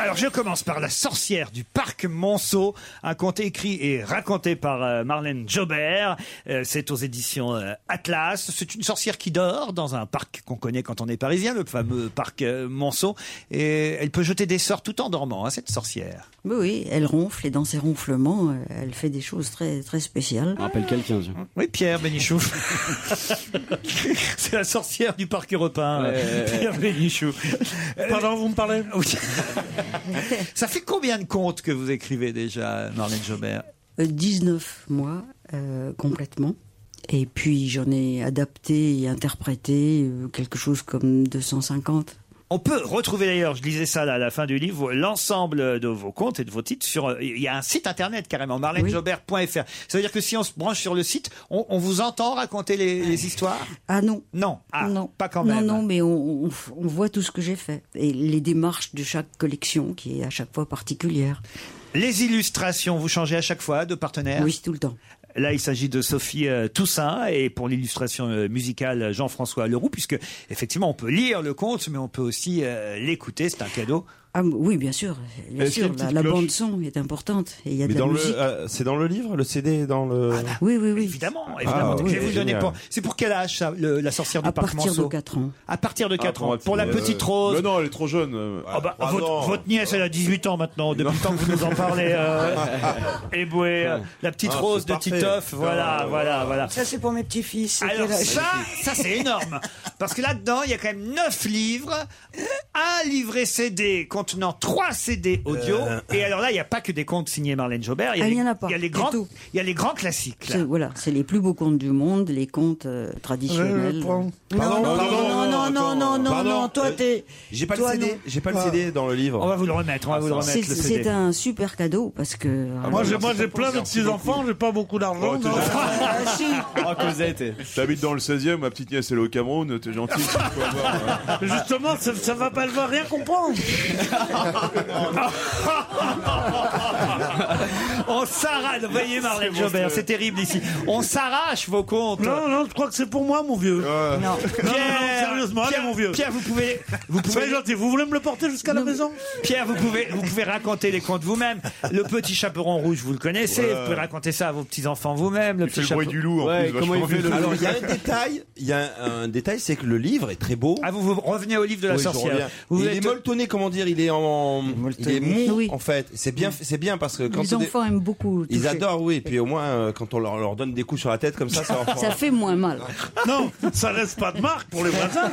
Alors je commence par La sorcière du parc Monceau, un conte écrit et raconté par euh, Marlène Jobert. Euh, c'est aux éditions euh, Atlas. C'est une sorcière qui dort dans un parc qu'on connaît quand on est parisien, le fameux parc euh, Monceau. Et elle peut jeter des sorts tout en dormant, hein, cette sorcière.
Oui, oui, elle ronfle et dans ses ronflements, euh, elle fait des choses très, très spéciales.
Rappelle quelqu'un, je-
Oui, Pierre (laughs) Bénichou. c'est la sorcière du parc européen, euh,
ouais, ouais.
Pierre Bénichou. Euh, Pardon, vous me parlez Ça fait combien de contes que vous écrivez déjà, Marlène Jobert
Euh, 19 mois euh, complètement. Et puis j'en ai adapté et interprété euh, quelque chose comme 250.
On peut retrouver d'ailleurs, je lisais ça là, à la fin du livre, l'ensemble de vos comptes et de vos titres sur. euh, Il y a un site internet carrément, marlenejobert.fr. Ça veut dire que si on se branche sur le site, on, on vous entend raconter les, les histoires
Ah non.
Non. Ah,
non.
Pas quand même.
Non, non, mais on, on f- on voit tout ce que j'ai fait. Et les démarches de chaque collection qui est à chaque fois particulière.
Les illustrations, vous changez à chaque fois de partenaire
Oui, tout le temps.
Là, il s'agit de Sophie euh, Toussaint et pour l'illustration euh, musicale Jean-François Leroux, puisque effectivement on peut lire le conte, mais on peut aussi euh, l'écouter, c'est un cadeau.
Ah oui, bien sûr. Bien
Est-ce qu'il y a
sûr
une
la,
petite
la
cloche
bande son est importante. Et il y a
Mais
de la
dans
musique.
le, euh, c'est dans le livre, le CD, est dans
Ah,
le.
Oui, oui, oui.
Évidemment, évidemment.
Ah,
Je vais
oui,
vous donner
génial.
pour. C'est pour quel âge ça, le- la sorcière du
À
parc
partir
Monceau
de 4 ans.
À partir de 4 ans.
Ah,
Pour la
euh,
petite rose.
Mais non, elle est trop jeune. euh,
Ah bah,
ah, non.
votre, votre nièce, elle a 18 ans maintenant, depuis le temps que vous nous en parlez.
(laughs)
(laughs)
euh, Eboué, euh, la petite
Ah,
rose
c'est
de
parfait.
Titoff, voilà,
Ah,
voilà, voilà.
Ça, c'est pour mes petits-fils.
Alors ça, ça c'est énorme. Parce que là-dedans, il y a quand même 9 livres, un livret CD contenant 3 CD audio.
Euh.
Et alors là, il n'y a pas que des contes signés Marlène Jobert.
Ah,
les-
il y en a pas,
Il y a les
du
grands,
tout.
il y a les grands classiques. là.
C'est- Voilà, c'est les plus beaux contes du monde, les contes euh, traditionnels.
Pardon,
non,
pardon,
non, non, non, non, non, non,
pardon.
non, toi,
Euh,
t'es.
J'ai pas
toi,
le CD,
non.
j'ai pas le
Ah.
CD dans le livre.
On va vous le remettre, on va vous le
remettre.
Ah, C'est-
le CD.
C'est un super cadeau parce que.
Ah,
euh,
Moi, j'ai moi, j'ai plein de petits enfants, j'ai pas beaucoup d'argent. non.
Ah,
(laughs)
Oh, Cosette.
T'habites dans le 16 e ma petite nièce, elle est au Cameroun, t'es
(laughs)
gentil.
(laughs) Justement, ça, ça va pas le voir rien comprendre.
On s'arrache, vous Oh, voyez Marlène
C'est monstrueux.
Jobert, c'est terrible ici. On s'arrache vos comptes.
(laughs) Non, non, je crois que c'est pour moi, mon vieux.
Non.
Non, non, non,
Pierre,
sérieusement, allez,
Pierre,
mon vieux.
Pierre, vous pouvez. Vous pouvez
Soyez gentil, vous voulez me le porter jusqu'à la maison
Pierre, vous pouvez, vous pouvez raconter les contes vous-même. Le petit chaperon rouge, vous le connaissez.
Ouais.
Vous pouvez raconter ça à vos petits enfants vous-même. Le
Il
petit
fait le bruit
chaperon-
du loup, en Ouais, plus, comment vachement il fait le bien. loup Alors, il y (laughs) a un détail. Il y a un, un détail, c'est que le livre est très beau.
Ah, vous, vous revenez au livre de la
Oui, je
sorcière.
reviens.
Vous
il
êtes-
est molletonné, comment dire, il est en, il est mou
Oui.
en fait. C'est bien, c'est bien parce que quand
Les
on dé-
enfants aiment beaucoup.
ils
toucher.
adorent, oui. Et puis au moins, euh, quand on leur, leur donne des coups sur la tête comme ça, ça,
Ça fait moins mal.
Non,
(laughs)
ça laisse pas de marque pour les voisins.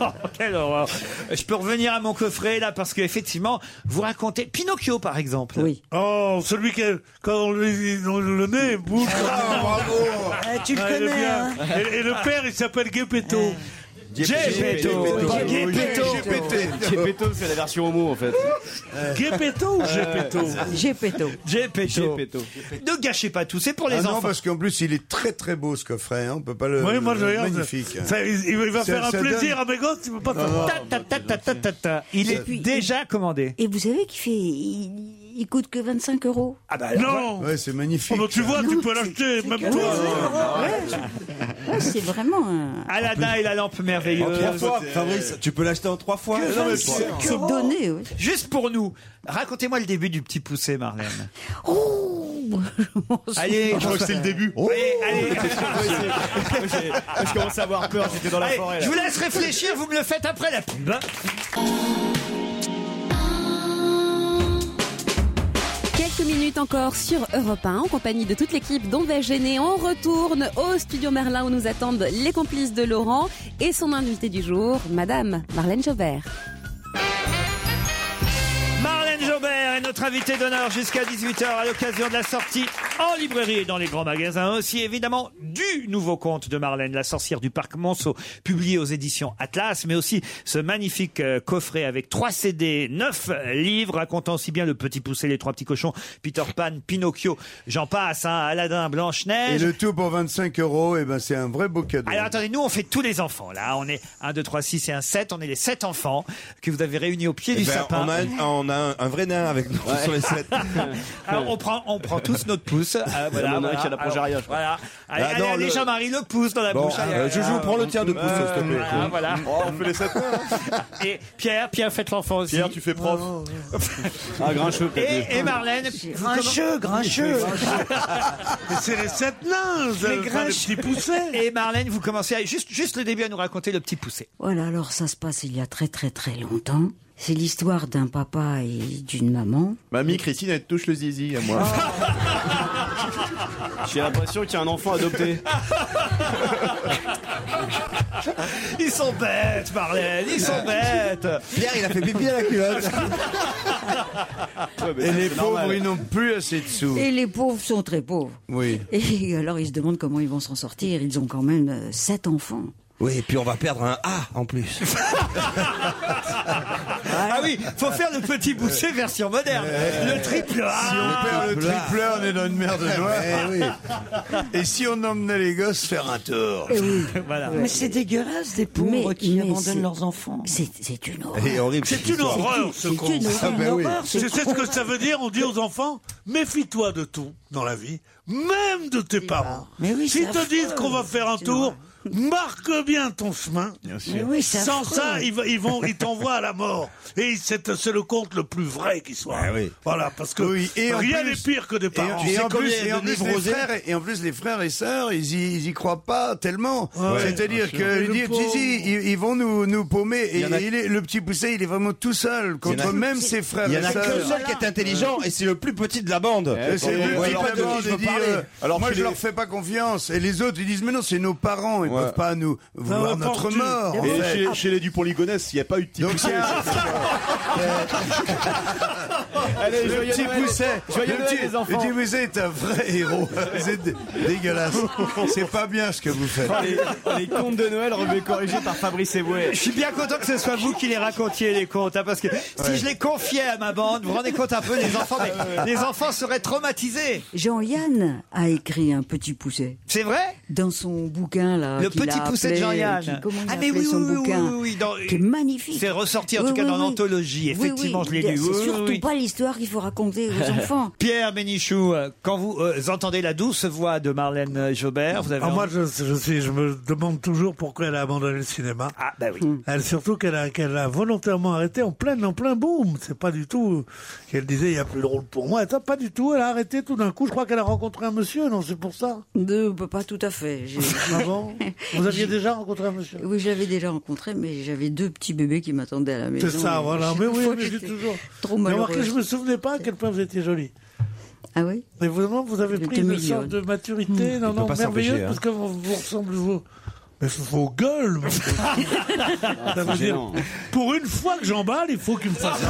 Oh, Quelle horreur. Je peux revenir à mon coffret là parce qu'effectivement, vous racontez Pinocchio par exemple.
Oui.
Oh, celui qui, a- quand on lui on lui- le nez, bouge.
bravo.
Eh, tu le
Ah, il est
connais,
bien.
hein. Eh.
et, et le père, il s'appelle Gepetto.
Gepetto.
Gepetto.
Gepetto, c'est la version homo en fait.
Euh.
Gepetto ou Gepetto
Gepetto.
Gepetto. Euh. Ne gâchez pas tout, c'est pour les
Ah non,
enfants.
parce qu'en plus, il est très très beau ce coffret. Hein. On peut pas le.
Oui, moi je
le-
regarde.
Magnifique.
Ça, il, il va
Ça-
faire un
ça
plaisir
donne-
à mes gosses, tu peux pas
Non,
savoir.
Ta, ta, ta, ta, ta, ta, ta. Il est déjà commandé.
Et vous savez qu'il fait. Il, il coûte que 25 euros.
Ah bah,
Non
Ouais, c'est magnifique.
Oh, bah, Tu vois, tu peux l'acheter, même toi.
Ah, c'est vraiment un-
Aladdin Ah et la lampe merveilleuse.
En trois fois,
Fabrice, tu peux l'acheter en trois fois.
Que Non, mais c'est- vingt-cinq c'est euros. donné, oui.
Juste pour nous. Racontez-moi le début du petit poussé, Marlène.
Je crois que c'est le début. Oh,
Allez, allez. (laughs)
Je commence à avoir peur, j'étais dans la
Allez,
forêt. là.
Je vous laisse réfléchir, vous me le faites après la pub. hein.
Quelques minutes encore sur Europe 1 en compagnie de toute l'équipe d'On va gêner. On retourne au studio Merlin où nous attendent les complices de Laurent et son invité du jour, Madame Marlène Jobert.
Marlène Jobert est notre invitée d'honneur jusqu'à 18h à l'occasion de la sortie en librairie et dans les grands magasins aussi évidemment du nouveau conte de Marlène, La sorcière du parc Monceau, publié aux éditions Atlas, mais aussi ce magnifique euh, coffret avec 3 CD, 9 euh, livres racontant aussi bien le petit poussé, les trois petits cochons, Peter Pan, Pinocchio, j'en passe, hein, Aladdin,
Et
Blanche-Neige.
le tout pour 25 euros, et ben c'est un vrai beau cadeau.
Alors attendez, nous on fait tous les enfants là, on est 1, 2, 3, 6 et un 7, on est les 7 enfants que vous avez réunis au pied
Eh
du
ben,
sapin.
on a un- (laughs) on a un- un vrai nain avec nous sur les sept.
(laughs) Alors, on prend, on prend tous notre pouce.
(laughs)
Ah,
Il y en
voilà,
a un
voilà.
qui a la
Alors,
progéria, je crois.
Voilà. Allez,
Ah,
allez,
non,
allez,
le-
Jean-Marie, le pouce dans la
Bon,
bouche. Allez,
euh,
allez,
Joujou,
allez.
prends le tien de pouce, s'il te plaît.
Voilà, voilà.
Oh, on fait les sept
(laughs) Et Pierre, Pierre, faites l'enfant aussi. (laughs)
Pierre, tu fais prof.
Ah,
grincheux, peut-être.
Et,
(laughs)
et Marlène. vous
Grincheux,
comment-
grincheux.
(laughs)
Mais c'est les sept nains,
euh, pas les petits poussets.
Et Marlène, vous commencez à, juste, juste le début à nous raconter le petit poussé.
Voilà, alors ça se passe il y a très très très longtemps. C'est l'histoire d'un papa et d'une maman.
Mamie Christine, elle te touche le zizi à moi.
Ah. J'ai l'impression qu'il y a un enfant adopté.
Ils sont bêtes, Marlène,
(laughs)
ils sont bêtes.
Pierre, il a fait pipi à la culotte.
Et les pauvres, ils n'ont plus assez de sous.
Et les pauvres sont très pauvres.
Oui.
Et alors ils se demandent comment ils vont s'en sortir. Ils ont quand même euh, sept enfants.
Oui, et puis on va perdre un A en plus.
Ah oui, faut faire le petit poussé version moderne. Le triple A.
Si on perd le tripleur, on est dans une merde de joie. Eh Et si on emmenait les gosses faire un tour
Eh
(laughs)
oui.
(laughs) Voilà.
Mais c'est dégueulasse des pauvres
Mais-
qui
mais c'est-
abandonnent leurs enfants.
C'est une horreur.
Et horrible.
C'est une horreur, ce con.
Ah ben
ce
Tu sais ce que ça veut dire On dit aux enfants méfie-toi de tout dans la vie, même de tes parents.
oui,
S'ils
c'est
te
affreux.
disent qu'on va faire un
C'est
tour, marque bien ton chemin.
sûr. Mais oui, c'est
Sans
affreux.
ça, ils, va- ils vont, ils t'envoient à la mort. Et c'est c'est le conte le plus vrai qui soit. Voilà, parce que
Ah Oui, et en
rien
plus-
n'est pire que des
Et, en-
parents.
tu sais combien- et en plus, les frères, et en plus, les frères et sœurs, ils y, ils y croient pas tellement.
Ouais.
C'est-à-dire
Bien sûr.
que ils
Le
disent,
pauvre.
si, si, ils, ils vont nous, nous paumer.
Il
Et
y en a-
il est- le petit poussé, il est vraiment tout seul
Il y en a-
contre même ses frères
Il y
et
en a
sœurs.
que seul qui est intelligent et c'est le plus petit de la bande.
Et C'est lui qui
Voyez pas de
demande
qui je
et
veux
dit,
parler.
euh, moi
tu
je
les-
leur fais pas confiance. Et les autres ils disent mais non c'est nos parents, ils
Ouais.
peuvent pas nous vouloir notre mort. en
Et
fait.
chez, chez les Dupont-Ligonnès, il n'y a pas eu de petit poussé.
le
joyeux
petit
Noël.
pousset,
Joyeux
le
Noël,
petit,
les enfants.
le petit pousset est un vrai héros. Vous êtes dé-
(laughs)
dégueulasse. C'est pas bien ce que vous faites.
les, les contes de Noël remis corrigés par Fabrice Eboué.
Je suis bien content que ce soit vous qui les racontiez les contes, hein, parce que si je les confiais à ma bande, vous vous rendez compte un peu les enfants, mais les enfants seraient traumatisés.
Jean-Yann a écrit un petit poussé.
C'est vrai
Dans son bouquin là.
Le
qu'il
petit
a
poussé de
appelé, euh,
Jean-Yann.
qui- Comment il
Ah,
a
mais
appelé
oui,
son
oui, oui,
bouquin
oui, oui, dans-
Qui est magnifique.
C'est ressorti, en tout cas, dans l'anthologie.
Oui, oui,
Effectivement, je l'ai lu.
C'est
Oui, oui,
surtout
oui.
pas l'histoire qu'il faut raconter
(laughs)
aux enfants.
Pierre Bénichou, euh, quand vous euh, entendez la douce voix de Marlène euh, Jobert, vous avez
Ah, moi, je, je suis- je me demande toujours pourquoi elle a abandonné le cinéma.
Ah, bah oui.
Elle, surtout qu'elle a, qu'elle a volontairement arrêté en plein, en plein boom. C'est pas du tout euh, qu'elle disait, il y a plus de rôle pour moi. Et ça, pas du tout. Elle a arrêté tout d'un coup. Je crois qu'elle a rencontré un monsieur, non, c'est pour ça.
De, bah, pas tout à fait. J'ai-
Ah
(laughs)
Avant, vous aviez déjà rencontré un monsieur
Oui, je l'avais déjà rencontré, mais j'avais deux petits bébés qui m'attendaient à la maison.
C'est ça,
Et
voilà.
chaque
Mais oui,
fois,
mais j'ai
j'étais
toujours.
Trop
Mais remarquez,
malheureuse.
je me souvenais pas à quel point vous étiez jolie.
Ah oui
Mais vraiment, vous avez
J'étais
pris une
mignonne.
sorte de maturité, non,
On peut
non,
pas
merveilleuse,
s'empêcher, hein.
parce que vous, vous ressemblez vous. Mais faut- faut gueule. mais- Ça veut dire,
gênant.
pour une fois que j'emballe, il faut qu'il me fasse.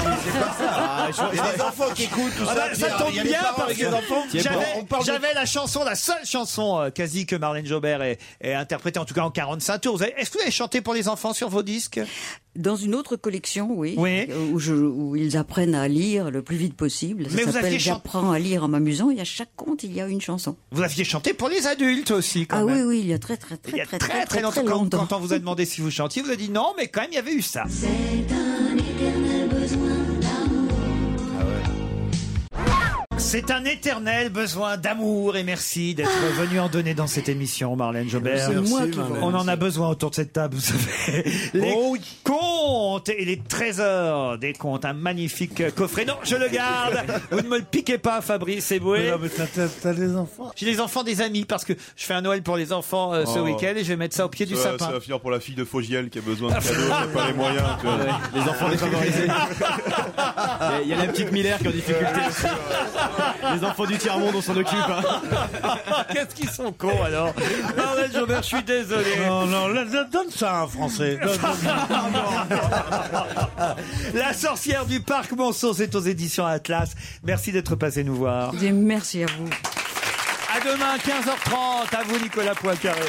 Ah,
Il y a des enfants qui écoutent tout
Ah
Ah, ça.
bah, ça
Pierre,
tombe
il y a les
bien
parents
parce
qui
que
écoutent.
j'avais-
On parle de-
j'avais la chanson, la seule chanson euh, quasi que Marlène Jobert ait, ait interprétée, en tout cas en 45 tours. Vous avez- Est-ce que vous avez chanté pour les enfants sur vos disques
Dans une autre collection, oui,
Oui.
euh, Où, je- où ils apprennent à lire le plus vite possible.
Mais vous
Ça
aviez
s'appelle
chan-
J'apprends à lire en m'amusant et à chaque conte, il y a une chanson.
Vous aviez chanté pour les adultes aussi quand
ah
même.
oui, oui, il y a très très
Il y
très
a
très
très
très très
longtemps,
très
quand-
longtemps.
Quand, on vous a demandé si vous chantiez, vous avez dit non, mais quand même il y avait eu ça.
C'est un éternel besoin d'amour.
Ah C'est un éternel besoin d'amour et merci d'être
Ah.
venu en donner dans cette émission, Marlène Jobert.
C'est moi qui vous remercie.
On en a besoin autour de cette table, vous savez. Les
Oh
contes et les trésors des contes. Un magnifique coffret. Non, je le garde. Vous ne me le piquez pas, Fabrice Eboué.
Mais non, mais t'as- t'as- t'as des enfants.
J'ai les enfants des amis parce que je fais un Noël pour les enfants euh, ce
Oh.
week-end et je vais mettre ça au pied du
Ça va-
sapin.
Ça va finir pour la fille de Fogiel qui a besoin
(laughs)
de cadeaux, qui n'a pas les moyens. tu vois.
Ouais, les enfants
(laughs)
défavorisés. Il y, a la petite Miller qui est en difficulté. Les enfants du tiers-monde, on s'en occupe. hein.
Qu'est-ce qu'ils sont cons alors Marlène Jobert, je suis désolé.
Non, non, la- la- donne ça à un Français. Donne-
La sorcière du parc Monceau, c'est aux éditions Atlas. Merci d'être passé nous voir.
Merci à vous.
À demain 15h30. À vous Nicolas Poincaré.